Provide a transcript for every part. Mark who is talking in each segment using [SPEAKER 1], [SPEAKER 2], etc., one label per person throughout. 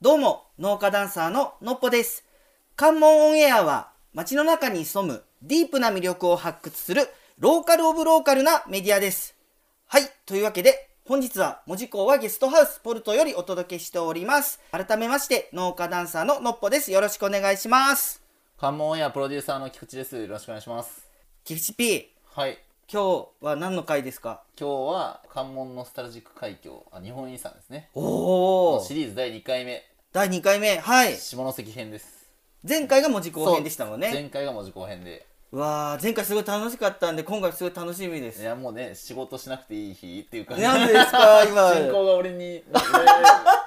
[SPEAKER 1] どうも、農家ダンサーののっぽです。関門オンエアは、街の中に潜むディープな魅力を発掘する、ローカルオブローカルなメディアです。はい、というわけで、本日は門司港はゲストハウスポルトよりお届けしております。改めまして、農家ダンサーののっぽです。よろしくお願いします。
[SPEAKER 2] 関門やプロデューサーの菊池ですよろしくお願いします
[SPEAKER 1] 菊池 P、
[SPEAKER 2] はい
[SPEAKER 1] 今日は何の回ですか
[SPEAKER 2] 今日は関門ノスタルジック海峡あ日本遺産ですね
[SPEAKER 1] お
[SPEAKER 2] シリーズ第2回目
[SPEAKER 1] 第2回目、はい。
[SPEAKER 2] 下関編です
[SPEAKER 1] 前回が門司港編でしたもん
[SPEAKER 2] そう
[SPEAKER 1] ね。
[SPEAKER 2] 前回が文字後編で
[SPEAKER 1] うわー、前回すごい楽しかったんで、今回すごい楽しみです
[SPEAKER 2] い。やもうね仕事しなくていい日っていうか
[SPEAKER 1] なんでですか今
[SPEAKER 2] 進行が俺にね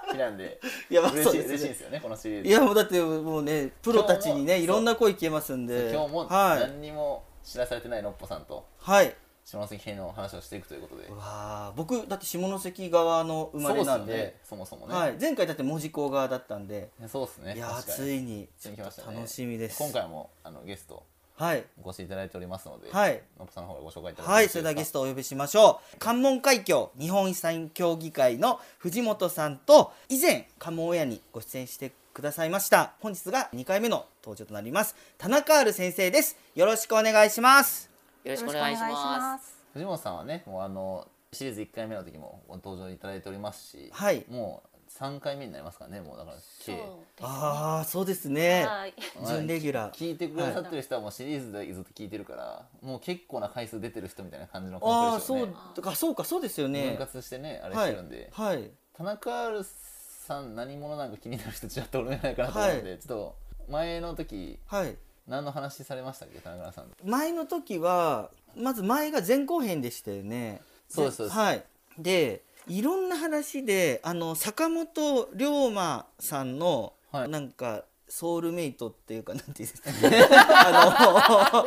[SPEAKER 2] 日なんで
[SPEAKER 1] いやまあ
[SPEAKER 2] 嬉
[SPEAKER 1] そう
[SPEAKER 2] しい
[SPEAKER 1] ですね
[SPEAKER 2] 嬉しいですよねこのシリーズ
[SPEAKER 1] いやもうだってもうねプロたちに
[SPEAKER 2] 今日
[SPEAKER 1] ね
[SPEAKER 2] も
[SPEAKER 1] いろんな声聞けますんで
[SPEAKER 2] 今日も
[SPEAKER 1] はい、
[SPEAKER 2] 何にも知らされてないのっぽさんと
[SPEAKER 1] はい、
[SPEAKER 2] 下関編の話をしていくということで
[SPEAKER 1] うわー僕だって下関側の生まれなんで
[SPEAKER 2] そうっすよねそもそもね、
[SPEAKER 1] はい、前回だって門司港側だったんで
[SPEAKER 2] いやそうですね
[SPEAKER 1] いやー
[SPEAKER 2] 確かに
[SPEAKER 1] ついに
[SPEAKER 2] ついに来ましたね
[SPEAKER 1] 楽しみです
[SPEAKER 2] 今回もあのゲスト
[SPEAKER 1] はい
[SPEAKER 2] お越しいただいておりますので、
[SPEAKER 1] はい、
[SPEAKER 2] のっぽさんの方からご紹介いただ
[SPEAKER 1] はい、それではゲス
[SPEAKER 2] ト
[SPEAKER 1] トをお呼びしましょう。関門海峡日本遺産協議会の藤本さんと、以前関門親にご出演してくださいました。本日が2回目の登場となります。田中ある先生です。よろしくお願いします。
[SPEAKER 3] よろしくお願いします。
[SPEAKER 2] 藤本さんはねもうあのシリーズ1回目の時もご登場いただいておりますし、
[SPEAKER 1] はい
[SPEAKER 2] もう3回目になりますからねもうだから
[SPEAKER 3] す。そ
[SPEAKER 2] 計
[SPEAKER 3] うです
[SPEAKER 1] ああ、そうですね。
[SPEAKER 3] はい。
[SPEAKER 1] 準レギュラー。
[SPEAKER 2] 聞いてくださってる人はもうシリーズでずっと聞いてるから、もう結構な回数出てる人みたいな感じの
[SPEAKER 1] あ
[SPEAKER 2] 感
[SPEAKER 1] あ、
[SPEAKER 2] 覚でしょ
[SPEAKER 1] そう
[SPEAKER 2] ね、
[SPEAKER 1] か、そうか、そうですよね
[SPEAKER 2] 分。割してねあれし
[SPEAKER 1] は
[SPEAKER 2] て
[SPEAKER 1] い
[SPEAKER 2] るんで、、
[SPEAKER 1] はい、
[SPEAKER 2] 田中あるさん何者なんか気になる人ちらっとおるんじゃないかなと思うんで、ちょっと前の時
[SPEAKER 1] はい。
[SPEAKER 2] 何の話されましたっけ田中さん
[SPEAKER 1] 前の時は、まず前が前後編でしたよね。
[SPEAKER 2] そうですそうです
[SPEAKER 1] はい。で、いろんな話で、あの坂本龍馬さんの、
[SPEAKER 2] はい
[SPEAKER 1] なんか。ソウルメイトっていうかなんていうんです かあ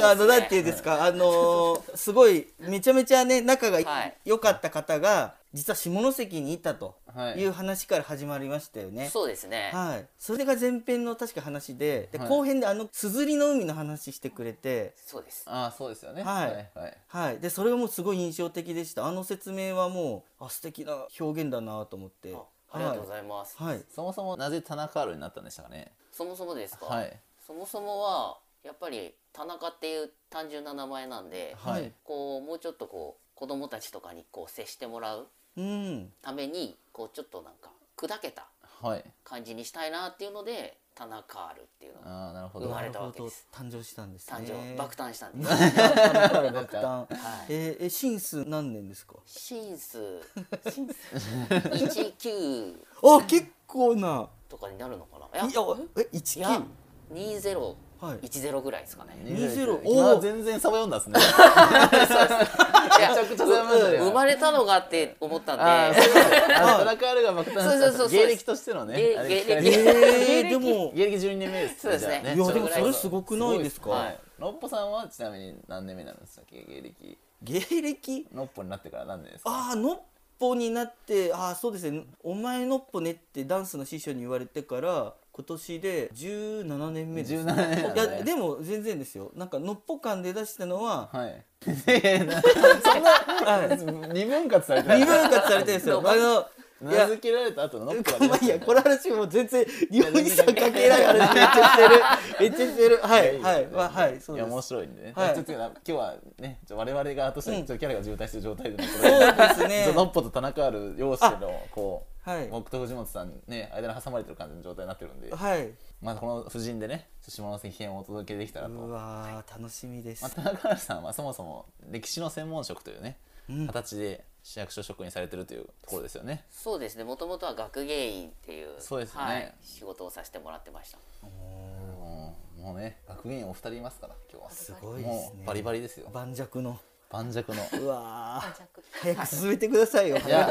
[SPEAKER 1] のあのなんていうんですかあのすごいめちゃめちゃね仲が
[SPEAKER 3] はい
[SPEAKER 1] 良かった方が実は下関にいたと
[SPEAKER 2] はい
[SPEAKER 1] いう話から始まりましたよね。
[SPEAKER 3] そうですね。
[SPEAKER 1] はい、それが前編の確か話でで、
[SPEAKER 2] はい
[SPEAKER 1] 後編であのすずりの海の話してくれて、
[SPEAKER 3] そうです。
[SPEAKER 2] ああそうですよね
[SPEAKER 1] はい
[SPEAKER 2] はいはい
[SPEAKER 1] はい、でそれがもうすごい印象的でしたあの説明はもうあ素敵な表現だなと思って
[SPEAKER 3] あありがとうございます。
[SPEAKER 1] はい、はい、
[SPEAKER 2] そもそもなぜ田中あるになったんでしたかね
[SPEAKER 3] そもそもですか。
[SPEAKER 2] はい
[SPEAKER 3] そもそもはやっぱり田中っていう単純な名前なんで、
[SPEAKER 2] はい
[SPEAKER 3] こうもうちょっとこう子供たちとかにこう接してもらう
[SPEAKER 1] うん
[SPEAKER 3] ためにこうちょっとなんか砕けた
[SPEAKER 2] はい
[SPEAKER 3] 感じにしたいなっていうので田中あるっていうのが
[SPEAKER 2] ああなるほ
[SPEAKER 3] 生
[SPEAKER 2] ど
[SPEAKER 3] ま
[SPEAKER 1] な
[SPEAKER 3] れ
[SPEAKER 1] る
[SPEAKER 3] た
[SPEAKER 1] ほ
[SPEAKER 3] わけ
[SPEAKER 1] ど
[SPEAKER 3] です
[SPEAKER 1] 誕生したんですね
[SPEAKER 3] 誕生爆
[SPEAKER 1] 誕
[SPEAKER 3] 誕したんで す。 はい。
[SPEAKER 1] 爆誕
[SPEAKER 3] はい
[SPEAKER 1] えー、えシンス何年ですか
[SPEAKER 3] シンス、 シンス、一九
[SPEAKER 1] あ結構な
[SPEAKER 3] とかになるのかな。
[SPEAKER 1] いやえ
[SPEAKER 3] い
[SPEAKER 1] 一
[SPEAKER 3] や
[SPEAKER 1] 9、
[SPEAKER 3] 二ゼロ
[SPEAKER 1] はい
[SPEAKER 3] 一ゼロぐらいですかね。
[SPEAKER 1] 20
[SPEAKER 2] お
[SPEAKER 1] おー
[SPEAKER 2] お全然サバ読んだんですね
[SPEAKER 3] いや
[SPEAKER 2] めちゃくちゃ狭いですね
[SPEAKER 3] 生まれたのがって思った
[SPEAKER 2] あ
[SPEAKER 3] ん
[SPEAKER 2] あそ
[SPEAKER 3] で、
[SPEAKER 2] ういうあ田中あるが爆誕
[SPEAKER 3] そうそうそうそう
[SPEAKER 2] 芸歴としてのね
[SPEAKER 3] 芸
[SPEAKER 2] あれ聞か
[SPEAKER 3] 芸
[SPEAKER 2] れ
[SPEAKER 3] 歴
[SPEAKER 2] て
[SPEAKER 1] えー、でも
[SPEAKER 2] 芸歴12年目です
[SPEAKER 3] そうですね
[SPEAKER 2] じゃあ
[SPEAKER 1] いやでも
[SPEAKER 3] ぐら
[SPEAKER 1] そ
[SPEAKER 3] い
[SPEAKER 1] れ
[SPEAKER 3] の
[SPEAKER 1] すごくないですか
[SPEAKER 2] はいのっぽさんはちなみに何年目になるんですか芸歴
[SPEAKER 1] 芸歴
[SPEAKER 2] のっぽになってから何年ですか
[SPEAKER 1] ああのっぽになってああそうですねお前のっぽねってダンスの師匠に言われてから今年で17年目です
[SPEAKER 2] 17年なん
[SPEAKER 1] い
[SPEAKER 2] だ
[SPEAKER 1] や
[SPEAKER 2] ね
[SPEAKER 1] でも全然ですよなんかのっぽ感で出したのは
[SPEAKER 2] はいそんな二分割されてない
[SPEAKER 1] 二分割されてるんです よあのい
[SPEAKER 2] 名
[SPEAKER 1] や
[SPEAKER 2] 付けられた後のノッ ク
[SPEAKER 1] まあいいやこ
[SPEAKER 2] れ
[SPEAKER 1] の話もう全然日本さん関係ない話めっちゃしてるめっちゃしてるはいはいまあはいそう
[SPEAKER 2] い
[SPEAKER 1] で
[SPEAKER 2] や
[SPEAKER 1] す
[SPEAKER 2] 面白いんでね、
[SPEAKER 1] はい
[SPEAKER 2] ちょっと今日はねちょ我々側としてはちょっとキャラが渋滞してる状態でね、これ
[SPEAKER 1] そうです
[SPEAKER 2] ちょ っとノッ
[SPEAKER 1] ね
[SPEAKER 2] ポと田中ある容姿のこう、
[SPEAKER 1] はい
[SPEAKER 2] 僕と藤本さんね間に挟まれてる感じの状態になってるんで、
[SPEAKER 1] はい
[SPEAKER 2] まあこの夫人でね下関編をお届けできたらと、
[SPEAKER 1] う
[SPEAKER 2] ま
[SPEAKER 1] わー楽しみです
[SPEAKER 2] あ、田中あるさんはそもそも歴史の専門職というね、
[SPEAKER 1] ん
[SPEAKER 2] 形で市役所職員されてるというところですよね
[SPEAKER 3] そうですね。もともとは学芸員っていう
[SPEAKER 2] そうですね
[SPEAKER 3] はい仕事をさせてもらってました。
[SPEAKER 2] もうもうね学芸員お二人いますから今日は
[SPEAKER 1] すごいです
[SPEAKER 2] も
[SPEAKER 1] ね
[SPEAKER 2] うバリバリですよ
[SPEAKER 1] 盤石の
[SPEAKER 2] 盤石の
[SPEAKER 1] うわー
[SPEAKER 4] 弱
[SPEAKER 1] 早く進めてくださいよ
[SPEAKER 2] いや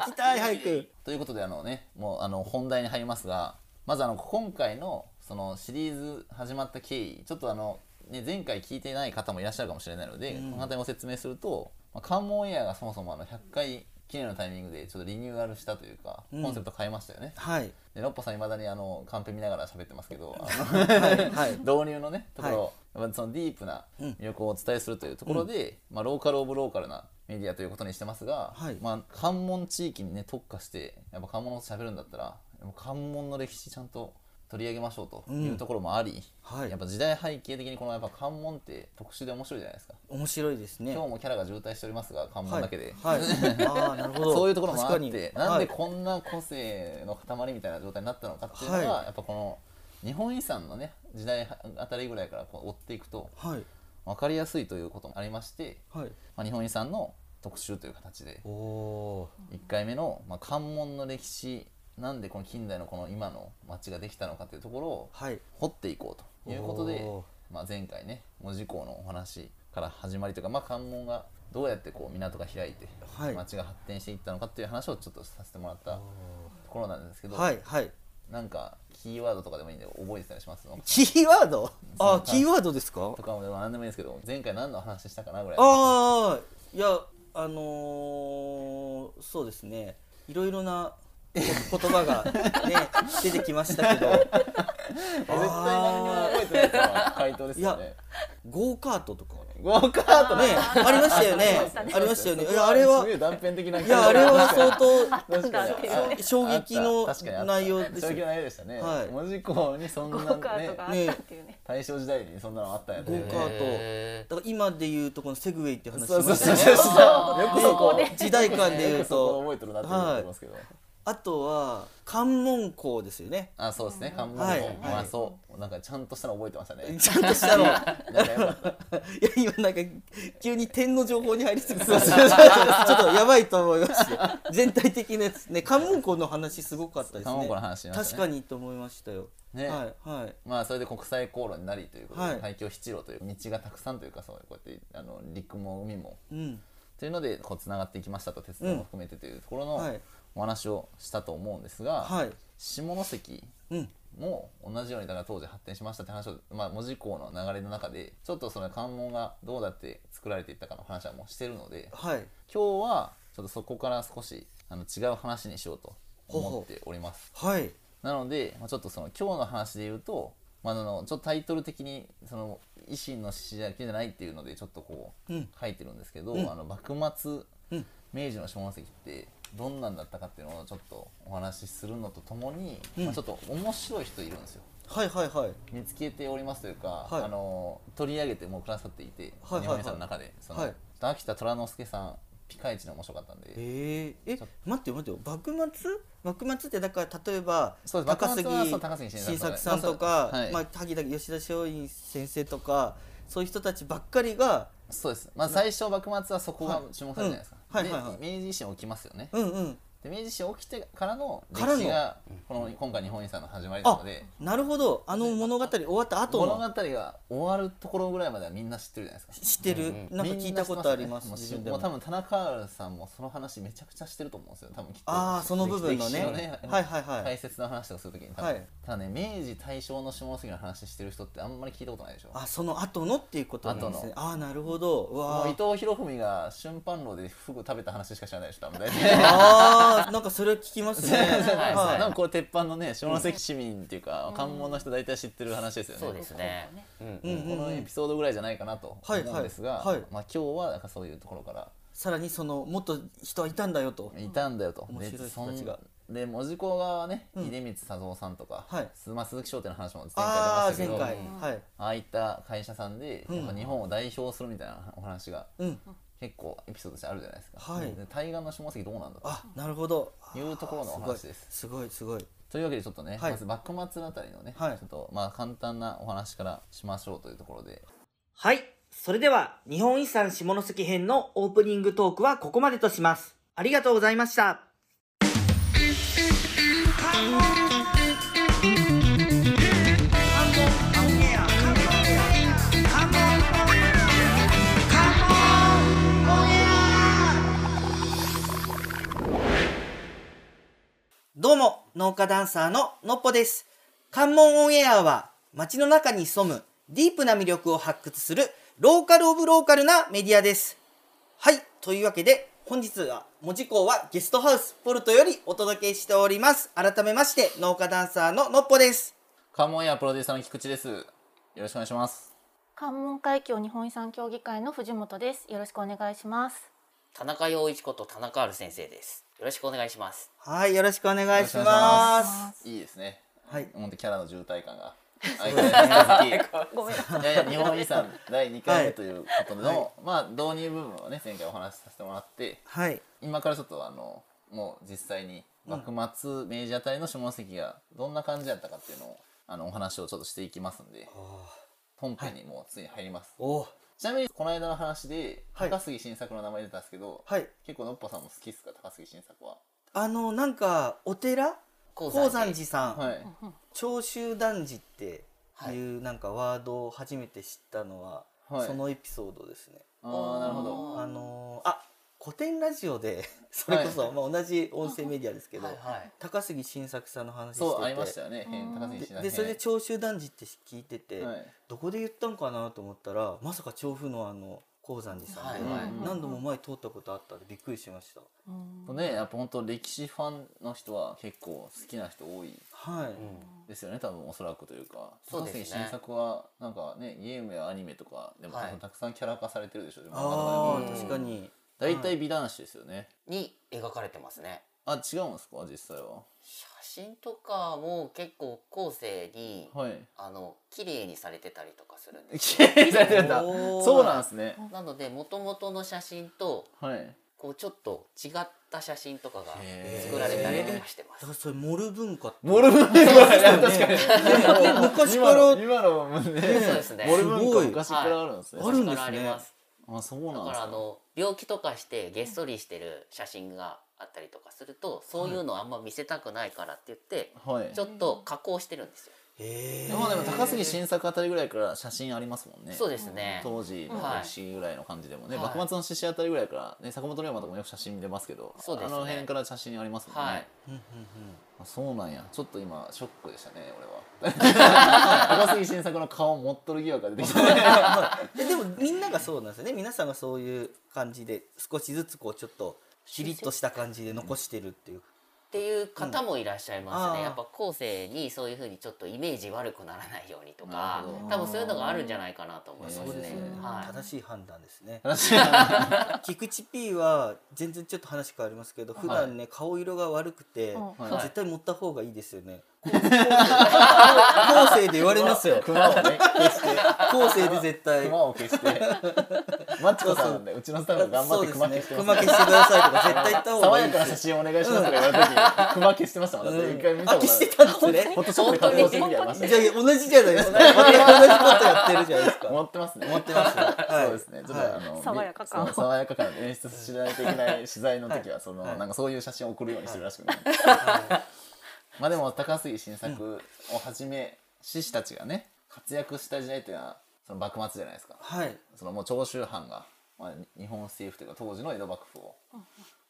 [SPEAKER 1] 聞きたい早く
[SPEAKER 2] ということであのねもうあの本題に入りますがまずあの今回のそのシリーズ始まった経緯ちょっとあの、ね、前回聞いてない方もいらっしゃるかもしれないので、この辺も説明すると、まあ、関門エアがそもそもあの100回記念のタイミングでちょっとリニューアルしたというか、コンセプト変えましたよね。
[SPEAKER 1] はい
[SPEAKER 2] でのっぽさんいまだにあのカンペ見ながら喋ってますけどあの
[SPEAKER 1] はいはい
[SPEAKER 2] 導入のねところ、まあそのディープな魅力をお伝えするというところで、まあ、ローカル・オブ・ローカルなメディアということにしてますが、
[SPEAKER 1] はい
[SPEAKER 2] まあ、関門地域にね特化してやっぱ関門のこと喋るんだったらやっぱ関門の歴史ちゃんと取り上げましょうというところもあり、
[SPEAKER 1] はい
[SPEAKER 2] やっぱ時代背景的にこのやっぱ関門って特殊で面白いじゃないですか。
[SPEAKER 1] 面白いですね
[SPEAKER 2] 今日もキャラが渋滞しておりますが関門だけで、
[SPEAKER 1] はい、はい、ああなるほど
[SPEAKER 2] そういうところもあっ
[SPEAKER 1] 確か
[SPEAKER 2] て
[SPEAKER 1] に
[SPEAKER 2] なんで
[SPEAKER 1] はい
[SPEAKER 2] こんな個性の塊みたいな状態になったのかっていうのが、
[SPEAKER 1] は
[SPEAKER 2] やっぱこの日本遺産のね時代あたりぐらいからこう追っていくと
[SPEAKER 1] はい
[SPEAKER 2] 分かりやすいということもありまして、
[SPEAKER 1] はい
[SPEAKER 2] まあ、日本遺産の特集という形で
[SPEAKER 1] おお
[SPEAKER 2] 1回目の、まあ、関門の歴史なんでこの近代のこの今の町ができたのかというところを
[SPEAKER 1] ーはい
[SPEAKER 2] 掘っていこうということで
[SPEAKER 1] おー、
[SPEAKER 2] まあ、前回ね門司港のお話から始まりというか、まあ、関門がどうやってこう港が開いて
[SPEAKER 1] はい
[SPEAKER 2] 町が発展していったのかっていう話をちょっとさせてもらったところなんですけど、
[SPEAKER 1] はいはい
[SPEAKER 2] なんかキーワードとかでもいいんで覚えてたりしますの
[SPEAKER 1] キーワー ドあ
[SPEAKER 2] は
[SPEAKER 1] ーキーワードですか
[SPEAKER 2] とかもでも何でもいいんですけど前回何の話したかなぐらい
[SPEAKER 1] ああいやあのー、そうですねいろいろ なこ言葉がね出てきましたけ ど
[SPEAKER 2] 絶対何にも覚えてないから回答ですよ
[SPEAKER 1] い
[SPEAKER 2] ね
[SPEAKER 1] やゴーカートとかね
[SPEAKER 2] ゴーカートね
[SPEAKER 1] ありましたよねありましたよねいやあれは
[SPEAKER 2] すげえ断片的ない
[SPEAKER 1] やあれは
[SPEAKER 2] 確かに
[SPEAKER 1] 相当
[SPEAKER 2] 確かに
[SPEAKER 4] あったんだっていう
[SPEAKER 2] あった
[SPEAKER 1] 衝撃の
[SPEAKER 2] 確かにあった
[SPEAKER 1] 内容ですよ
[SPEAKER 2] 衝撃の内容でしたね、
[SPEAKER 1] はい
[SPEAKER 2] 文字工にそん
[SPEAKER 4] ゴ
[SPEAKER 2] な
[SPEAKER 4] ーカー
[SPEAKER 2] ね
[SPEAKER 4] トがあったっていうね
[SPEAKER 2] 大正時代にそんなのあったんやね
[SPEAKER 1] ゴーカート
[SPEAKER 3] へ
[SPEAKER 1] だから今で言うとこのセグウェイって話し
[SPEAKER 2] そ
[SPEAKER 1] ま
[SPEAKER 2] うそう
[SPEAKER 1] した よ
[SPEAKER 2] そうそう
[SPEAKER 1] ね
[SPEAKER 2] よくそ こ
[SPEAKER 1] ね時代感で言
[SPEAKER 2] よ
[SPEAKER 1] う
[SPEAKER 2] くそこと覚えてるなって思ってますけど、
[SPEAKER 1] あとは関門校ですよ ね
[SPEAKER 2] あそうですね漢文
[SPEAKER 1] はい
[SPEAKER 2] もまあそうなんかちゃんとしたの覚えてましたね
[SPEAKER 1] ちゃんとした のい
[SPEAKER 2] なんかよかった
[SPEAKER 1] や今なんか急に点の情報に入りすぎて ちょっとやばいと思いました全体的なやつね関門校の話すごかったですね
[SPEAKER 2] 関門校の話しましたね
[SPEAKER 1] 確かにと思いましたよ
[SPEAKER 2] ね
[SPEAKER 1] はいはい
[SPEAKER 2] まあそれで国際航路になりということで、
[SPEAKER 1] はい
[SPEAKER 2] 海峡七路という道がたくさんというかそうこうやってあの陸も海も
[SPEAKER 1] うん
[SPEAKER 2] というのでこうつながっていきましたと鉄道も含めてというところの
[SPEAKER 1] はい
[SPEAKER 2] お話をしたと思うんですが、
[SPEAKER 1] はい
[SPEAKER 2] 下関
[SPEAKER 1] うん
[SPEAKER 2] も同じようにだから当時発展しましたって話を、まあ、門司港の流れの中でちょっとその関門がどうだって作られていったかの話はもうしてるので
[SPEAKER 1] はい
[SPEAKER 2] 今日はちょっとそこから少しあの違う話にしようと思っております。
[SPEAKER 1] はい
[SPEAKER 2] なので、まあ、ちょっとその今日の話で言うと、まあ、あのちょっとタイトル的にその維新の志だけじゃないっていうのでちょっとこう
[SPEAKER 1] うん
[SPEAKER 2] 書いてるんですけど、
[SPEAKER 1] うん
[SPEAKER 2] あの幕末、
[SPEAKER 1] うん
[SPEAKER 2] 明治の下関ってどんなんだったかっていうのをちょっとお話しするのとともに、
[SPEAKER 1] うん
[SPEAKER 2] まあ、ちょっと面白い人いるんですよ。
[SPEAKER 1] はいはいはい
[SPEAKER 2] 見つけておりますというか、
[SPEAKER 1] はい
[SPEAKER 2] あの取り上げてもうくださっていて、
[SPEAKER 1] はいはいはい
[SPEAKER 2] 日本人の中でその、
[SPEAKER 1] はい
[SPEAKER 2] 秋田虎之助さんピカイチの面白かったんで、
[SPEAKER 1] えー、え
[SPEAKER 2] ちょっ
[SPEAKER 1] 待ってよ待ってよ幕末幕末ってだから例えば
[SPEAKER 2] そうです
[SPEAKER 1] 高杉
[SPEAKER 2] 幕末はそう高杉
[SPEAKER 1] 晋
[SPEAKER 2] 晋
[SPEAKER 1] 作
[SPEAKER 2] 作
[SPEAKER 1] さ
[SPEAKER 2] さ
[SPEAKER 1] ん
[SPEAKER 2] ん
[SPEAKER 1] と
[SPEAKER 2] と
[SPEAKER 1] か
[SPEAKER 2] か、
[SPEAKER 1] ま
[SPEAKER 2] はい
[SPEAKER 1] あ、萩田吉田松陰先生とかそういう人たちばっかりが
[SPEAKER 2] そうです、まあ、最初幕末はそこが注目される
[SPEAKER 1] はうん
[SPEAKER 2] じゃないいです
[SPEAKER 1] はいはいは
[SPEAKER 2] か
[SPEAKER 1] い、
[SPEAKER 2] で明治維新起きますよね
[SPEAKER 1] うんうん
[SPEAKER 2] で明治維新起きてからの
[SPEAKER 1] からの
[SPEAKER 2] 歴史がこの今回日本遺産の始まりなので
[SPEAKER 1] なるほどあの物語終わった後
[SPEAKER 2] 物語
[SPEAKER 1] の
[SPEAKER 2] が終わるところぐらいまではみんな知ってるじゃないですか
[SPEAKER 1] 知ってる、
[SPEAKER 3] うん
[SPEAKER 1] なんか聞いたことあります
[SPEAKER 2] みんな知
[SPEAKER 1] 自
[SPEAKER 2] ってよ
[SPEAKER 1] 分
[SPEAKER 2] ね
[SPEAKER 1] で
[SPEAKER 2] も
[SPEAKER 1] も
[SPEAKER 2] う多分田中さんもその話めちゃくちゃしてると思うんですよ多分きっと
[SPEAKER 1] ああその部分のね
[SPEAKER 2] 歴史
[SPEAKER 1] はいはいはい、
[SPEAKER 2] 大切な話とかするときに多分、
[SPEAKER 1] はい
[SPEAKER 2] ただね明治大正の下関の話してる人ってあんまり聞いたことないでしょ
[SPEAKER 1] あその後のっていうことなんですね
[SPEAKER 2] 後
[SPEAKER 1] ああーなるほどう
[SPEAKER 2] も
[SPEAKER 1] わ
[SPEAKER 2] う
[SPEAKER 1] ー
[SPEAKER 2] 伊藤博文が春飯楼でフグ食べた話しか知らないでしょ 多分大体
[SPEAKER 1] あーなんかそれは聞きますね
[SPEAKER 2] はい
[SPEAKER 1] はい
[SPEAKER 2] なんかこれ鉄板のね下関市民っていうか、関門の人大体知ってる話ですよね。
[SPEAKER 3] そうですねうん
[SPEAKER 1] うん
[SPEAKER 2] このエピソードぐらいじゃないかなと
[SPEAKER 1] はいはい
[SPEAKER 2] 思うんですが、
[SPEAKER 1] はい
[SPEAKER 2] まあ、今日はなんかそういうところから
[SPEAKER 1] さらにそのもっと人はいたんだよと
[SPEAKER 2] いたんだよと、
[SPEAKER 1] 面
[SPEAKER 2] で
[SPEAKER 1] 白い人たちが
[SPEAKER 2] そんで門司港側はね、秀光佐三さんとか、
[SPEAKER 1] はい
[SPEAKER 2] すまあ、鈴木商店の話も前回出
[SPEAKER 1] あ
[SPEAKER 2] ま
[SPEAKER 1] あ
[SPEAKER 2] したけ
[SPEAKER 1] 前
[SPEAKER 2] ど
[SPEAKER 1] 回、
[SPEAKER 2] うん
[SPEAKER 1] はい
[SPEAKER 2] ああいった会社さんで、
[SPEAKER 1] うん
[SPEAKER 2] やっぱ日本を代表するみたいなお話が
[SPEAKER 1] うん
[SPEAKER 2] 結構エピソードとしてあるじゃないですか、
[SPEAKER 1] はい
[SPEAKER 2] で対岸の下関どうなんだと
[SPEAKER 1] あなるほど
[SPEAKER 2] いうところのお話です
[SPEAKER 1] すごいすごいす
[SPEAKER 2] というわけでちょっとね、
[SPEAKER 1] はい
[SPEAKER 2] まず幕末あたりのね、
[SPEAKER 1] はい
[SPEAKER 2] ちょっとまあ簡単なお話からしましょうというところで
[SPEAKER 1] はいそれでは日本遺産下関編のオープニングトークはここまでとしますありがとうございましたどうも、農家ダンサーののっぽです。関門オンエアは、街の中に潜むディープな魅力を発掘する、ローカルオブローカルなメディアです。はい、というわけで、本日は、文字工はゲストハウスポルトよりお届けしております。改めまして、農家ダンサーののっぽです。
[SPEAKER 2] カモンエアプロデューサーの菊池ですよろしくお願いします
[SPEAKER 4] 関門海峡日本遺産協議会の藤本です。よろしくお願いします。
[SPEAKER 3] 田中陽一こと田中ある先生ですよろしくお願いします
[SPEAKER 1] はい、よろしくお願いし
[SPEAKER 2] よろしくお願
[SPEAKER 1] ます。
[SPEAKER 2] いいですね
[SPEAKER 1] はい、
[SPEAKER 2] 本当キャラの渋滞感が相変わらず
[SPEAKER 4] ごめんなさい。
[SPEAKER 2] 好きいやいや日本遺産第2回
[SPEAKER 1] は
[SPEAKER 2] 目
[SPEAKER 1] い
[SPEAKER 2] ということの、まあ導入部分をね前回お話しさせてもらって
[SPEAKER 1] はい、
[SPEAKER 2] 今からちょっとあのもう実際に幕末明治あたりの下関がどんな感じだったかっていうのをあのお話をちょっとしていきますんで本編にもうついに入ります、
[SPEAKER 1] おー
[SPEAKER 2] ちなみにこの間の話で
[SPEAKER 1] はい
[SPEAKER 2] 高杉晋作の名前出たんですけど、
[SPEAKER 1] はい、
[SPEAKER 2] 結構のっぽさんも好きっすか高杉晋作は
[SPEAKER 1] あの、なんか、お寺。
[SPEAKER 3] 高
[SPEAKER 1] 高山寺さん、
[SPEAKER 2] はい
[SPEAKER 1] 長州男児って。
[SPEAKER 3] はい
[SPEAKER 1] いうなんかワードを初めて知ったのは、
[SPEAKER 2] はい
[SPEAKER 1] そのエピソードですね。
[SPEAKER 2] ああなるほど
[SPEAKER 3] うん
[SPEAKER 1] あのーあ古典ラジオで それこそ、
[SPEAKER 2] はい
[SPEAKER 1] まあ、同じ音声メディアですけど、
[SPEAKER 3] はいはい
[SPEAKER 1] 高杉晋作さんの話してて
[SPEAKER 2] そうありましたよね変高杉晋
[SPEAKER 1] で
[SPEAKER 2] 作
[SPEAKER 1] でそれで
[SPEAKER 2] 編
[SPEAKER 1] 長州男児って聞いてて、
[SPEAKER 2] はい
[SPEAKER 1] どこで言ったんかなと思ったらまさか調布のあの鉱山寺さんで、
[SPEAKER 3] はいはい
[SPEAKER 1] 何度も前通ったことあったんでびっくりしました。
[SPEAKER 4] うん
[SPEAKER 2] ねやっぱ本当歴史ファンの人は結構好きな人多い
[SPEAKER 1] はい、
[SPEAKER 2] ですよね多分おそらくというか
[SPEAKER 3] そうですね
[SPEAKER 2] 高杉晋作はなんかねゲームやアニメとかでも
[SPEAKER 3] はい
[SPEAKER 2] 多分たくさんキャラ化されてるでしょ、漫画
[SPEAKER 1] あ
[SPEAKER 2] とか
[SPEAKER 1] あ
[SPEAKER 2] でも
[SPEAKER 3] ー
[SPEAKER 1] 確かに、
[SPEAKER 2] 大体美男子ですよね、
[SPEAKER 3] に描かれてますね
[SPEAKER 2] あ違うんですか実際は
[SPEAKER 3] 写真とかも結構後世に、
[SPEAKER 2] はい
[SPEAKER 3] あの綺麗にされてたりとかする んです
[SPEAKER 2] 綺麗にされてるんだ
[SPEAKER 1] おー
[SPEAKER 2] そうなんですね
[SPEAKER 3] なので元々の写真と
[SPEAKER 2] はい
[SPEAKER 3] こうちょっと違った写真とかが
[SPEAKER 2] へー
[SPEAKER 3] 作られたりとかしてま
[SPEAKER 1] だ
[SPEAKER 3] す
[SPEAKER 1] からそれモル文化って
[SPEAKER 2] モル文化ね確かに
[SPEAKER 1] 昔か
[SPEAKER 2] 今
[SPEAKER 1] ら
[SPEAKER 2] の今のもね
[SPEAKER 3] そうですね
[SPEAKER 2] モル文
[SPEAKER 1] す
[SPEAKER 2] 化
[SPEAKER 1] ごい
[SPEAKER 2] 昔からあるんですね、
[SPEAKER 1] はいあるんですね
[SPEAKER 3] 昔からあります
[SPEAKER 2] あそう
[SPEAKER 3] だ
[SPEAKER 2] なん
[SPEAKER 3] か
[SPEAKER 2] です
[SPEAKER 3] ら
[SPEAKER 2] か
[SPEAKER 3] あの病気とかしてげっそりしてる写真があったりとかするとそういうのあんま見せたくないからって言って
[SPEAKER 2] はい
[SPEAKER 3] ちょっと加工してるんですよ。
[SPEAKER 1] へ
[SPEAKER 2] まあでも高杉晋作あたりぐらいから写真ありますもんね
[SPEAKER 3] そうですね。
[SPEAKER 2] 当時の
[SPEAKER 3] はい
[SPEAKER 2] 歴史ぐらいの感じでもね、
[SPEAKER 3] はい
[SPEAKER 2] 幕末の獅子あたりぐらいから、ね、坂本龍馬とかもよく写真出ますけど
[SPEAKER 3] そうですね
[SPEAKER 2] あの辺から写真ありますもんね、
[SPEAKER 3] はい。
[SPEAKER 1] うんうん
[SPEAKER 2] あそうなんやちょっと今ショックでしたね俺は高杉晋作の顔持っとる疑惑が出てきたね
[SPEAKER 1] うんえでもみんながそうなんですよね皆さんがそういう感じで少しずつこうちょっとキリッとした感じで残してるっていう
[SPEAKER 3] っていう方もいらっしゃいますね。
[SPEAKER 1] うんあー
[SPEAKER 3] やっぱ後世にそういうふうにちょっとイメージ悪くならないようにと
[SPEAKER 2] な
[SPEAKER 3] か
[SPEAKER 2] るほど
[SPEAKER 3] 多分そういうのがあるんじゃないかなと思います
[SPEAKER 2] そうで
[SPEAKER 3] ね
[SPEAKER 2] すね。
[SPEAKER 3] はい。
[SPEAKER 1] 正しい判断ですね
[SPEAKER 2] 話が
[SPEAKER 1] 菊池 P は全然ちょっと話変わりますけど普段ね顔色が悪くて
[SPEAKER 4] うん
[SPEAKER 2] はい
[SPEAKER 1] 絶対持った方がいいですよね後世で言われますよ
[SPEAKER 2] 熊をね消して
[SPEAKER 1] 後世で絶対
[SPEAKER 2] 熊を消してマッチコさんねうちのスタッフが頑張って熊消して
[SPEAKER 1] そうですね
[SPEAKER 2] ます
[SPEAKER 1] 熊消してくださいとか絶対言った方
[SPEAKER 2] 爽
[SPEAKER 1] がい
[SPEAKER 2] や
[SPEAKER 1] いで
[SPEAKER 2] かな
[SPEAKER 1] す
[SPEAKER 2] 写
[SPEAKER 1] よ
[SPEAKER 2] 真お願いしますとか言われた時に熊消してましたもんだっ
[SPEAKER 1] う
[SPEAKER 2] て
[SPEAKER 1] ん
[SPEAKER 2] 一回見た
[SPEAKER 1] あ
[SPEAKER 2] こと
[SPEAKER 1] 消
[SPEAKER 2] あ
[SPEAKER 1] してた
[SPEAKER 2] る
[SPEAKER 1] んですね
[SPEAKER 2] フォトショップで加工する時ありました
[SPEAKER 1] じゃあ同じじゃないですか同じことやってるじゃない ですか
[SPEAKER 2] 持ってますね
[SPEAKER 1] 持って ますよはい
[SPEAKER 2] そうですね。ちょっと、
[SPEAKER 1] はい
[SPEAKER 2] あの
[SPEAKER 4] 爽やか感を
[SPEAKER 2] そう爽やか感を演出しないといけない取材の時は、その、
[SPEAKER 1] はい
[SPEAKER 2] なんかそういう写真を送るようにしてるらしくね。まあでも高杉晋作をはじめ志士たちがね活躍した時代っていうのはその幕末じゃないですか。
[SPEAKER 1] はい
[SPEAKER 2] そのもう長州藩が、まあ、日本政府というか当時の江戸幕府を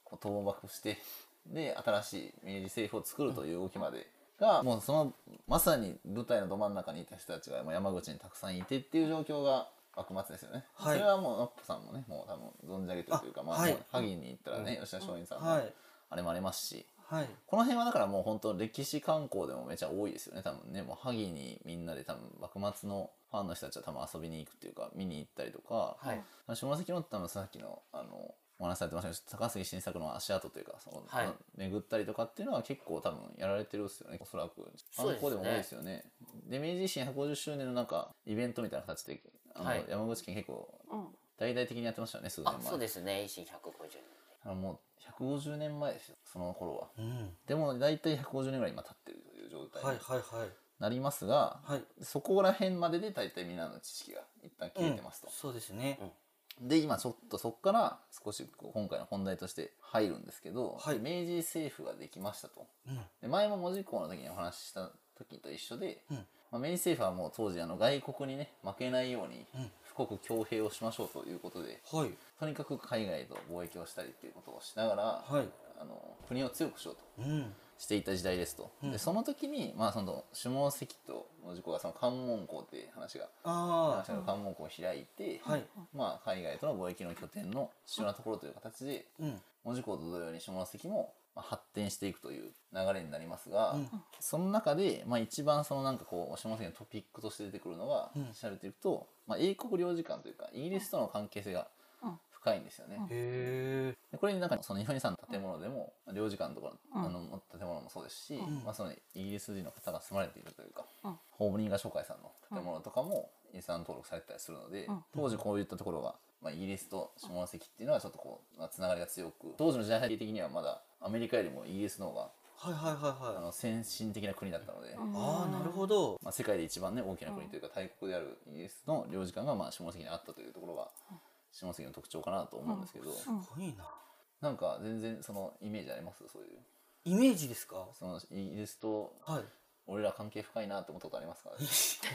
[SPEAKER 2] こう倒幕してで新しい明治政府を作るという動きまでがもうそのまさに舞台のど真ん中にいた人たちがもう山口にたくさんいてっていう状況が幕末ですよね、
[SPEAKER 1] はい
[SPEAKER 2] それはもうノッポさんもねもう多分存じ上げてるというか
[SPEAKER 1] あ
[SPEAKER 2] まあ、
[SPEAKER 1] はい
[SPEAKER 2] もう萩に行ったらね、吉田松陰さん
[SPEAKER 1] は
[SPEAKER 2] の
[SPEAKER 1] い
[SPEAKER 2] あれもありますし。
[SPEAKER 1] はい
[SPEAKER 2] この辺はだからもう本当歴史観光でもめちゃ多いですよね多分ねもう萩にみんなで多分幕末のファンの人たちは多分遊びに行くっていうか見に行ったりとか、
[SPEAKER 3] はい
[SPEAKER 2] 下関の多分さっきのあのお話しされてましたけど高杉晋作の足跡というかその、
[SPEAKER 3] はい
[SPEAKER 2] 巡ったりとかっていうのは結構多分やられてるっすよねおそらく
[SPEAKER 3] そうですね
[SPEAKER 2] 観光でも多いですよねで明治維新150周年のなんかイベントみたいな形であの、
[SPEAKER 3] はい
[SPEAKER 2] 山口県結構
[SPEAKER 4] うん
[SPEAKER 2] 大々的にやってましたよね数年
[SPEAKER 3] あ
[SPEAKER 2] 前、
[SPEAKER 3] そうですね。維新150年。
[SPEAKER 2] あのもう150年前ですよその頃は
[SPEAKER 1] うん
[SPEAKER 2] でも大体150年ぐらい今経ってるという状態
[SPEAKER 1] はい
[SPEAKER 2] に
[SPEAKER 1] はいはい
[SPEAKER 2] なりますが、
[SPEAKER 1] はい
[SPEAKER 2] そこら辺までで大体みんなの知識が一旦切れてますと
[SPEAKER 1] うん、そうですね
[SPEAKER 2] で今ちょっとそこから少しこう今回の本題として入るんですけど、
[SPEAKER 1] はい
[SPEAKER 2] 明治政府ができましたと
[SPEAKER 1] うん
[SPEAKER 2] で前も門司港の時にお話しした時と一緒で、
[SPEAKER 1] うん
[SPEAKER 2] まあ、明治政府はもう当時あの外国にね負けないように
[SPEAKER 1] うん
[SPEAKER 2] 富国強兵をしましょうということで
[SPEAKER 1] はい
[SPEAKER 2] とにかく海外と貿易をしたりっていうことをしながら、
[SPEAKER 1] はい
[SPEAKER 2] あの国を強くしようと
[SPEAKER 1] うん
[SPEAKER 2] していた時代ですと、
[SPEAKER 1] うん
[SPEAKER 2] でその時に、まあ、その下関と門司港がその関門港っていう話が
[SPEAKER 1] あ
[SPEAKER 2] 話が関門港を開いて、
[SPEAKER 1] あはい
[SPEAKER 2] まあ、海外との貿易の拠点の主要なところという形で
[SPEAKER 1] うん
[SPEAKER 2] 門司港と同様に下関もまあ発展していくという流れになりますが、
[SPEAKER 1] うん
[SPEAKER 2] その中で、まあ、一番そのなんかこう下関のトピックとして出てくるのが、
[SPEAKER 1] うん
[SPEAKER 2] おっしゃられていくと、まあ、英国領事館というかイギリスとの関係性が
[SPEAKER 4] うん
[SPEAKER 2] 深いんですよね。
[SPEAKER 4] うん
[SPEAKER 1] へえ
[SPEAKER 2] でこれになんかその日本さんの建物でも、領事館とか
[SPEAKER 4] う
[SPEAKER 2] の
[SPEAKER 4] ん
[SPEAKER 2] あの建物もそうですし、
[SPEAKER 1] ん
[SPEAKER 2] まあ、そのイギリス人の方が住まれているというか、
[SPEAKER 4] うん
[SPEAKER 2] 法務人が紹介さんの建物とかも遺産登録されてたりするので、
[SPEAKER 4] うん
[SPEAKER 2] 当時こういったところが、まあ、イギリスと下関っていうのはちょっとこう、まあ、つながりが強く当時の時代背景的にはまだアメリカよりもイギリスの方が
[SPEAKER 1] はいはいはい
[SPEAKER 2] あ
[SPEAKER 1] はい
[SPEAKER 2] の先進的な国だったので、
[SPEAKER 1] ああなるほど
[SPEAKER 2] まあ、世界で一番ね大きな国というか大国であるイギリスの領事館がまあ下関にあったというところが下関の特徴かなと思うんですけど、
[SPEAKER 1] すごいな
[SPEAKER 2] なんか全然そのイメージありますそういう
[SPEAKER 1] イメージですか
[SPEAKER 2] そのイギリスと
[SPEAKER 1] はい
[SPEAKER 2] 俺ら関係深いなって思ったことありますか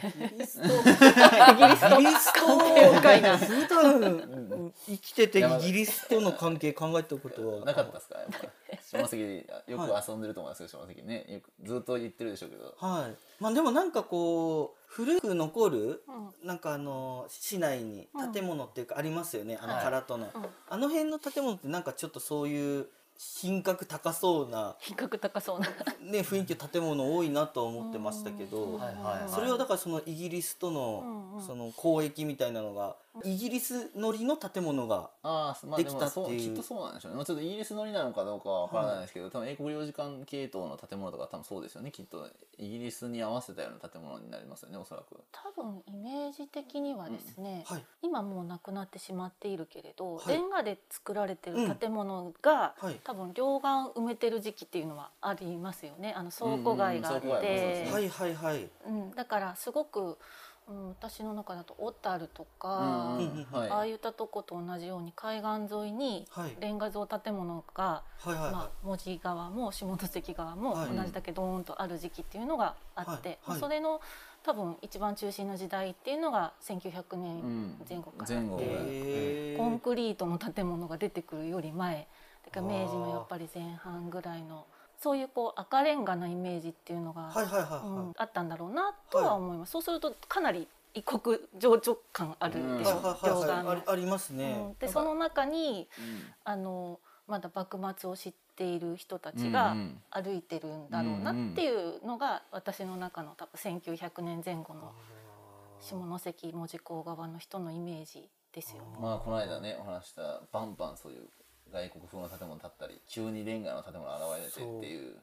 [SPEAKER 1] イギリスとイギリスと関係な普段生きててイギリスとの関係考えたことは
[SPEAKER 2] なかったですかやっ ぱ下関でよく遊んでると思いますけど下関ねよくずっと言ってるでしょうけど
[SPEAKER 1] はいまあでもなんかこう古く残る
[SPEAKER 4] うんうん
[SPEAKER 1] なんかあの市内に建物っていうかありますよね、あ
[SPEAKER 2] は
[SPEAKER 1] の
[SPEAKER 2] い
[SPEAKER 1] 空戸の、
[SPEAKER 4] うん
[SPEAKER 1] あの辺の建物ってなんかちょっとそう いう品格高そうな、
[SPEAKER 4] 比較高そうな
[SPEAKER 1] ね、雰囲気の建物多いなとは思ってましたけ
[SPEAKER 4] うん
[SPEAKER 1] ど、
[SPEAKER 2] はいはいはい
[SPEAKER 1] それをだからそのイギリスと
[SPEAKER 4] うんう
[SPEAKER 1] の
[SPEAKER 4] ん
[SPEAKER 1] その交易みたいなのがイギリス乗りの建物が
[SPEAKER 2] ああまあ
[SPEAKER 1] で
[SPEAKER 2] で
[SPEAKER 1] き
[SPEAKER 2] も
[SPEAKER 1] たって
[SPEAKER 2] そう
[SPEAKER 1] いう
[SPEAKER 2] きっとそうなんでしょうねもうちょっとイギリス乗りなのかどうかはわからないですけど、多分英国領事館系統の建物とか多分そうですよねきっとイギリスに合わせたような建物になりますよねおそらく
[SPEAKER 4] 多分イメージ的にはですね、
[SPEAKER 1] はい
[SPEAKER 4] 今もうなくなってしまっているけれど、
[SPEAKER 1] はい
[SPEAKER 4] レンガで作られてる建物が、
[SPEAKER 1] うんはい
[SPEAKER 4] 多分両岸埋めてる時期っていうのはありますよねあの倉庫街があっ
[SPEAKER 2] うんうんうん倉庫街もそうで
[SPEAKER 4] て
[SPEAKER 2] すね
[SPEAKER 1] はいはいはい
[SPEAKER 4] うん、だからすごく、うん、私の中だと小樽とか、
[SPEAKER 1] うん
[SPEAKER 4] ああ
[SPEAKER 2] はい
[SPEAKER 4] ったとこと同じように海岸沿いに
[SPEAKER 1] はい
[SPEAKER 4] レンガ造建物が、
[SPEAKER 1] はいはい
[SPEAKER 4] ま
[SPEAKER 1] は
[SPEAKER 4] あ、文字側も下関側も
[SPEAKER 1] はい
[SPEAKER 4] 同じだけドーンとある時期っていうのがあって、
[SPEAKER 1] はいはい
[SPEAKER 4] それの多分一番中心の時代っていうのが1900
[SPEAKER 2] い
[SPEAKER 4] 年前後から
[SPEAKER 2] 前後
[SPEAKER 1] い
[SPEAKER 2] ぐらいうん
[SPEAKER 1] へー
[SPEAKER 4] コンクリートの建物が出てくるより前だから明治
[SPEAKER 1] あ
[SPEAKER 4] の
[SPEAKER 1] ー
[SPEAKER 4] やっぱり前半ぐらいのそういうこう赤レンガのイメージっていうのが、
[SPEAKER 1] はいはいはい
[SPEAKER 4] うん
[SPEAKER 1] は
[SPEAKER 4] あったんだろうなとは思います、そうするとかなり異国情緒感ある
[SPEAKER 1] い
[SPEAKER 4] でし
[SPEAKER 1] はい
[SPEAKER 4] ょ、
[SPEAKER 1] はいはい
[SPEAKER 4] 両岸
[SPEAKER 1] は
[SPEAKER 4] の
[SPEAKER 1] いありあります
[SPEAKER 4] う
[SPEAKER 1] ね
[SPEAKER 4] ん、で
[SPEAKER 2] なんか
[SPEAKER 4] その中に
[SPEAKER 2] うん
[SPEAKER 4] あのまだ幕末を知っている人たちが
[SPEAKER 2] うんうん
[SPEAKER 4] 歩いてるんだろうなっていうのが私の中の多分1900年前後の下関門司港側の人のイメージですよね。
[SPEAKER 2] まあこの間ねお話ししたバンバンそういう外国風の建物建ったり急にレンガの建物現れてっていう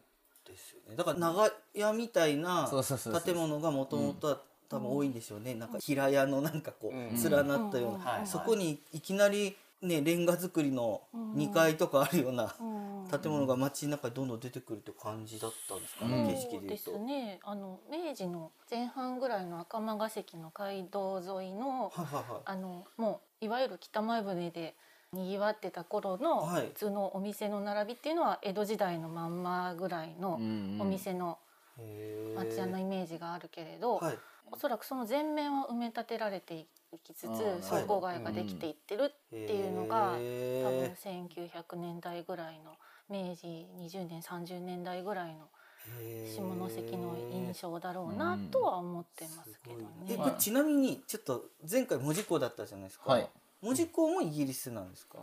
[SPEAKER 1] ですよねだから長屋みたいな
[SPEAKER 2] そうそうそうそう
[SPEAKER 1] 建物がもともとは多分多いんですよね、なんか平屋のなんかこう、
[SPEAKER 3] うん
[SPEAKER 1] 連なったよう
[SPEAKER 4] うん
[SPEAKER 1] な、
[SPEAKER 3] はい
[SPEAKER 1] そこにいきなりねレンガ造りの2階とかあるような
[SPEAKER 4] うん
[SPEAKER 1] 建物が街の中にどんどん出てくるって感じだったんですかね、
[SPEAKER 2] うん
[SPEAKER 1] 景色
[SPEAKER 4] そう
[SPEAKER 1] でいう
[SPEAKER 4] で
[SPEAKER 1] と
[SPEAKER 4] す。ねあの明治の前半ぐらいの赤間ヶ関の街道沿いの
[SPEAKER 1] はいはい
[SPEAKER 4] あのもういわゆる北前船でにぎわってた頃の
[SPEAKER 1] はい
[SPEAKER 4] 普通のお店の並びっていうのは江戸時代のまんまぐらいのお店の
[SPEAKER 1] はい。へー
[SPEAKER 4] 町屋のイメージがあるけれど、
[SPEAKER 1] はい。
[SPEAKER 4] おそらくその前面は埋め立てられていきつ
[SPEAKER 2] あー
[SPEAKER 4] つ
[SPEAKER 2] なるほど
[SPEAKER 4] 倉庫街ができていってるっていうのが、多分
[SPEAKER 1] へ
[SPEAKER 4] 1900年代ぐらいの明治20年30年代ぐらいの
[SPEAKER 1] ー
[SPEAKER 4] 下関の印象だろうなとは思ってますけ
[SPEAKER 1] すごい
[SPEAKER 4] どね。
[SPEAKER 1] え、こ
[SPEAKER 2] はい
[SPEAKER 1] れちなみにちょっと前回門司港だったじゃないですか。
[SPEAKER 2] はい
[SPEAKER 1] 門司港もイギリスなんですか。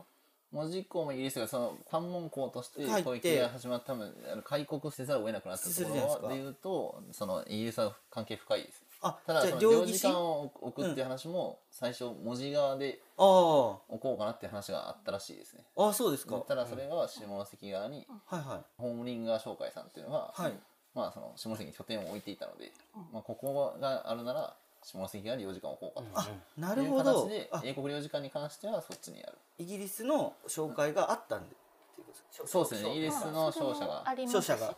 [SPEAKER 2] 文字港もイギリスがその関門港として
[SPEAKER 1] 入って
[SPEAKER 2] 攻撃が始まった多分あの開国せざるを得なくなったと
[SPEAKER 1] するじゃないです
[SPEAKER 2] こ
[SPEAKER 1] か
[SPEAKER 2] ろでいうとそのイギリスは関係深いです
[SPEAKER 1] あ、
[SPEAKER 2] ただ
[SPEAKER 1] じ
[SPEAKER 2] そ
[SPEAKER 1] ゃあ
[SPEAKER 2] の
[SPEAKER 1] 両
[SPEAKER 2] 領
[SPEAKER 1] 義
[SPEAKER 2] 事
[SPEAKER 1] 士。
[SPEAKER 2] 館
[SPEAKER 1] あ
[SPEAKER 2] を置くっていう話も最初文字側で
[SPEAKER 1] あ、
[SPEAKER 2] 置こうかなっていう話があったらしいですね
[SPEAKER 1] ああそうですか。
[SPEAKER 2] ただそれが下関側に
[SPEAKER 1] はいは
[SPEAKER 2] ホームリンガー商会さんっていうのが、
[SPEAKER 1] いはい。
[SPEAKER 2] まあ、その下関に拠点を置いていたので、まあ、ここがあるなら下関側に領事館を置こうか
[SPEAKER 1] あ、な
[SPEAKER 2] と
[SPEAKER 1] る
[SPEAKER 2] いう
[SPEAKER 1] ほ
[SPEAKER 2] 形
[SPEAKER 1] ど
[SPEAKER 2] で。
[SPEAKER 1] あ、
[SPEAKER 2] 英国領事館に関してはそっちにある
[SPEAKER 1] イギリスの紹介があったんで。っていうことです
[SPEAKER 2] そうですねイギリスの商社が
[SPEAKER 4] ありますし
[SPEAKER 1] 商社が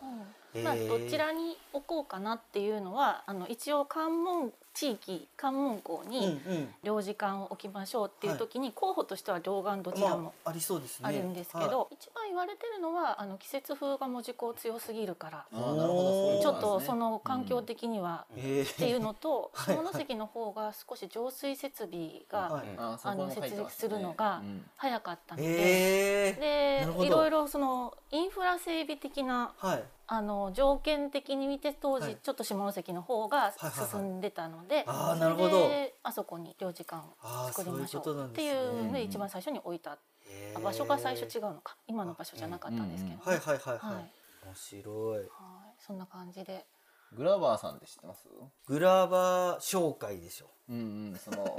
[SPEAKER 4] うんまあ、
[SPEAKER 1] へー
[SPEAKER 4] どちらに置こうかなっていうのはあの一応関門地域関門港
[SPEAKER 1] うんう
[SPEAKER 4] に
[SPEAKER 1] ん。
[SPEAKER 4] 領事館を置きましょうっていう時に、候補としては両岸どちらも
[SPEAKER 1] まあありそうですね。
[SPEAKER 4] あるんですけど、
[SPEAKER 1] はい。
[SPEAKER 4] 一番言われてるのはあの季節風が門司港強すぎるから
[SPEAKER 2] あーなるほどそういう
[SPEAKER 4] ち
[SPEAKER 2] こ
[SPEAKER 4] ょ
[SPEAKER 2] なん
[SPEAKER 4] っ
[SPEAKER 2] ですね
[SPEAKER 4] とその環境的には、
[SPEAKER 1] えー
[SPEAKER 4] っていうのと
[SPEAKER 1] はい
[SPEAKER 4] 下関の方が少し浄水設備
[SPEAKER 1] は
[SPEAKER 4] が
[SPEAKER 1] い
[SPEAKER 2] あそこも書いてますね
[SPEAKER 4] あの設立するのが
[SPEAKER 2] うん
[SPEAKER 4] 早かったので、
[SPEAKER 1] えー。なるほど
[SPEAKER 4] でいろいろそのインフラ整備的な
[SPEAKER 1] はい。
[SPEAKER 4] あの条件的に見て当
[SPEAKER 1] は
[SPEAKER 4] 時
[SPEAKER 1] い
[SPEAKER 4] ちょっと下関の方が
[SPEAKER 1] はいはいはい
[SPEAKER 4] 進んでたので、
[SPEAKER 1] あーなるほど
[SPEAKER 4] それであそこに領事館
[SPEAKER 1] あ
[SPEAKER 4] を
[SPEAKER 1] ー
[SPEAKER 4] 作りましょ
[SPEAKER 1] そういうこと
[SPEAKER 4] う
[SPEAKER 1] なん
[SPEAKER 4] っ
[SPEAKER 1] です
[SPEAKER 4] て
[SPEAKER 1] ね
[SPEAKER 4] いうの
[SPEAKER 2] うん
[SPEAKER 4] で一番最初に置いた、
[SPEAKER 1] へ
[SPEAKER 4] あ
[SPEAKER 1] ー
[SPEAKER 4] 場所が最初違うのか今の場所じゃなかったんですけど、ね
[SPEAKER 2] う
[SPEAKER 1] はいはいはいはい、
[SPEAKER 4] はい
[SPEAKER 1] 面白い
[SPEAKER 4] はいそんな感じで
[SPEAKER 2] グラバーさんって知ってます
[SPEAKER 1] グラバー紹介でしょ
[SPEAKER 2] うんうんその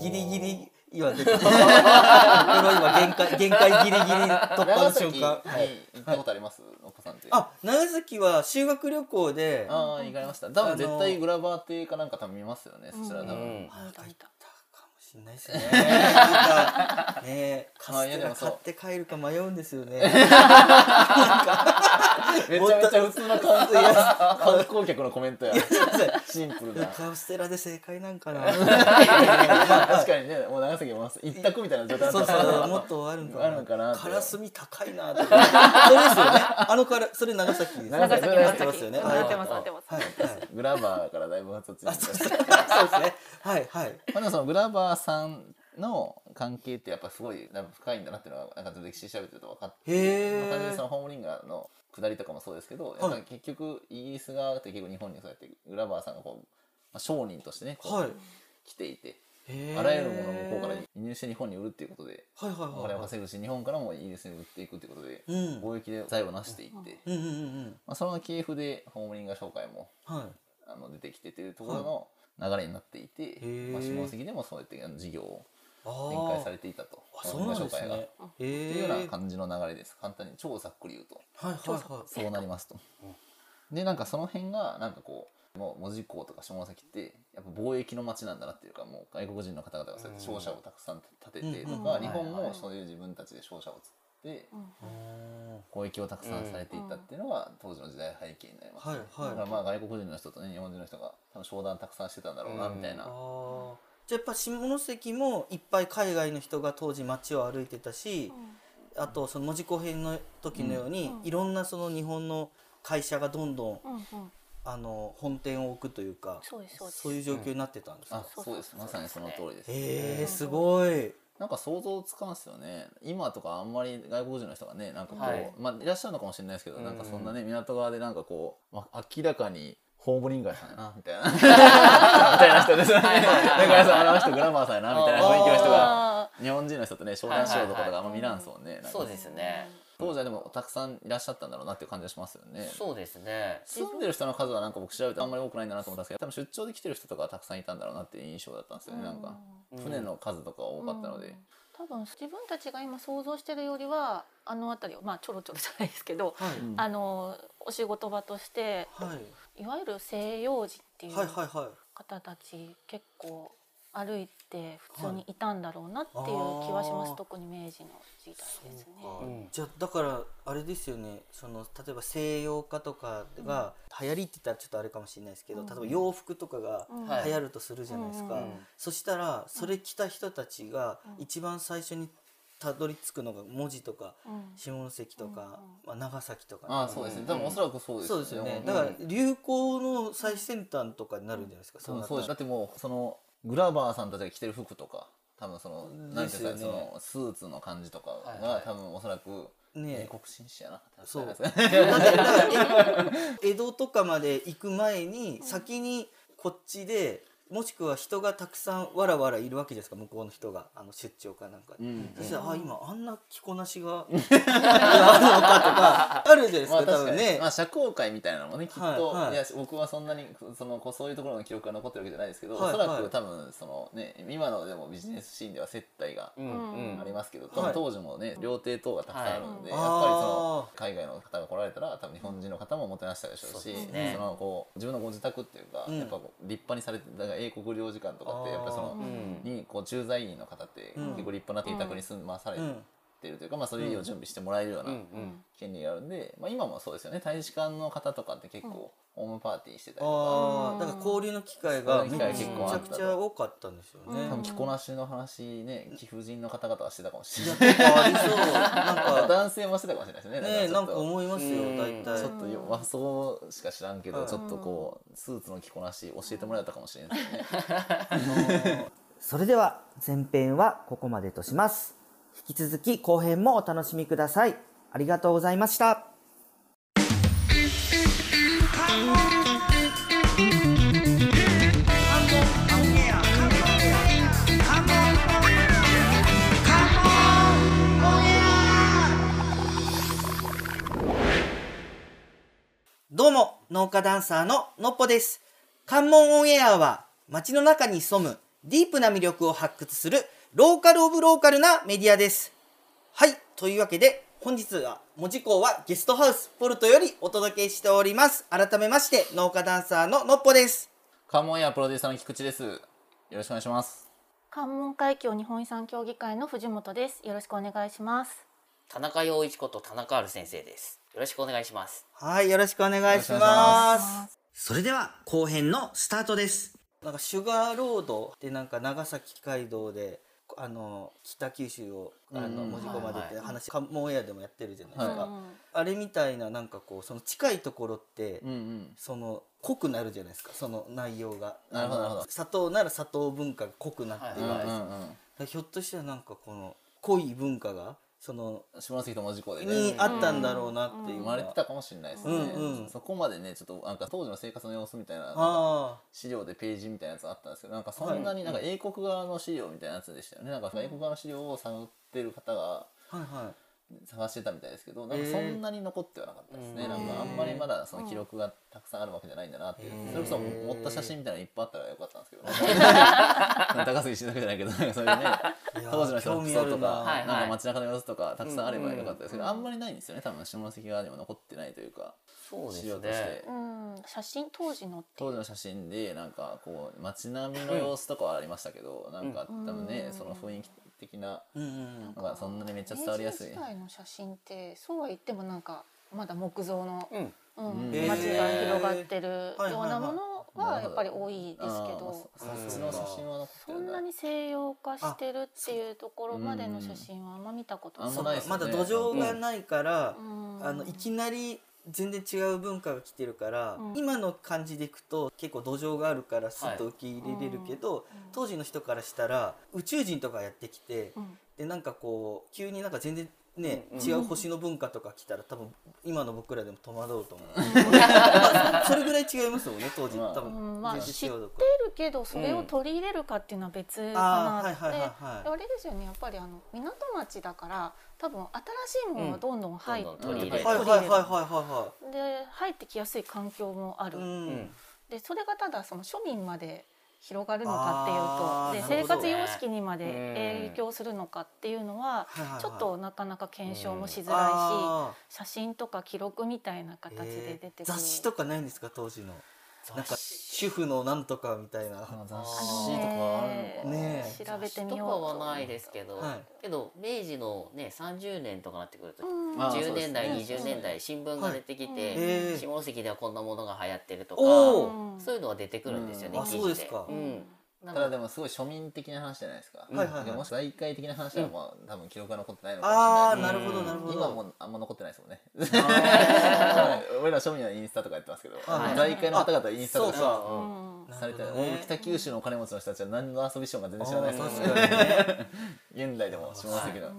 [SPEAKER 1] ギリギリ今出 たこの今限界限界ギリギリ突破の
[SPEAKER 2] 長
[SPEAKER 1] 瞬
[SPEAKER 2] 崎に
[SPEAKER 1] 間
[SPEAKER 2] 行
[SPEAKER 1] はい
[SPEAKER 2] ったことありますお子さんって
[SPEAKER 1] あ長崎は修学旅行であ
[SPEAKER 2] ああ行かれました多分絶対グラバーってかなんか多分見ますよねそちら多
[SPEAKER 3] う
[SPEAKER 2] 分
[SPEAKER 3] ん
[SPEAKER 1] あ
[SPEAKER 4] 見た見た
[SPEAKER 1] かもしれないですねなんかねカ
[SPEAKER 2] まあ
[SPEAKER 1] ス
[SPEAKER 2] いや
[SPEAKER 1] テ
[SPEAKER 2] で
[SPEAKER 1] ラ
[SPEAKER 2] もそ
[SPEAKER 1] 買
[SPEAKER 2] う
[SPEAKER 1] って帰るか迷うんですよね
[SPEAKER 2] めちゃめちゃ普通な感 じ
[SPEAKER 1] いや
[SPEAKER 2] 観光客のコメントやシンプルな
[SPEAKER 1] カステラで正解なんかな
[SPEAKER 2] 確かにねもう長崎も一択みたいな状態だ
[SPEAKER 1] そう
[SPEAKER 2] った
[SPEAKER 1] そうもっとあるんかな
[SPEAKER 2] あるんかなって
[SPEAKER 1] カラスミ高いなってそれですよねあのからそれ長崎ですよね
[SPEAKER 2] 長
[SPEAKER 4] 長
[SPEAKER 2] 崎
[SPEAKER 4] 崎
[SPEAKER 2] 長
[SPEAKER 1] や
[SPEAKER 2] 崎
[SPEAKER 1] ってますよね
[SPEAKER 2] 長崎
[SPEAKER 4] なってます
[SPEAKER 1] は
[SPEAKER 4] なってま
[SPEAKER 1] い
[SPEAKER 4] す、
[SPEAKER 1] はい
[SPEAKER 2] グラバーからだいぶ発達して
[SPEAKER 1] あそ
[SPEAKER 2] きた
[SPEAKER 1] うそうそうですねはいはい
[SPEAKER 2] まあ、でもそのグラバーさんの関係ってやっぱすごいなんか深いんだなっていうのはなんか歴史調べてると分かって、
[SPEAKER 1] へえ
[SPEAKER 2] まあ単純にそのホームリンガーの下りとかもそうですけど、やっぱり結局イギリス側って結構日本にそうやってグラバーさんがこう、まあ、商人としてね、こう
[SPEAKER 1] はい
[SPEAKER 2] 来ていて
[SPEAKER 1] へー
[SPEAKER 2] あらゆるものを向こうから輸入して日本に売るっていうことで
[SPEAKER 1] はいはい
[SPEAKER 2] お
[SPEAKER 1] はい
[SPEAKER 2] 金を
[SPEAKER 1] はい
[SPEAKER 2] 稼ぐし日本からもイギリスに売っていくっていうことで、
[SPEAKER 1] うん
[SPEAKER 2] 貿易で財を成していって、
[SPEAKER 1] うんうんうん
[SPEAKER 2] まあ、その系譜でホームリンガー商会も
[SPEAKER 1] うんはい
[SPEAKER 2] あの出てきてというところの流れになっていて、
[SPEAKER 1] へー
[SPEAKER 2] まあ、下関でもそうやってあの事業を
[SPEAKER 1] あ
[SPEAKER 2] 展開さ
[SPEAKER 1] ー
[SPEAKER 2] れていたと
[SPEAKER 1] あそうなんです
[SPEAKER 2] 紹介がっ
[SPEAKER 1] ねへ
[SPEAKER 2] て
[SPEAKER 1] え
[SPEAKER 2] いうよう
[SPEAKER 1] は
[SPEAKER 2] ない感じの流れです簡単に超ざっくり言うと
[SPEAKER 1] はいは
[SPEAKER 2] そうなりますと、でなんかその辺がなんかこうもう門司港とか下関ってやっぱ貿易の街なんだなっていうかもう外国人の方々がそうやって商社をたくさん立ててとか、
[SPEAKER 4] うん
[SPEAKER 2] 日本
[SPEAKER 3] はいは
[SPEAKER 2] も
[SPEAKER 3] い
[SPEAKER 2] そういう自分たちで商社を作って
[SPEAKER 4] うん
[SPEAKER 1] いうん
[SPEAKER 2] 貿易をたくさんされていったっていうのが当時の時代背景になります、ね
[SPEAKER 1] はいはい
[SPEAKER 2] だからまあ外国人の人とね日本人の人が多分商談たくさんしてたんだろうなみたいな、
[SPEAKER 1] あーじゃあやっぱ下関もいっぱい海外の人が当時街を歩いてたしあとその門司港編の時のように
[SPEAKER 4] うんうん
[SPEAKER 1] いろんなその日本の会社がどんどん
[SPEAKER 4] うんうん
[SPEAKER 1] あの本店を置くというか
[SPEAKER 4] そうですそうです
[SPEAKER 1] そういう状況になってたんですか
[SPEAKER 2] あそうですまさにその通りです、
[SPEAKER 1] へ
[SPEAKER 4] う
[SPEAKER 1] え
[SPEAKER 4] ん
[SPEAKER 1] すごい
[SPEAKER 2] なんか想像つかんすよね今とかあんまり外国人の人がねなんかこう、
[SPEAKER 3] はいい
[SPEAKER 2] まあ、いらっしゃるのかもしれないですけど、
[SPEAKER 3] うん
[SPEAKER 2] なんかそんなね港側でなんかこう、まあ、明らかにホームリンガーさんやなみたい なみたいな人ですよね
[SPEAKER 3] はいはいはい
[SPEAKER 2] だからさあの人グラマーさんやなみたいな雰囲気の人が
[SPEAKER 4] あ
[SPEAKER 2] 日本人の人とね商談しようとかとかあんま見らんすもんね、なんか
[SPEAKER 3] そうですね。
[SPEAKER 2] 当時はでもたくさんいらっしゃったんだろうなっていう感じがしますよね
[SPEAKER 3] そうですね。
[SPEAKER 2] 住んでる人の数はなんか僕調べてあんまり多くないんだなと思ったんですけど多分出張で来てる人とかはたくさんいたんだろうなっていう印象だったんですよね、なんか
[SPEAKER 3] うん
[SPEAKER 2] 船の数とか多かったので、
[SPEAKER 4] 多分自分たちが今想像してるよりはあの辺りをまあちょろちょろじゃないですけど、
[SPEAKER 1] はい
[SPEAKER 2] うん
[SPEAKER 4] あのお仕事場として
[SPEAKER 1] はい
[SPEAKER 4] わゆる西洋人ってい
[SPEAKER 1] いうはいはいはい
[SPEAKER 4] 方たち結構歩いて普通にいたんだろうなっていう気はします、
[SPEAKER 1] あー
[SPEAKER 4] 特に明治の時代ですね。
[SPEAKER 1] そうか
[SPEAKER 3] うん
[SPEAKER 1] じゃあだからあれですよねその例えば西洋化とかが流行りって言ったらちょっとあれかもしれないですけど、
[SPEAKER 4] うん
[SPEAKER 1] 例えば洋服とかが
[SPEAKER 4] うん
[SPEAKER 3] はい
[SPEAKER 1] 流行るとするじゃないですか、
[SPEAKER 4] うん
[SPEAKER 1] そしたらそれ着た人たちが
[SPEAKER 4] うん
[SPEAKER 1] 一番最初にたどり着くのが文字とか
[SPEAKER 4] うん
[SPEAKER 1] 下関とか、まあ、長崎とか、
[SPEAKER 2] ああそうですね
[SPEAKER 3] うん
[SPEAKER 2] 多分おそらくそうです
[SPEAKER 1] そうですよね
[SPEAKER 2] うん
[SPEAKER 1] だから流行の最先端とかになるんじゃないですか、
[SPEAKER 2] 多分
[SPEAKER 1] なっ
[SPEAKER 2] そうです
[SPEAKER 1] た
[SPEAKER 2] だ
[SPEAKER 1] ら
[SPEAKER 2] ってもうそのグラバーさんたちが着てる服とか多分そのなんていうんですかね
[SPEAKER 1] です
[SPEAKER 2] そ
[SPEAKER 1] よね
[SPEAKER 2] のスーツの感じとか
[SPEAKER 3] はいは
[SPEAKER 2] が
[SPEAKER 3] い
[SPEAKER 2] 多分おそらく
[SPEAKER 1] ね
[SPEAKER 2] 英国紳士やな
[SPEAKER 1] そう
[SPEAKER 2] ですね
[SPEAKER 1] だってだからえ江戸とかまで行く前に先にこっちでもしくは人がたくさんわらわらいるわけじゃないですか向こうの人があの出張かなんかで。
[SPEAKER 2] うん
[SPEAKER 1] そしたらあ今あんな着こなし があるのかとかあるじゃないです
[SPEAKER 2] ま
[SPEAKER 1] か多
[SPEAKER 2] あ確か
[SPEAKER 1] 分
[SPEAKER 2] に、
[SPEAKER 1] ね
[SPEAKER 2] まあ、社交界みたいなのもねきっと、
[SPEAKER 1] はい
[SPEAKER 2] い
[SPEAKER 1] はい
[SPEAKER 2] や僕はそんなにそのこうそういうところの記録が残ってるわけじゃないですけど、
[SPEAKER 1] はい
[SPEAKER 2] おそら
[SPEAKER 1] は
[SPEAKER 2] く
[SPEAKER 1] い
[SPEAKER 2] 多分その、ね、今のでもビジネスシーンでは接待が
[SPEAKER 3] うんうん。
[SPEAKER 2] ありますけど、
[SPEAKER 1] ん
[SPEAKER 2] 多分
[SPEAKER 1] はい
[SPEAKER 2] 当時もね料亭等がたくさんあるの
[SPEAKER 1] はい
[SPEAKER 2] で、やっぱりそ
[SPEAKER 1] あ
[SPEAKER 2] の海外の方が来られたら多分日本人の方ももてなしたでしょう
[SPEAKER 3] そ
[SPEAKER 2] し
[SPEAKER 3] うですね
[SPEAKER 2] そのこう自分のご自宅っていうか、
[SPEAKER 1] うん
[SPEAKER 2] やっぱこう立派にされてだから英国領事館とかっ
[SPEAKER 1] あー
[SPEAKER 2] てやっぱりその
[SPEAKER 3] う。ん。
[SPEAKER 2] にこう駐在員の方って
[SPEAKER 1] うん
[SPEAKER 2] 結構立派な邸宅に住まされ
[SPEAKER 1] うん
[SPEAKER 2] てるというか、まあ、それ以上準備してもらえるよう
[SPEAKER 3] う
[SPEAKER 2] なん
[SPEAKER 3] うん。
[SPEAKER 2] 権利があるんで、まあ、今もそうですよね大使館の方とかって結構ホームパーティーしてたりと
[SPEAKER 1] ああだから交流の機会がめちゃくちゃ多かったんですよ
[SPEAKER 2] か、多
[SPEAKER 1] ね。
[SPEAKER 2] 分着こなしの話ね貴婦人の方々はしてたかもしれない、
[SPEAKER 1] なんかありそうなんか
[SPEAKER 2] 男性もしてたかもしれないですね
[SPEAKER 1] ね
[SPEAKER 2] だ
[SPEAKER 1] なん
[SPEAKER 2] らちょっと
[SPEAKER 1] か思いますよ
[SPEAKER 3] うん
[SPEAKER 1] 大体
[SPEAKER 2] ちょっとよ和装しか知らんけど、
[SPEAKER 1] はい
[SPEAKER 2] ちょっとこうスーツの着こなし教えてもらえたかもしれないですね、
[SPEAKER 1] それでは前編はここまでとします引き続き後編もお楽しみくださいありがとうございました
[SPEAKER 5] も農家ダンサーののっぽです。関門オンエアは街の中に潜むディープな魅力を発掘するローカルオブローカルなメディアです。はい、というわけで本日は文字工はゲストハウスポルトよりお届けしております。改めまして農家ダンサーののっぽです。
[SPEAKER 2] 関門エアプロデューサーの菊池ですよろしくお願いします
[SPEAKER 4] 関門海峡日本遺産協議会の藤本です。よろしくお願いします。
[SPEAKER 3] 田中陽一こと田中ある先生ですよろしくお願いします
[SPEAKER 5] はい、よろしくお願いし
[SPEAKER 2] よろしくお願
[SPEAKER 5] ま
[SPEAKER 2] い
[SPEAKER 5] す。それでは後編のスタートですなんかシュガーロードでなんか長崎街道であの北九州をあの
[SPEAKER 2] うん
[SPEAKER 5] 門司港までっ
[SPEAKER 3] はい
[SPEAKER 5] て
[SPEAKER 3] はい
[SPEAKER 5] 話関門エアでもやってるじゃないですか、
[SPEAKER 2] は
[SPEAKER 5] あれみたいななんかこうその近いところって、
[SPEAKER 2] うんうん
[SPEAKER 5] その濃くなるじゃないですかその内容が
[SPEAKER 2] なるほどなるほど
[SPEAKER 5] 砂糖なら砂糖文化が濃くなって
[SPEAKER 3] は
[SPEAKER 5] る
[SPEAKER 2] う
[SPEAKER 3] い
[SPEAKER 2] ん
[SPEAKER 5] じゃ
[SPEAKER 2] う
[SPEAKER 5] ない
[SPEAKER 2] ん
[SPEAKER 5] ですか,、
[SPEAKER 2] うん
[SPEAKER 5] ひょっとしたらなんかこの濃い文化がその
[SPEAKER 2] 下関と門司港で
[SPEAKER 5] に
[SPEAKER 2] ね
[SPEAKER 5] あったんだろうなってい
[SPEAKER 2] 生
[SPEAKER 5] うの
[SPEAKER 2] ま
[SPEAKER 5] は、
[SPEAKER 2] れてたかもしれないですね、
[SPEAKER 5] うんうん
[SPEAKER 2] そこまでねちょっとなんか当時の生活の様子みたいななんか
[SPEAKER 5] あ
[SPEAKER 2] 資料でページみたいなやつあったんですけどなんかそんなになんか英国側の資料みたいなやつでしたよねなんか英国側の資料を探ってる方が
[SPEAKER 5] あはいはい
[SPEAKER 2] 探してたみたいですけどなんかそんなに残ってはなかったですね、
[SPEAKER 3] えー
[SPEAKER 2] なんかあんまりまだその記録がたくさんあるわけじゃないんだなっていう、それこそ持った写真みたいなのいっぱいあったらよかったんですけど、高杉しだけじゃないけどなんかそういうね
[SPEAKER 5] いやー
[SPEAKER 2] 当時の人の服装と
[SPEAKER 5] 興味あるな
[SPEAKER 2] か
[SPEAKER 3] はいはい
[SPEAKER 2] なんか街中の様子とかたくさんあればよかったですけど、あんまりないんですよね多分下関側にも残ってないというか
[SPEAKER 3] そうです
[SPEAKER 2] 資料とし
[SPEAKER 3] ね
[SPEAKER 2] て。
[SPEAKER 4] うん、写真当時のって
[SPEAKER 2] 当時の写真でなんかこう街並みの様子とかはありましたけど、なんか多分ね、
[SPEAKER 4] うん
[SPEAKER 2] その雰囲気的な
[SPEAKER 5] うんうんうん
[SPEAKER 2] のがそんなにめっちゃ伝わりやすい
[SPEAKER 4] 明治時代の写真ってそうは言ってもなんかまだ木造の、
[SPEAKER 3] うん
[SPEAKER 4] うん
[SPEAKER 2] うん
[SPEAKER 4] 街が広がってるよ
[SPEAKER 5] はいはいうはい
[SPEAKER 4] なものはやっぱり多いですけど、
[SPEAKER 2] あーまあそそっちの写真は残って
[SPEAKER 4] そ
[SPEAKER 2] る
[SPEAKER 4] ん
[SPEAKER 2] だ
[SPEAKER 4] なに西洋化してるっていうところまでの写真はあんま見たこと
[SPEAKER 2] あん
[SPEAKER 5] そ
[SPEAKER 2] ま
[SPEAKER 5] う
[SPEAKER 4] な
[SPEAKER 5] か
[SPEAKER 2] ない
[SPEAKER 4] い。
[SPEAKER 2] です
[SPEAKER 5] ま
[SPEAKER 2] よね
[SPEAKER 5] だ土壌がないから、
[SPEAKER 4] うん
[SPEAKER 5] あのいきなり全然違う文化が来てるから、
[SPEAKER 4] うん
[SPEAKER 5] 今の感じでいくと結構土壌があるからすっと受け入れれるけど、
[SPEAKER 4] うん
[SPEAKER 5] 当時の人からしたら宇宙人とかやってきて、
[SPEAKER 4] うん
[SPEAKER 5] でなんかこう急になんか全然ね、
[SPEAKER 3] うんうん
[SPEAKER 5] 違う星の文化とか来たら多分今の僕らでも戸惑うと思う、まあそれぐらい違いますもんね当時
[SPEAKER 2] まあ
[SPEAKER 5] 多
[SPEAKER 4] う
[SPEAKER 5] 分
[SPEAKER 4] んまあ
[SPEAKER 5] 全然違うとこ
[SPEAKER 4] 出るけどそれを取り入れるかっていうのは別か
[SPEAKER 5] あー
[SPEAKER 4] な
[SPEAKER 5] はい
[SPEAKER 4] って、
[SPEAKER 5] はいはい
[SPEAKER 4] で
[SPEAKER 5] は
[SPEAKER 4] あれですよねやっぱりあの港町だから多分新しいものがどんどん入って、
[SPEAKER 3] うんどんどん取り入
[SPEAKER 5] い
[SPEAKER 3] れ
[SPEAKER 5] はいはい
[SPEAKER 3] る
[SPEAKER 5] はいはいは
[SPEAKER 4] で入ってきやすい環境もあ
[SPEAKER 5] いはい
[SPEAKER 4] る、
[SPEAKER 5] うん
[SPEAKER 3] うん
[SPEAKER 4] でそれがただその庶民まで広がるのかっていう
[SPEAKER 5] あ
[SPEAKER 4] と
[SPEAKER 5] ーな
[SPEAKER 4] で生
[SPEAKER 5] るほど
[SPEAKER 4] 活様式にまで影響するのかっていうのは
[SPEAKER 5] はいはいはい
[SPEAKER 4] ちょっとなかなか検証もしづらいし
[SPEAKER 5] あー
[SPEAKER 4] 写真とか記録みたいな形で出てく
[SPEAKER 5] えー
[SPEAKER 4] る
[SPEAKER 5] 雑誌とかないんですか当時の
[SPEAKER 3] 雑誌
[SPEAKER 5] なんか主婦のなんとかみたいな
[SPEAKER 2] あの雑
[SPEAKER 4] あ
[SPEAKER 2] 誌
[SPEAKER 4] の
[SPEAKER 2] とかはあるのかな、
[SPEAKER 5] ねえ
[SPEAKER 4] 調べてみ
[SPEAKER 3] 雑誌
[SPEAKER 4] よ
[SPEAKER 3] と
[SPEAKER 4] う
[SPEAKER 3] か
[SPEAKER 4] と
[SPEAKER 3] はないですけど、
[SPEAKER 5] はい
[SPEAKER 3] けど明治のね30年とかなってくると
[SPEAKER 4] うん
[SPEAKER 2] あー
[SPEAKER 3] 10年代、
[SPEAKER 2] そうですね
[SPEAKER 3] 20年代新聞が出てき
[SPEAKER 4] はい
[SPEAKER 3] て、
[SPEAKER 5] うん
[SPEAKER 3] 下関ではこんなものが流行ってるとか
[SPEAKER 5] お
[SPEAKER 4] ー
[SPEAKER 3] そういうのは出てくるんですよね、
[SPEAKER 5] うんあ
[SPEAKER 3] 記事
[SPEAKER 5] そうですか
[SPEAKER 3] うん、な
[SPEAKER 2] ただ
[SPEAKER 3] の
[SPEAKER 2] で
[SPEAKER 3] で
[SPEAKER 2] もすごい庶民的な話じゃないですか、
[SPEAKER 5] はいはいはい
[SPEAKER 2] でもし財界的な話はまあ多分記録が残ってないのかもし
[SPEAKER 5] ああ
[SPEAKER 2] れ
[SPEAKER 5] な
[SPEAKER 2] ない
[SPEAKER 5] る
[SPEAKER 2] で
[SPEAKER 5] ほどなるほど
[SPEAKER 2] 今もあんま残ってないですもんね
[SPEAKER 5] あ
[SPEAKER 2] 俺ら庶民はインスタとかやってますけど、
[SPEAKER 5] はい
[SPEAKER 2] 財界の方々はインスタと
[SPEAKER 5] そうか
[SPEAKER 2] か
[SPEAKER 3] う
[SPEAKER 4] うんん
[SPEAKER 5] ー
[SPEAKER 2] されて
[SPEAKER 5] な
[SPEAKER 2] る、
[SPEAKER 5] るほどね
[SPEAKER 2] 北九州のお金持ちの人たちは何の遊びしようか全然知らないですもんね
[SPEAKER 5] あー確かにね
[SPEAKER 2] 現代でも下関の、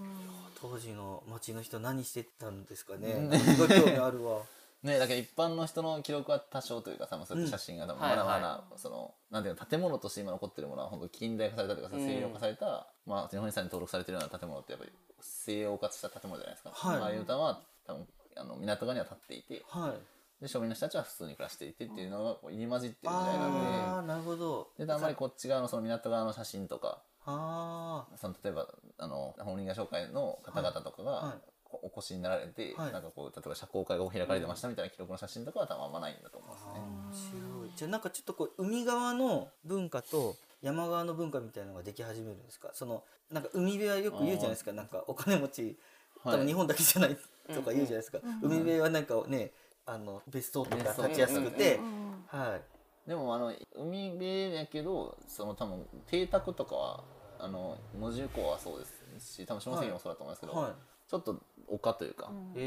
[SPEAKER 5] 当時の町の人何してたんですかねすごい興味あるわ
[SPEAKER 2] ねだから一般の人の記録は多少というかさ、まあ、そうやって写真が多分まだま
[SPEAKER 3] はい
[SPEAKER 2] だそのなんていうの建物として今残ってるものは本当近代化されたというかさ
[SPEAKER 3] うん
[SPEAKER 2] 西洋化された、まあ日本遺産に登録されてるような建物ってやっぱり西洋化した建物じゃないですか、
[SPEAKER 5] はい
[SPEAKER 2] ああいう歌は多分あの港側には建っていて
[SPEAKER 5] はい
[SPEAKER 2] で庶民の人たちは普通に暮らしていてっていうのがこう入り混じってる時代な
[SPEAKER 5] あ
[SPEAKER 2] ん
[SPEAKER 5] あなるほど
[SPEAKER 2] でであんまりこっち側のその港側の写真とか
[SPEAKER 5] あ
[SPEAKER 2] その例えばあの本人が紹介の方々とかが、
[SPEAKER 5] はい
[SPEAKER 2] こうお越しになられて、
[SPEAKER 5] はい
[SPEAKER 2] なんかこう例えば社交会が開かれてましたみたいな記録の写真とかは多分あんまないんだと思うん
[SPEAKER 5] あ
[SPEAKER 2] です
[SPEAKER 5] ー
[SPEAKER 2] ね。
[SPEAKER 5] 面白いじゃあなんかちょっとこう海側の文化と山側の文化みたいなのができ始めるんですかそのなんか海辺はよく言うじゃないですかなんかお金持ち多分日本だけじゃないとか言うじゃないですか、海辺はなんかねあの別荘とか立ちやすくて、
[SPEAKER 4] うん
[SPEAKER 5] はい
[SPEAKER 2] でもあの海辺やけどその多分邸宅とかはあの文字港はそうですし多分下関もそうだと思うんですけど、
[SPEAKER 5] はい
[SPEAKER 2] ちょっと丘というか、
[SPEAKER 4] うん
[SPEAKER 5] え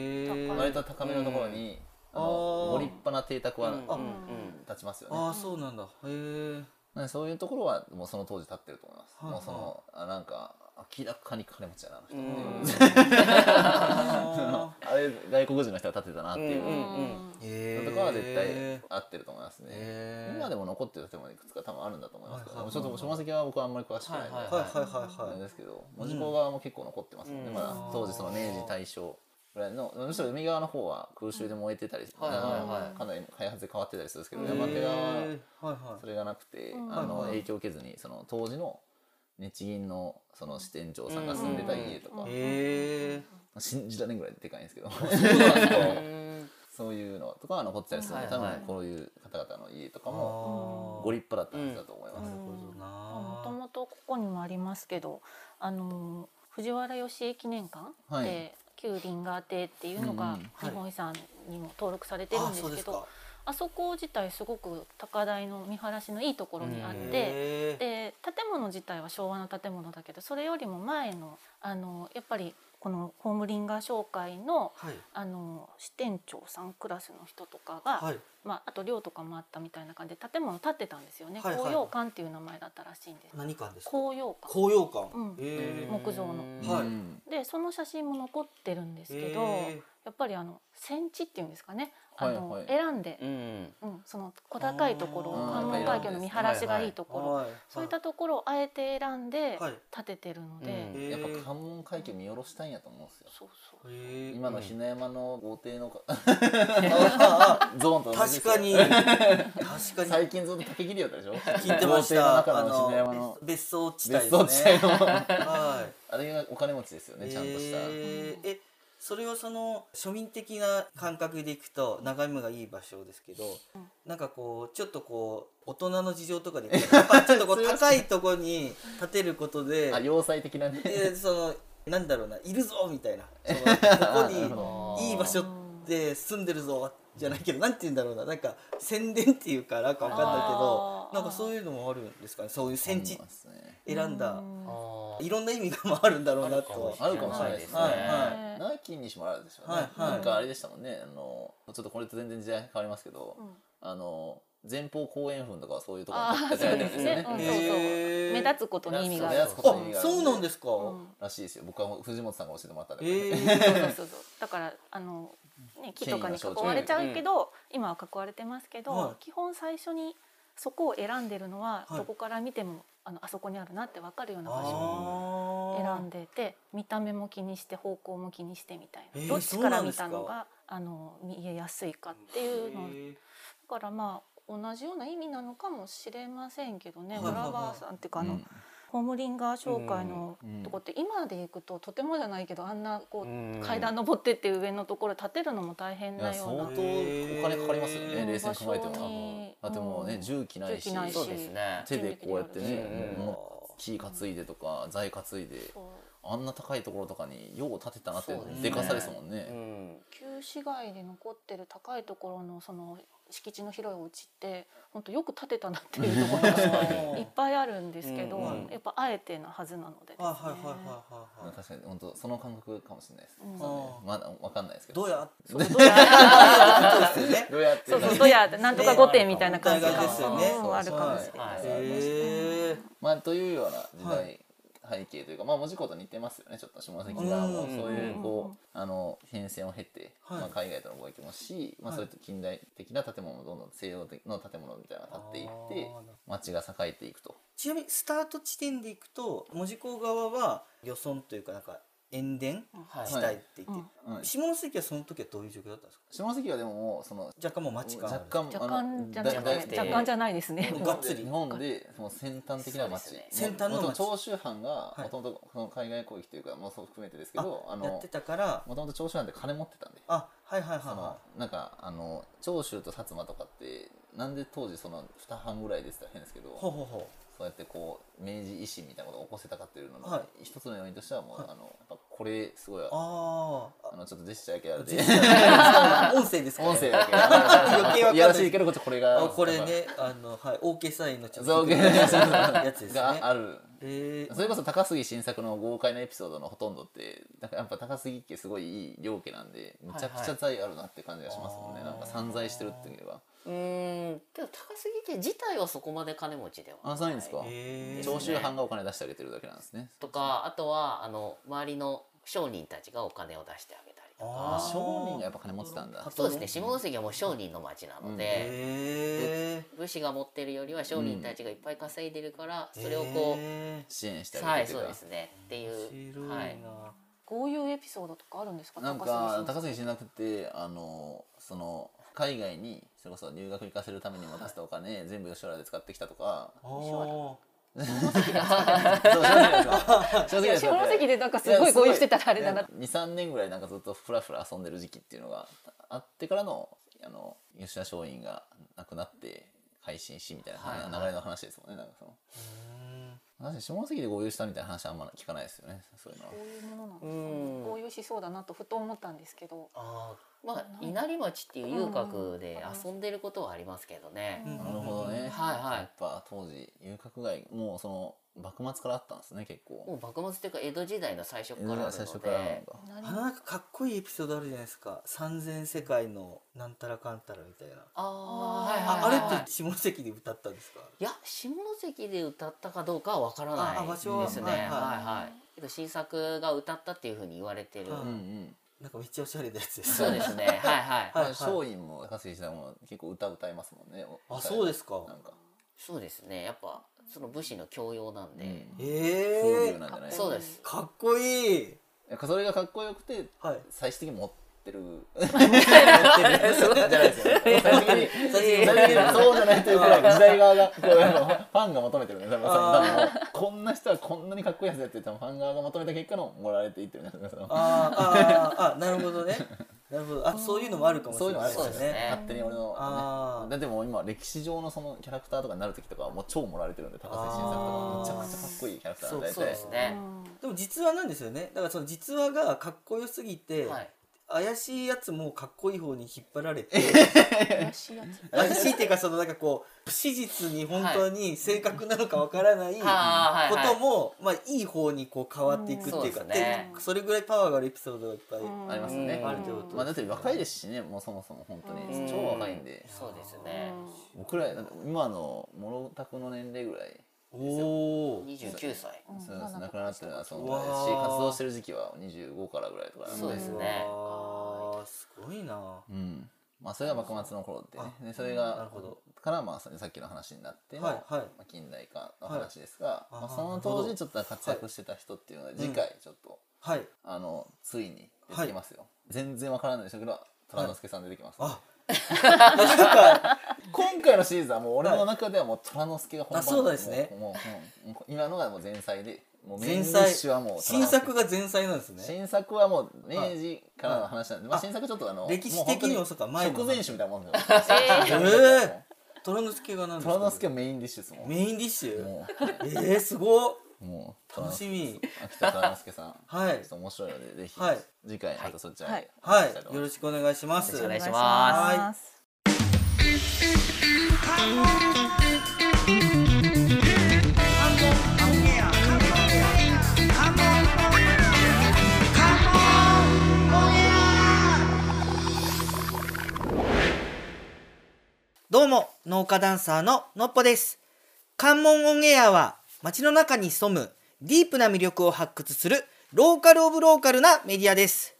[SPEAKER 4] ー
[SPEAKER 2] 割と高めのところに、あの
[SPEAKER 5] あー
[SPEAKER 2] ご立派な邸宅は
[SPEAKER 3] うんうん
[SPEAKER 2] 立ちますよね、
[SPEAKER 5] ああそうなんだへ え
[SPEAKER 2] なんでそういうところはもうその当時立ってると思います、
[SPEAKER 5] はい
[SPEAKER 2] もうそのあなんか明らかに金持ちだなあの人
[SPEAKER 3] うんうん
[SPEAKER 5] あ
[SPEAKER 2] あれ外国人の人が立ってたなっていう
[SPEAKER 3] うん
[SPEAKER 2] の
[SPEAKER 5] ーへえ
[SPEAKER 2] とかは絶対合ってると思いますね、
[SPEAKER 5] へー
[SPEAKER 2] 今でも残ってる建物いくつか多分あるんだと思いますけど、
[SPEAKER 5] はいはい
[SPEAKER 2] ちょっと下関は僕はあんまり詳しくないんで、
[SPEAKER 3] はい
[SPEAKER 5] はいはいはい
[SPEAKER 2] あ
[SPEAKER 5] は
[SPEAKER 2] れ
[SPEAKER 5] い
[SPEAKER 2] ですけど文字工側も結構残ってますよね、
[SPEAKER 3] うん
[SPEAKER 2] まだ当時その明治大正ぐらいのむしろ海側の方は空襲で燃えてたり、
[SPEAKER 3] はいはい
[SPEAKER 4] はい
[SPEAKER 2] かなり開発で変わってたりするんですけど
[SPEAKER 5] へー
[SPEAKER 2] 山手側は
[SPEAKER 5] はいは
[SPEAKER 2] それがなくて、
[SPEAKER 4] うん
[SPEAKER 2] あの
[SPEAKER 5] はいはい
[SPEAKER 2] 影響を受けずにその当時の日銀のその支店長さんが住んでた家とか、
[SPEAKER 5] い。へえ。
[SPEAKER 2] 信じられんぐらいでかいんですけど
[SPEAKER 3] うん
[SPEAKER 2] そういうのとかは残ってたりするので、
[SPEAKER 3] はいはい
[SPEAKER 2] 多分こういう方々の家と
[SPEAKER 5] あ
[SPEAKER 2] かも
[SPEAKER 4] ー
[SPEAKER 2] ご立派だったんだと思いま
[SPEAKER 5] あ。な
[SPEAKER 2] す
[SPEAKER 5] る。ほど
[SPEAKER 4] もと
[SPEAKER 5] な。
[SPEAKER 4] もとここにもありますけどあの藤原義江記念館
[SPEAKER 2] はい
[SPEAKER 4] で旧リンガー邸っていうの
[SPEAKER 2] う
[SPEAKER 4] が
[SPEAKER 2] んうん
[SPEAKER 5] はい
[SPEAKER 4] 日本遺産にも登録されてるん
[SPEAKER 5] あ、
[SPEAKER 4] で
[SPEAKER 5] そ
[SPEAKER 4] す
[SPEAKER 5] うで
[SPEAKER 4] け
[SPEAKER 5] す
[SPEAKER 4] ど、
[SPEAKER 5] か。
[SPEAKER 4] あそこ自体すごく高台の見晴らしのいいところにあって。
[SPEAKER 5] へー
[SPEAKER 4] で建物自体は昭和の建物だけどそれよりも前のあのやっぱりこのホームリンガー商会の
[SPEAKER 5] はい。
[SPEAKER 4] あの支店長さんクラスの人とかが、
[SPEAKER 5] はい。
[SPEAKER 4] まあ、あと寮とかもあったみたいな感じで建物建ってたんですよね、
[SPEAKER 5] はいはい
[SPEAKER 4] 紅葉館っていう名前だったらしいんです
[SPEAKER 5] 何館ですか。
[SPEAKER 4] 紅葉館
[SPEAKER 5] 高揚感
[SPEAKER 4] うん。
[SPEAKER 5] へ ー
[SPEAKER 4] 木造の
[SPEAKER 5] はい
[SPEAKER 2] うん
[SPEAKER 4] でその写真も残ってるんですけど、
[SPEAKER 5] へ
[SPEAKER 4] やっぱりあの戦地っていうんですかねあの、
[SPEAKER 2] はいはい
[SPEAKER 4] 選んで
[SPEAKER 3] う、ん
[SPEAKER 4] うん、その小高いところ
[SPEAKER 5] あー
[SPEAKER 4] 関門海峡の見晴らしがいいと
[SPEAKER 5] ー
[SPEAKER 4] ころ、
[SPEAKER 5] はい。
[SPEAKER 4] そういったところをあえて選んで
[SPEAKER 5] はい
[SPEAKER 4] 建ててるので、
[SPEAKER 3] うん
[SPEAKER 5] へー
[SPEAKER 2] やっぱ関門海峡見下ろしたいんやと思うんですよ。
[SPEAKER 4] そうそう
[SPEAKER 5] へー
[SPEAKER 2] 今の
[SPEAKER 5] うん
[SPEAKER 2] 日の山の豪邸 の
[SPEAKER 5] あ
[SPEAKER 2] ゾーンと同
[SPEAKER 5] あ
[SPEAKER 2] じで
[SPEAKER 5] 確
[SPEAKER 2] すよ
[SPEAKER 5] か に。確かに。
[SPEAKER 2] 最近ずっと竹切りやったでしょ
[SPEAKER 5] 聞いてま
[SPEAKER 2] 豪邸
[SPEAKER 5] し
[SPEAKER 2] の
[SPEAKER 5] た。
[SPEAKER 2] 中の日の山の
[SPEAKER 5] 別別荘地
[SPEAKER 2] 別
[SPEAKER 5] 帯で
[SPEAKER 2] 荘地
[SPEAKER 5] すね。
[SPEAKER 2] 帯の
[SPEAKER 5] はい。
[SPEAKER 2] あれがお金持ちですよねちゃんとした
[SPEAKER 5] えーえそれはその庶民的な感覚でいくと眺めがいい場所ですけど、
[SPEAKER 4] うん
[SPEAKER 5] なんかこうちょっとこう大人の事情とかで やっぱちょっとこう高いところに建てることで
[SPEAKER 2] あ要塞的なね
[SPEAKER 5] でそのなんだろうないるぞみたいなその
[SPEAKER 2] あなるほ
[SPEAKER 5] こ
[SPEAKER 2] ど
[SPEAKER 5] こにいい場所で住んでるぞじゃないけどなんて言うんだろうななんか宣伝っていうかなんかわかんないけど
[SPEAKER 4] あー
[SPEAKER 5] なんかそういうのもあるんですかねそういう戦地
[SPEAKER 2] ありますね
[SPEAKER 5] 選んだ
[SPEAKER 4] う
[SPEAKER 3] あー
[SPEAKER 5] いろんな意味がまああるんだろうなとは。
[SPEAKER 2] あるかもしれないですね
[SPEAKER 5] はい
[SPEAKER 4] はい
[SPEAKER 2] ナーキンにしもあるでしょうね、
[SPEAKER 5] はいはい
[SPEAKER 2] なんかあれでしたもんねあのちょっとこれと全然時代変わりますけど、
[SPEAKER 4] うん
[SPEAKER 2] あの前方後円墳とかはそういうところ
[SPEAKER 4] あ
[SPEAKER 2] に
[SPEAKER 4] あ
[SPEAKER 2] 立
[SPEAKER 4] そ
[SPEAKER 2] てら
[SPEAKER 4] う
[SPEAKER 2] れて
[SPEAKER 4] で
[SPEAKER 2] るんですすよね、
[SPEAKER 4] ねうんそうそう
[SPEAKER 5] へー
[SPEAKER 4] 目立つことに意味がある
[SPEAKER 2] 目立つこ
[SPEAKER 5] あ
[SPEAKER 2] とに意味がある
[SPEAKER 5] そうなんですか。
[SPEAKER 4] うん
[SPEAKER 2] らしいですよ僕は藤本さんが教えてもらったんで、
[SPEAKER 5] え
[SPEAKER 4] そうそ
[SPEAKER 5] え
[SPEAKER 4] うそうそうだからあの、ね、木とかに囲われちゃうけど、今は囲われてますけど、
[SPEAKER 5] はい
[SPEAKER 4] 基本最初にそこを選んでるのは、
[SPEAKER 5] はい
[SPEAKER 4] どこから見てもあのあそこにあるなって分かるような場所
[SPEAKER 5] あ
[SPEAKER 4] を選ん
[SPEAKER 5] で。
[SPEAKER 4] でて見た目も気にして方向も気にしてみたいな、
[SPEAKER 5] えー
[SPEAKER 4] どっちから見た
[SPEAKER 5] そ
[SPEAKER 4] の
[SPEAKER 5] うな
[SPEAKER 4] があの見えやすいかっていうのだからまあ同じような意味なのかもしれませんけどね、
[SPEAKER 5] はいはいはい
[SPEAKER 4] グラバーさんっていうか
[SPEAKER 2] う
[SPEAKER 4] あの、
[SPEAKER 2] ん
[SPEAKER 4] ホームリンガー商会の
[SPEAKER 2] うん
[SPEAKER 4] とこって今で行くととてもじゃないけどあんなこう
[SPEAKER 3] うん
[SPEAKER 4] 階段登ってって上のところ建てるのも大変
[SPEAKER 2] いや
[SPEAKER 4] なよ
[SPEAKER 2] 相当お
[SPEAKER 4] う
[SPEAKER 2] 金かかりますよ
[SPEAKER 5] え
[SPEAKER 2] ね
[SPEAKER 5] ー
[SPEAKER 2] 冷静に考えて
[SPEAKER 4] 場所
[SPEAKER 2] も
[SPEAKER 4] に
[SPEAKER 2] だってもうね
[SPEAKER 4] うん
[SPEAKER 2] 重機ないし
[SPEAKER 4] 重機ないし
[SPEAKER 3] そうですね
[SPEAKER 2] 手でこうやってね
[SPEAKER 3] うん
[SPEAKER 2] もう木担いでとか材担いで
[SPEAKER 4] な
[SPEAKER 2] あんな高いところとかによう建てたなって
[SPEAKER 3] そうですね
[SPEAKER 2] でかさですもん
[SPEAKER 3] う
[SPEAKER 2] ね
[SPEAKER 3] ん
[SPEAKER 4] 旧市街で残ってる高いところのその敷地の広いお家って本当よく建てたなっていうところ
[SPEAKER 5] 確か
[SPEAKER 4] が
[SPEAKER 5] に
[SPEAKER 4] いっぱいあるんですけど、
[SPEAKER 5] うんうん
[SPEAKER 4] やっぱあえてなはずなのでですね
[SPEAKER 5] はいはいはいはいはいは
[SPEAKER 2] 確かに本当その感覚かもしれないです
[SPEAKER 4] うん
[SPEAKER 2] そうねまだわかんないですけ
[SPEAKER 5] い。
[SPEAKER 2] ど
[SPEAKER 5] どうや。
[SPEAKER 4] そうどうや
[SPEAKER 5] そうですよね。
[SPEAKER 2] どうやって
[SPEAKER 4] そうそうどうやってなんとか御殿みたいな感じが、
[SPEAKER 5] ね大概ですよね
[SPEAKER 4] うんあるかもしれない
[SPEAKER 3] はい
[SPEAKER 4] ですね。
[SPEAKER 5] え
[SPEAKER 2] まあというような時
[SPEAKER 5] は
[SPEAKER 2] 代背景というかまあ文字こと似てますよねちょっと下関側
[SPEAKER 5] う
[SPEAKER 2] も
[SPEAKER 5] ん
[SPEAKER 2] そういう
[SPEAKER 4] う
[SPEAKER 2] こ
[SPEAKER 4] ん
[SPEAKER 2] うあの変遷を経て
[SPEAKER 5] はい
[SPEAKER 2] まあ海外との貿易もしまあ
[SPEAKER 5] はい
[SPEAKER 2] そういった近代的な建物もどんどん西洋的の建物みたいなのが建っていって
[SPEAKER 5] あー
[SPEAKER 2] 街が栄えていくと
[SPEAKER 5] ちなみにスタート地点で行くと門司港側は漁村というかなんか塩田
[SPEAKER 3] は
[SPEAKER 5] 地
[SPEAKER 3] い
[SPEAKER 5] 帯って言って、
[SPEAKER 4] うん
[SPEAKER 2] うん
[SPEAKER 5] 下関はその時はどういう状況だったんですか。
[SPEAKER 2] 下関はでももうその
[SPEAKER 5] 若干もう町感ある
[SPEAKER 2] 若干
[SPEAKER 4] 若
[SPEAKER 2] あの
[SPEAKER 4] 干じゃな
[SPEAKER 2] だだ
[SPEAKER 3] 大
[SPEAKER 4] くて
[SPEAKER 3] 学生
[SPEAKER 4] 若干じゃないですね。
[SPEAKER 5] もうがっつり
[SPEAKER 2] 日本でその先端的な街、
[SPEAKER 3] そうです
[SPEAKER 5] ね先端
[SPEAKER 2] も
[SPEAKER 5] の街
[SPEAKER 2] ともと長州藩が
[SPEAKER 5] い
[SPEAKER 2] もともとその海外攻撃というかもうそう含めてですけどあ
[SPEAKER 5] やっ
[SPEAKER 2] の
[SPEAKER 5] てたから。
[SPEAKER 2] もともと長州藩って金持ってたんで
[SPEAKER 5] あはいはいはい
[SPEAKER 2] その
[SPEAKER 5] は
[SPEAKER 2] なんかあの長州と薩摩とかってなんで当時その2藩ぐらいでしたら変ですけど
[SPEAKER 5] い。ほうほうほ
[SPEAKER 2] そうやってこう明治維新みたいなことを起こせたかっていうのの、
[SPEAKER 5] は
[SPEAKER 2] 一つの要因としてはもう、
[SPEAKER 5] はい。
[SPEAKER 2] あのやっぱこれすごいう
[SPEAKER 5] あー
[SPEAKER 2] あのちょっとジェスチャーだけある
[SPEAKER 5] あ。
[SPEAKER 2] で
[SPEAKER 5] 実は音声ですからね
[SPEAKER 2] 音声だけあ
[SPEAKER 5] 余計わかんな
[SPEAKER 2] の
[SPEAKER 5] い
[SPEAKER 2] いやらしいけどこっちこれが
[SPEAKER 5] あこれねあのはい OK サインのちょっ
[SPEAKER 2] そう
[SPEAKER 5] と
[SPEAKER 2] OK
[SPEAKER 5] やつです ね
[SPEAKER 2] がある
[SPEAKER 5] えー
[SPEAKER 2] それこそ高杉晋作の豪快なエピソードのほとんどってなんかやっぱ高杉家すごいいい両家なんでむちゃくちゃ財あるなって感じがしますもんね、
[SPEAKER 5] はいはい
[SPEAKER 2] なんか散財してるっていうのは
[SPEAKER 3] うーんけど高杉家自体はそこまで金持ちでは
[SPEAKER 2] あそうなんですか
[SPEAKER 5] えー
[SPEAKER 2] 長州藩がお金出してあげてるだけなんですね
[SPEAKER 3] とかあとはあの周りの商人たちがお金を出してあげたりと
[SPEAKER 5] あー
[SPEAKER 3] か
[SPEAKER 2] 商人がやっぱ金持ってたんだ
[SPEAKER 3] そうですね下関はもう商人の町なので、
[SPEAKER 5] え
[SPEAKER 3] 武士が持ってるよりは商人たちがいっぱい稼いでるから、
[SPEAKER 5] ー
[SPEAKER 3] それをこう、
[SPEAKER 5] え
[SPEAKER 2] 支援してあ
[SPEAKER 3] は
[SPEAKER 2] げ
[SPEAKER 3] い
[SPEAKER 2] てる
[SPEAKER 3] そう
[SPEAKER 2] と
[SPEAKER 3] ですねっていう
[SPEAKER 5] ー面白いな、
[SPEAKER 3] はい
[SPEAKER 4] こういうエピソードとかあるんですか
[SPEAKER 2] なん
[SPEAKER 4] さ
[SPEAKER 2] か
[SPEAKER 4] ん
[SPEAKER 2] 高杉しなくてあのその海外にそれこそ留学行かせるために渡したお金全部吉原で使ってきたとか
[SPEAKER 5] おー
[SPEAKER 2] そう正
[SPEAKER 4] い
[SPEAKER 2] 直
[SPEAKER 4] や
[SPEAKER 2] です
[SPEAKER 4] 下関でなんかすごい合意してたらあれだな
[SPEAKER 2] 23年ぐらいなんかずっとふらふら遊んでる時期っていうのがあってからのあの吉田松陰が亡くなって配信しみたい
[SPEAKER 3] はいはい
[SPEAKER 2] な流れの話ですもんねなんかその話下関で合流したみたいな話あんま聞かないですよねそういうのは
[SPEAKER 4] こういうものな
[SPEAKER 3] う
[SPEAKER 4] んですか
[SPEAKER 3] ん
[SPEAKER 4] こういうしそうだなとふと思ったんですけど
[SPEAKER 3] あーまあ稲荷町っていう遊郭で遊んでることはありますけどね、
[SPEAKER 4] うん
[SPEAKER 2] なるほどね、
[SPEAKER 3] はいはい
[SPEAKER 2] やっぱ当時遊郭街もうその幕末からあったんですね結構
[SPEAKER 3] もう幕末っていうか江戸時代の最初からなので
[SPEAKER 2] 最初からなんか
[SPEAKER 4] 何
[SPEAKER 5] あのなんかかっこいいエピソードあるじゃないですか三千世界のなんたらかんたらみたいな
[SPEAKER 3] あー
[SPEAKER 5] あ
[SPEAKER 3] は
[SPEAKER 5] あ
[SPEAKER 3] い
[SPEAKER 5] れ
[SPEAKER 3] はいはい
[SPEAKER 5] って下関で歌ったんですか
[SPEAKER 3] いや下関で歌ったかどうかはわからない
[SPEAKER 5] ああ場所は
[SPEAKER 3] ですね。は
[SPEAKER 5] はいい
[SPEAKER 3] は
[SPEAKER 5] はいい
[SPEAKER 3] はい。けど新作が歌ったっていうふうに言われてる。
[SPEAKER 5] う
[SPEAKER 2] うんうんん
[SPEAKER 5] なんかめっちゃおしゃれなやつです
[SPEAKER 3] そうです ね。はいはい。
[SPEAKER 5] はい
[SPEAKER 2] 松陰も高杉さんも結構歌歌いますもんねお
[SPEAKER 5] あそうですすか
[SPEAKER 2] なんか
[SPEAKER 3] そうですね。やっぱその武士の教養なんで。
[SPEAKER 2] うん
[SPEAKER 5] え
[SPEAKER 2] 風
[SPEAKER 5] え
[SPEAKER 2] 流なんじゃない
[SPEAKER 3] そうです
[SPEAKER 5] かっこいい
[SPEAKER 2] いやそれがかっこよくて
[SPEAKER 5] はい
[SPEAKER 2] 最終的に持ってる
[SPEAKER 5] そう
[SPEAKER 2] じゃないですよ 最終的に
[SPEAKER 5] 最終的に
[SPEAKER 2] 最終的にそうじゃないというか時代側がこうあのファンが求めてるね多分
[SPEAKER 5] あ
[SPEAKER 2] 多分こんな人はこんなにかっこいいやつだって多分ファン側が求めた結果のもらえていってるね多分その
[SPEAKER 5] あーあーあーなるほどねなるほどあそういうのもあるかもし
[SPEAKER 2] そうい
[SPEAKER 5] れ
[SPEAKER 2] うのあ
[SPEAKER 5] ない
[SPEAKER 2] るん
[SPEAKER 5] で
[SPEAKER 2] ですすよ
[SPEAKER 5] よ
[SPEAKER 2] ね
[SPEAKER 5] ね
[SPEAKER 2] 勝手に俺
[SPEAKER 5] あ
[SPEAKER 2] の、
[SPEAKER 5] ー
[SPEAKER 2] ね、だってもう今歴史上のそのキャラクターとかになる時とかはもう超もらわれてるんで高瀬晋作とか
[SPEAKER 5] あー
[SPEAKER 2] めちゃくちゃかっこいいキャラクターなんで
[SPEAKER 5] そう
[SPEAKER 3] そうですね。
[SPEAKER 5] でも実話なんですよねだからその実話がかっこよすぎて、
[SPEAKER 3] はい。
[SPEAKER 5] 怪しいやつもかっこいい方に引っ張られて
[SPEAKER 4] 怪しいやつ
[SPEAKER 5] 怪しいっていうかそのなんかこう史実に本当に正確なのかわからないこ
[SPEAKER 3] あーはいはい
[SPEAKER 5] ともまあいい方にこう変わっていくっていうか
[SPEAKER 3] うんそうですね
[SPEAKER 5] でそれぐらいパワーがあるエピソードがいっぱい
[SPEAKER 4] うん
[SPEAKER 2] ありますね
[SPEAKER 3] うん
[SPEAKER 5] あるってこと
[SPEAKER 2] まあだって若いですしねもうそもそも本当
[SPEAKER 4] う
[SPEAKER 2] に超若いんで
[SPEAKER 3] そうです
[SPEAKER 4] う
[SPEAKER 3] ね。
[SPEAKER 4] ん
[SPEAKER 2] 僕らなんか今の諸田君の年齢ぐらい
[SPEAKER 5] おおー
[SPEAKER 3] 二十九歳。
[SPEAKER 4] うん
[SPEAKER 2] そうです亡くなったのはそう
[SPEAKER 5] わ
[SPEAKER 2] です
[SPEAKER 5] ー
[SPEAKER 2] し活動してる時期は25からぐらいとかなん
[SPEAKER 3] そうですね
[SPEAKER 5] あすごいな
[SPEAKER 2] うんまあそれが幕末の頃ってねでそれが
[SPEAKER 5] なるほど
[SPEAKER 2] からまあさっきの話になっての、
[SPEAKER 5] はいはい
[SPEAKER 2] まあ近代化の話ですが、
[SPEAKER 5] はい
[SPEAKER 2] ま
[SPEAKER 5] あ
[SPEAKER 2] あ、
[SPEAKER 5] ー
[SPEAKER 2] その
[SPEAKER 5] なる
[SPEAKER 2] 当
[SPEAKER 5] ほど
[SPEAKER 2] 時ちょっと活躍してた人っていうのは次回ちょっと、
[SPEAKER 5] はい
[SPEAKER 2] あのついに出てきますよ、全然わからないでしょうけど虎之助さん出てきます、
[SPEAKER 5] あなんか
[SPEAKER 2] 今回のシリーズはもう俺の中ではもう虎之助が本番
[SPEAKER 5] あそうですね
[SPEAKER 2] もうもうもう今のがもう前菜でもうメイン
[SPEAKER 5] 前
[SPEAKER 2] ディ
[SPEAKER 5] 菜
[SPEAKER 2] ッシュはもう虎之助
[SPEAKER 5] 新作が前菜なんですね
[SPEAKER 2] 新作はもう明治からの話なんで、まあ、
[SPEAKER 5] あ
[SPEAKER 2] 新作ちょっとあの
[SPEAKER 5] 歴史的にもそうか
[SPEAKER 2] 前
[SPEAKER 5] 前の話
[SPEAKER 2] 食前酒みたいなもんですよ
[SPEAKER 5] え
[SPEAKER 2] え
[SPEAKER 5] ー虎之助が何ですか
[SPEAKER 2] 虎之助はメインディッシュですもん
[SPEAKER 5] メインディッシュ
[SPEAKER 2] も
[SPEAKER 5] えーすごっ
[SPEAKER 2] うもう
[SPEAKER 5] 楽しみ
[SPEAKER 2] 秋田虎之助さん
[SPEAKER 5] はい
[SPEAKER 2] ちょっと面白いのでぜひ、
[SPEAKER 5] はい
[SPEAKER 2] 次回またそちらに
[SPEAKER 4] はい
[SPEAKER 5] はいよろしくお願いします
[SPEAKER 3] お願いします
[SPEAKER 5] ますどうも、農家ダンサーののっぽです。関門オンエアは、街の中に潜むディープな魅力を発掘する、ローカルオブローカルなメディアです。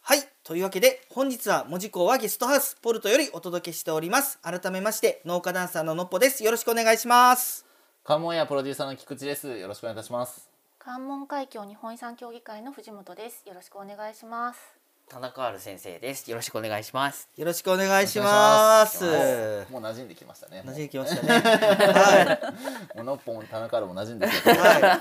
[SPEAKER 5] はい、というわけで、本日は門司港はゲストハウスポルトよりお届けしております。改めまして、農家ダンサーののっぽです。よろしくお願いします。
[SPEAKER 2] カモンやプロデューサーの菊池ですよろしくお願いいたします
[SPEAKER 4] 関門海峡日本遺産協議会の藤本ですよろしくお願いします
[SPEAKER 3] 田中ある先生です。よろしくお願いします。
[SPEAKER 5] よろしくお願いします。
[SPEAKER 2] はいもう馴染んできましたね
[SPEAKER 5] 馴染んできましたね。 はい。
[SPEAKER 2] もうノッポン田中らも馴染んできた、
[SPEAKER 5] は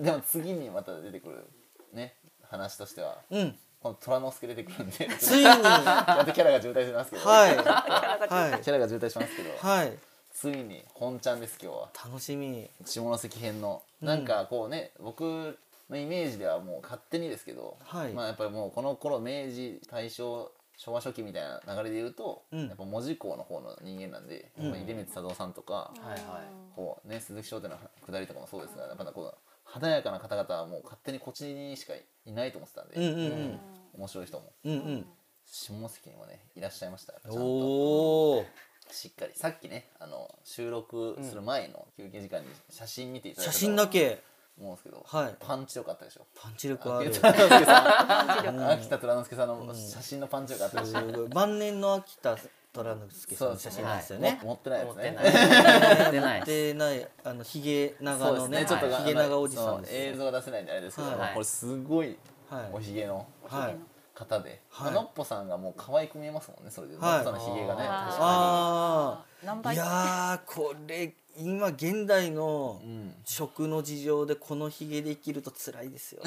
[SPEAKER 2] でも次にまた出てくるね話としては、
[SPEAKER 5] い。うん。
[SPEAKER 2] この虎之助出てくるんで
[SPEAKER 5] ついに。は
[SPEAKER 2] またキャラが渋滞しますけ
[SPEAKER 5] い。
[SPEAKER 2] ど、
[SPEAKER 5] はい
[SPEAKER 2] キ。ャラが渋滞しますけど、
[SPEAKER 5] はい。
[SPEAKER 2] ついに本ちゃんです今日は
[SPEAKER 5] 楽しみ。
[SPEAKER 2] 下関編の、なんかこうね僕のイメージではもう勝手にですけど、
[SPEAKER 5] はい
[SPEAKER 2] まあやっぱりもうこの頃明治大正昭和初期みたいな流れで言うと、
[SPEAKER 5] うん
[SPEAKER 2] やっぱ門司港の方の人間なんで、
[SPEAKER 5] うん
[SPEAKER 2] やっぱ出光佐藤さんとか、
[SPEAKER 3] はいは
[SPEAKER 2] こうね鈴木商店の下りとかもそうですが、やっぱこう華やかな方々はもう勝手にこっちにしかいないと思ってたんで、
[SPEAKER 5] うんうんうん。
[SPEAKER 2] 面白い人も
[SPEAKER 5] うんうん。
[SPEAKER 2] 下関にもねいらっしゃいましたちゃんと
[SPEAKER 5] おお。
[SPEAKER 2] しっかりさっきねあの収録する前の休憩時間に写真見ていただい
[SPEAKER 5] 写
[SPEAKER 2] た
[SPEAKER 5] 真だけ。
[SPEAKER 2] 思うんですけど、
[SPEAKER 5] はい
[SPEAKER 2] パンチ力あったでしょ
[SPEAKER 5] パンチ力ある。
[SPEAKER 2] 秋田虎之助さ
[SPEAKER 5] うん
[SPEAKER 2] ん秋田虎之助さんの写真のパンチ力あったでし
[SPEAKER 5] す
[SPEAKER 2] ょ、
[SPEAKER 5] ごい晩年の秋田虎之助さ
[SPEAKER 2] そう
[SPEAKER 5] んの
[SPEAKER 2] で
[SPEAKER 5] 写
[SPEAKER 2] す
[SPEAKER 5] 真
[SPEAKER 2] ね
[SPEAKER 5] なんですよね。
[SPEAKER 2] も持ってないで
[SPEAKER 3] 持っ
[SPEAKER 2] す
[SPEAKER 3] て
[SPEAKER 2] ね
[SPEAKER 3] ない。持ってない。
[SPEAKER 5] でないあのひげ長
[SPEAKER 2] そうで
[SPEAKER 5] の
[SPEAKER 2] す
[SPEAKER 5] ね
[SPEAKER 2] ねちょっと
[SPEAKER 5] ひげ長おじさ
[SPEAKER 2] で
[SPEAKER 5] んですすよ
[SPEAKER 2] 映像が出せないんであれですけど、
[SPEAKER 5] はい
[SPEAKER 2] これすごい
[SPEAKER 1] はい
[SPEAKER 2] おひげの
[SPEAKER 4] おひげの、
[SPEAKER 1] はい
[SPEAKER 2] 方で、
[SPEAKER 1] はい
[SPEAKER 2] まあのっぽさんがもう可愛く見えますもんねそれで、
[SPEAKER 1] はい
[SPEAKER 2] のっぽさんのひげがね
[SPEAKER 3] あー
[SPEAKER 2] 確か
[SPEAKER 1] あ
[SPEAKER 4] 何
[SPEAKER 1] あ
[SPEAKER 4] 倍
[SPEAKER 1] いやーこれ今現代の
[SPEAKER 2] に、うん、
[SPEAKER 1] 食の事情でこのひげで生きると辛いですよ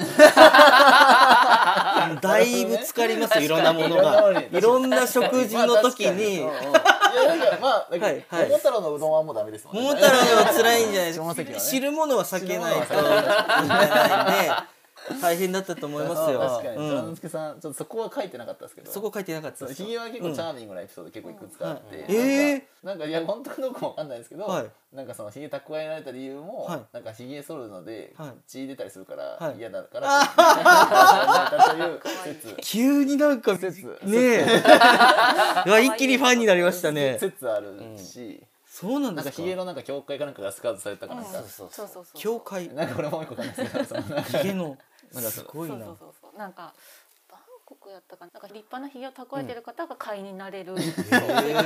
[SPEAKER 1] だいぶ疲れますよいろんなもの
[SPEAKER 2] 確か
[SPEAKER 1] が
[SPEAKER 2] に
[SPEAKER 1] いろんな食事の時に
[SPEAKER 2] まあ確かにうんうんいやだからまあだけど
[SPEAKER 1] はいはい
[SPEAKER 2] 桃太郎のうどんはもうダメですもんね
[SPEAKER 1] 桃太郎は辛いんじゃないです
[SPEAKER 2] 下
[SPEAKER 1] か、
[SPEAKER 2] 関はね
[SPEAKER 1] 汁物は避けないといけないんで大変だったと思いますよ
[SPEAKER 2] 確かに虎
[SPEAKER 1] うん
[SPEAKER 2] 之、助さんちょっとそこは書いてなかったですけど
[SPEAKER 1] そこ書いてなかった
[SPEAKER 2] そう
[SPEAKER 1] です
[SPEAKER 2] ひ
[SPEAKER 1] か
[SPEAKER 2] げは結構チャーミングなエピソード結構いくつかあって、
[SPEAKER 1] うん
[SPEAKER 2] な
[SPEAKER 1] はい
[SPEAKER 2] んか
[SPEAKER 1] え
[SPEAKER 2] なんかいや本当かどうかもわかんないですけど、
[SPEAKER 1] はい
[SPEAKER 2] なんかそのひげ蓄えられた理由も、
[SPEAKER 1] はい
[SPEAKER 2] なんかひげ剃るので、
[SPEAKER 1] はい
[SPEAKER 2] 血出たりするから、
[SPEAKER 1] はい
[SPEAKER 2] 嫌だからっていう 説
[SPEAKER 1] 急になんかね
[SPEAKER 2] 説
[SPEAKER 1] え うわ一気にファンになりましたね
[SPEAKER 2] 説あるし、
[SPEAKER 1] そうなんで
[SPEAKER 2] なん
[SPEAKER 1] す
[SPEAKER 2] か
[SPEAKER 1] か
[SPEAKER 2] ひげのなんか教会かなんかがスカウトされたかなんか、
[SPEAKER 3] そうそうそ
[SPEAKER 4] そううそうそう
[SPEAKER 1] 教会
[SPEAKER 2] なんか俺もう一個わかんないですけどそのなんか
[SPEAKER 1] ひげの
[SPEAKER 2] なんか
[SPEAKER 1] すごいな
[SPEAKER 4] そうそうそうそうなんかバンコクやったかななんか立派なひげを蓄えてる方が会員になれる、そういう会があったらしい
[SPEAKER 1] へ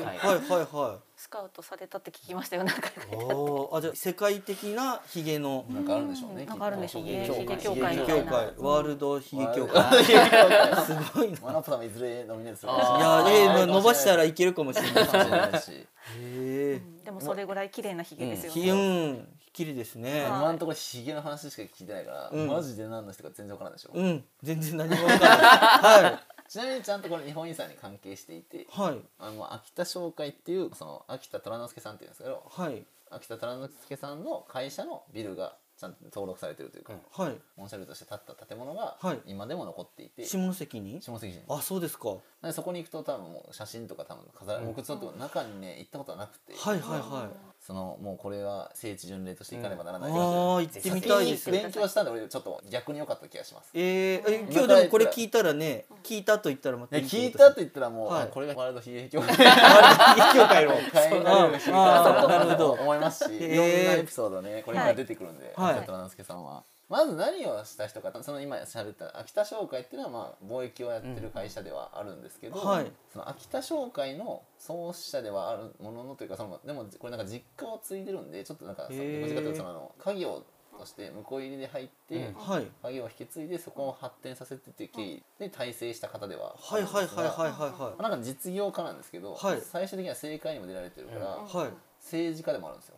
[SPEAKER 1] ー
[SPEAKER 3] はい
[SPEAKER 1] はいはいは
[SPEAKER 4] スカウトされたって聞きましたよなんか
[SPEAKER 1] いおーあじゃあ世界的なひげの
[SPEAKER 2] なんかあるんでしょうね。
[SPEAKER 4] なんかあるんでしょうね
[SPEAKER 2] きっと
[SPEAKER 3] ひげ協
[SPEAKER 1] ひ
[SPEAKER 3] 会
[SPEAKER 1] げ
[SPEAKER 3] み
[SPEAKER 1] 協
[SPEAKER 3] たい
[SPEAKER 1] 会
[SPEAKER 3] な
[SPEAKER 1] ワールドひげ協
[SPEAKER 2] ワ
[SPEAKER 1] 会
[SPEAKER 2] ールドひげ協会
[SPEAKER 1] すごいな
[SPEAKER 2] マナプさんもいずれノミネートする
[SPEAKER 1] い
[SPEAKER 3] あ
[SPEAKER 1] や
[SPEAKER 3] ー
[SPEAKER 1] えー伸ばしたら
[SPEAKER 2] いい
[SPEAKER 1] いけるかもしれな
[SPEAKER 2] か
[SPEAKER 1] い
[SPEAKER 2] もしれないし。
[SPEAKER 1] へえ
[SPEAKER 4] でもそれぐらい綺麗なひげですよ
[SPEAKER 1] ひ
[SPEAKER 4] ね、
[SPEAKER 1] うん綺麗ですね
[SPEAKER 4] はい
[SPEAKER 2] 今のところヒゲの話しか聞いてないから、
[SPEAKER 1] うん
[SPEAKER 2] マジで何の人か全然わからないでしょ、
[SPEAKER 1] うん全然何もわかんないは
[SPEAKER 2] ちなみにちゃんとこの日本遺産に関係していて
[SPEAKER 1] いはい
[SPEAKER 2] あの秋田商会っていうその秋田虎之助さんっていうんですけど
[SPEAKER 1] はい
[SPEAKER 2] 秋田虎之助さんの会社のビルがちゃんと登録されてるというか、
[SPEAKER 3] うん
[SPEAKER 1] はい
[SPEAKER 2] モンシャルとして建った建物が
[SPEAKER 1] はい
[SPEAKER 2] 今でも残っていて、
[SPEAKER 1] 下関に
[SPEAKER 2] 下関市に
[SPEAKER 1] あそうですかは
[SPEAKER 2] なんでそこに行くと多分もう写真とか多分飾られ木造とか中にね行ったことはなくて、
[SPEAKER 1] いはいは
[SPEAKER 2] そのもうこれは聖地巡礼として行かねばなら
[SPEAKER 1] いあ
[SPEAKER 2] ない
[SPEAKER 1] ー行ってみたいです
[SPEAKER 2] 勉強したんで俺ちょっと逆に良かった気がします
[SPEAKER 1] えー、え今日でもこれ聞いたらね聞いたと言ったらまた
[SPEAKER 2] え
[SPEAKER 1] 見てくだ
[SPEAKER 2] 聞い
[SPEAKER 1] さ
[SPEAKER 2] たって言ったらもう、
[SPEAKER 1] はい
[SPEAKER 2] あこれがワールド悲劇協会
[SPEAKER 1] あれひげ協会の
[SPEAKER 2] 変えられる悲劇
[SPEAKER 1] あー
[SPEAKER 2] 協会
[SPEAKER 1] な
[SPEAKER 2] だ
[SPEAKER 1] るほ
[SPEAKER 2] なと
[SPEAKER 1] ど
[SPEAKER 2] 思いますし、
[SPEAKER 1] へー
[SPEAKER 2] いろんなエピソードねこれから出てくるんで、
[SPEAKER 1] はい
[SPEAKER 2] 秋田虎之助さんは。まず何をした人かその今喋った秋田商会っていうのはまあ貿易をやってる会社ではあるんですけど、
[SPEAKER 1] うんはい
[SPEAKER 2] その秋田商会の創始者ではあるもののというかそのでもこれなんか実家を継いでるんでちょっとなんかその
[SPEAKER 1] へー
[SPEAKER 2] ご実家というかそのあの家業として向こう入りで入って、
[SPEAKER 3] うん
[SPEAKER 1] はい
[SPEAKER 2] 家業を引き継いでそこを発展させてっていう経緯で大成した方ではあ
[SPEAKER 1] は
[SPEAKER 2] る
[SPEAKER 1] い
[SPEAKER 2] んですが
[SPEAKER 1] はいはいはいはい
[SPEAKER 2] なんか実業家なんですけど、
[SPEAKER 1] はい
[SPEAKER 2] 最終的には政界にも出られてるから、
[SPEAKER 4] うん
[SPEAKER 1] はいはい
[SPEAKER 2] 政治家でもあるんですよ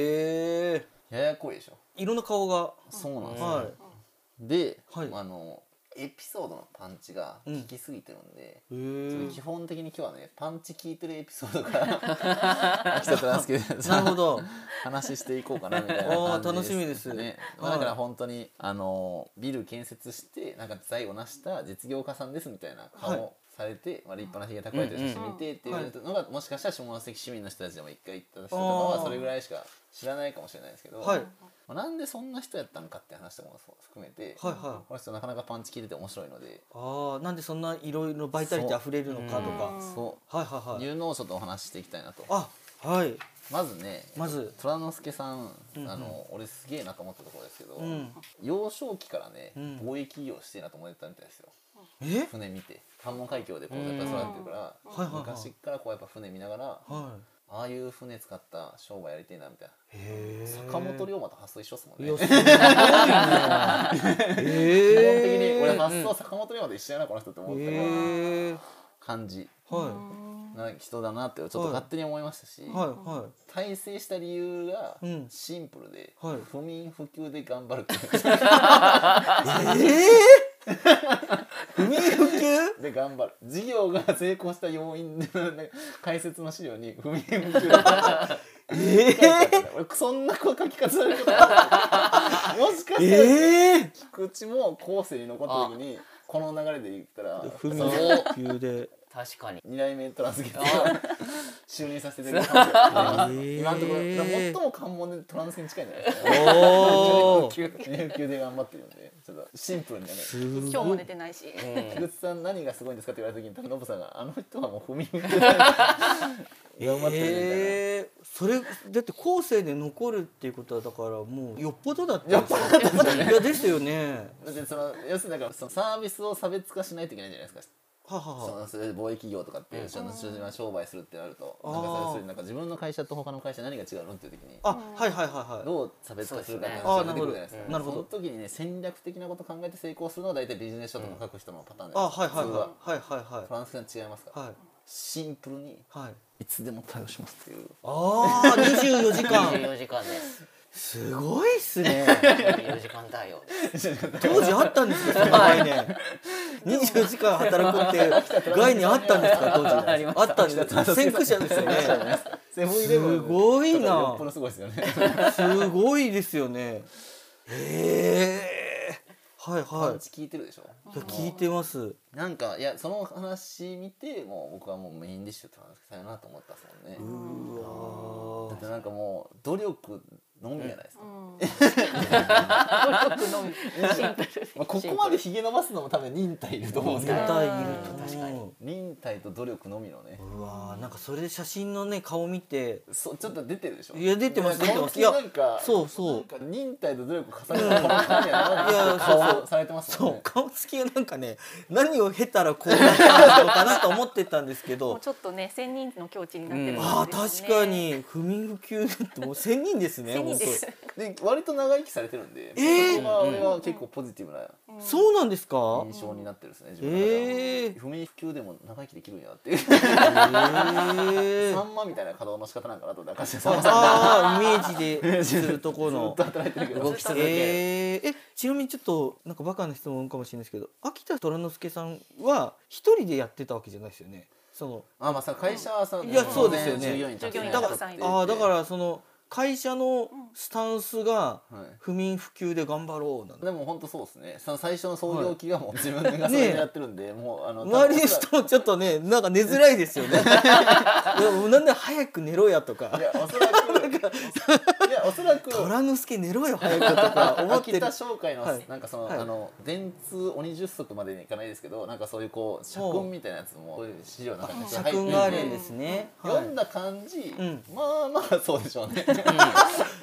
[SPEAKER 1] え
[SPEAKER 2] ややこいでしょ
[SPEAKER 1] ー、いろんな顔が
[SPEAKER 2] そうなんですよ、
[SPEAKER 1] は
[SPEAKER 2] で、
[SPEAKER 1] はい
[SPEAKER 2] あのエピソードのパンチが効きすぎてるんで、
[SPEAKER 1] いへ
[SPEAKER 2] ちょっ
[SPEAKER 1] ー
[SPEAKER 2] と基本的に今日はねパンチ効いてるエピソー ドから秋田虎之助
[SPEAKER 1] な
[SPEAKER 2] さ
[SPEAKER 1] るほ
[SPEAKER 2] ん
[SPEAKER 1] ど
[SPEAKER 2] 話していこうかなみたいな
[SPEAKER 1] あー
[SPEAKER 2] 感じ
[SPEAKER 1] 楽しみです
[SPEAKER 2] ね
[SPEAKER 1] はい
[SPEAKER 2] だから本当にあのビル建設してなんか財を成した実業家さんですみたいな
[SPEAKER 1] は
[SPEAKER 2] 顔
[SPEAKER 1] い
[SPEAKER 2] をされて、まあ、立派なひげ蓄えてる写真見てっていうのがもしかしたら下関市民の人たちでも一回行った人とか
[SPEAKER 1] あー
[SPEAKER 2] はそれぐらいしか知らないかもしれないですけど、
[SPEAKER 1] はい
[SPEAKER 2] まあなんでそんな人やったのかって話とかも含めて、
[SPEAKER 1] はいはい
[SPEAKER 2] この人なかなかパンチ効いてて面白いので。
[SPEAKER 1] ああなんでそんないろいろバイタリティ溢れるのかとか
[SPEAKER 4] うん
[SPEAKER 2] そ
[SPEAKER 1] はいは
[SPEAKER 2] う
[SPEAKER 1] いはい
[SPEAKER 2] いうのをちょっとお話ししていきたいなと
[SPEAKER 1] あはい
[SPEAKER 2] まずね
[SPEAKER 1] まず
[SPEAKER 2] 虎之助さん、
[SPEAKER 1] うん
[SPEAKER 2] あの俺すげえなと思ったところですけど、
[SPEAKER 1] うん
[SPEAKER 2] 幼少期からね、
[SPEAKER 1] うん
[SPEAKER 2] 貿易業してえなと思ってたみたいですよ
[SPEAKER 1] え
[SPEAKER 2] 船見て関門海峡でこうやっぱり育ってるから、
[SPEAKER 1] はいはいはい
[SPEAKER 2] 昔からこうやっぱ船見ながら、
[SPEAKER 1] は
[SPEAKER 2] ああいう船使った商売やりてえなみたいない
[SPEAKER 1] へえ
[SPEAKER 2] 坂本龍馬と発想一緒っすもん
[SPEAKER 1] い
[SPEAKER 2] ね
[SPEAKER 1] やす
[SPEAKER 2] 基
[SPEAKER 1] ごい な
[SPEAKER 2] 本的に
[SPEAKER 1] へえ
[SPEAKER 2] 俺発想坂本龍馬と一緒やなこの人って思っ
[SPEAKER 1] へ
[SPEAKER 2] た
[SPEAKER 1] え
[SPEAKER 2] 感じ
[SPEAKER 1] は
[SPEAKER 2] な人だなってちょっと
[SPEAKER 1] はい
[SPEAKER 2] 勝手に思いましたし、
[SPEAKER 1] いはいは
[SPEAKER 2] 大成した理由が
[SPEAKER 1] うん
[SPEAKER 2] シンプルで、
[SPEAKER 1] はい
[SPEAKER 2] 不眠不休で頑張る
[SPEAKER 1] いええー、不眠不休
[SPEAKER 2] で頑張る事業が成功した要因のね解説の資料に不眠不休で頑張る
[SPEAKER 1] え
[SPEAKER 2] 書いてあったんだよ俺そんな書き方されることあるもし
[SPEAKER 1] え
[SPEAKER 2] かしたら
[SPEAKER 1] ええ
[SPEAKER 2] 菊池も後世に残った時にこの流れで言ったら
[SPEAKER 1] 不眠不休で
[SPEAKER 3] 確かに
[SPEAKER 2] 2代目トランスゲート
[SPEAKER 3] あ
[SPEAKER 2] 就任させていただきます
[SPEAKER 1] へー
[SPEAKER 2] 今のところだから最も関門でトランスに近いんじゃないですかね
[SPEAKER 1] おお
[SPEAKER 2] 不眠不休で頑張ってるんでちょっとシンプルにね
[SPEAKER 1] す
[SPEAKER 4] 今日も
[SPEAKER 1] ごい
[SPEAKER 4] 寝てないし、
[SPEAKER 2] 菊池さん何がすごいんですかって言われた時に多分ノブさんがあの人はもう不眠不休 で頑張ってるみたいな。
[SPEAKER 1] えー、それだって後世で残るっていうことはだからもうよっぽどだったんですよいやですよね
[SPEAKER 2] だってその要するにだからそのサービスを差別化しないといけないじゃないですか
[SPEAKER 5] はは
[SPEAKER 2] そ
[SPEAKER 5] は
[SPEAKER 2] のそれで貿易業とかっていうそのそれで商売するってなるとなんか
[SPEAKER 5] あー
[SPEAKER 2] それそれなんか自分の会社と他の会社何が違うのっていう時に
[SPEAKER 5] あはいはいはいはい
[SPEAKER 2] どう差別化するかって
[SPEAKER 5] そ
[SPEAKER 2] 話
[SPEAKER 5] うですね
[SPEAKER 2] が出てくるじゃないです
[SPEAKER 5] あー
[SPEAKER 2] か
[SPEAKER 5] なるほど
[SPEAKER 2] その時にね戦略的なこと考えて成功するのは大体ビジネス書とか書く人のパターンで
[SPEAKER 5] あはいはい
[SPEAKER 2] 普通は
[SPEAKER 5] はいはいはい
[SPEAKER 2] フランスが違いますから
[SPEAKER 5] はい
[SPEAKER 2] シンプルに
[SPEAKER 5] は
[SPEAKER 2] い
[SPEAKER 5] い
[SPEAKER 2] つでも対応しますっていう
[SPEAKER 5] ああ24時間
[SPEAKER 3] 24時間です
[SPEAKER 5] すごいっすね
[SPEAKER 3] 24時間対応です
[SPEAKER 5] 当時あったんですよその概念24時間働くって概念あったんですか当
[SPEAKER 2] あり
[SPEAKER 5] 時
[SPEAKER 2] ま
[SPEAKER 5] あったんです先駆者ですよね
[SPEAKER 2] セブンイレ
[SPEAKER 5] す
[SPEAKER 2] ブン
[SPEAKER 5] ごい
[SPEAKER 2] とかよ
[SPEAKER 5] な
[SPEAKER 2] っぽどすごいですよね
[SPEAKER 5] すごいですよねへえはい
[SPEAKER 2] パ
[SPEAKER 5] は
[SPEAKER 2] ン
[SPEAKER 5] い
[SPEAKER 2] チ聞いてるでしょ
[SPEAKER 5] いや聞いてます
[SPEAKER 2] なんかいやその話見てもう僕はもうメインディッシュって話したいなと思ったっすもんね
[SPEAKER 5] うわ
[SPEAKER 2] だってなんかもう努力のみじゃないですか、
[SPEAKER 4] うん
[SPEAKER 2] まあ、ここまでひげ伸ばすのも多分忍耐いると思うんですけど
[SPEAKER 5] 絶
[SPEAKER 4] 忍
[SPEAKER 5] 対いると
[SPEAKER 3] 確かに
[SPEAKER 2] 忍耐と努力のみのね
[SPEAKER 5] うわーなんかそれで写真のね顔見て
[SPEAKER 2] そうちょっと出てるでしょ
[SPEAKER 5] いや出てます
[SPEAKER 2] なんか
[SPEAKER 5] 出てます
[SPEAKER 2] 本気でなんか
[SPEAKER 5] そうそう
[SPEAKER 2] なんか忍耐と努力を重ねたこの感じやない
[SPEAKER 5] やそうそう
[SPEAKER 2] 顔されてますもん
[SPEAKER 5] そう
[SPEAKER 2] ね
[SPEAKER 5] 顔つきがなんかね何を経たらこうなったのかなと思ってたんです
[SPEAKER 4] も
[SPEAKER 5] け
[SPEAKER 4] う
[SPEAKER 5] ど
[SPEAKER 4] ちょっとね千人の境地になってる
[SPEAKER 5] ああ
[SPEAKER 4] 感じです
[SPEAKER 5] 確
[SPEAKER 4] ね
[SPEAKER 5] かに不眠不休ってもう1000人ですね
[SPEAKER 4] 千
[SPEAKER 5] 本
[SPEAKER 4] 人
[SPEAKER 5] 当
[SPEAKER 4] です
[SPEAKER 2] で割と長生きされてるんで、
[SPEAKER 5] えー
[SPEAKER 2] そこが俺は結構ポジティブな
[SPEAKER 5] そうなんですか
[SPEAKER 2] 印象になってるんですね、自分の中では
[SPEAKER 5] ええ
[SPEAKER 2] 不明不休でも長生きできるんやっていう
[SPEAKER 5] ええ
[SPEAKER 2] さんまみたいな稼働の仕方なんかなと思ってさんまさん
[SPEAKER 5] ああイメージですると こ
[SPEAKER 2] ずっ
[SPEAKER 5] ろ
[SPEAKER 2] と
[SPEAKER 5] の
[SPEAKER 2] 働いてるけ
[SPEAKER 5] 動
[SPEAKER 2] ど
[SPEAKER 5] きさえー、えちなみにちょっとなんかバカな質問かもしれないですけど秋田虎之助さんは一人でやってたわけじゃないですよねその
[SPEAKER 2] あまあさ会社はさ
[SPEAKER 5] いやそうですよね
[SPEAKER 2] 従業員たち
[SPEAKER 4] 従業員
[SPEAKER 5] だか
[SPEAKER 4] たちさんいて
[SPEAKER 5] らああだからその会社のスタンスが
[SPEAKER 2] はい
[SPEAKER 5] 不眠不休で頑張ろうなんだ
[SPEAKER 2] でも本当そうですねその最初の創業期がもう自分がそれでやってるんで、もうあの
[SPEAKER 5] 周りの人もちょっとねなんか寝づらいです よねいやもうなんで早く寝ろやと
[SPEAKER 2] い
[SPEAKER 5] か
[SPEAKER 2] やおそ らくいやおそらく
[SPEAKER 5] 虎之助寝ろよ早くとか思って
[SPEAKER 2] 秋
[SPEAKER 5] る
[SPEAKER 2] 田商会の、
[SPEAKER 5] はい
[SPEAKER 2] なんかその、
[SPEAKER 5] はい
[SPEAKER 2] あの電通鬼十足までにいかないですけどなんかそういうこう社訓みたいなやつもこういう資料なんかめっちゃ
[SPEAKER 5] 社
[SPEAKER 2] 入って
[SPEAKER 5] 訓があるんですね、は
[SPEAKER 2] 読ん
[SPEAKER 5] い、
[SPEAKER 2] だ感じ、
[SPEAKER 5] ん
[SPEAKER 2] まあまあそうでしょうね。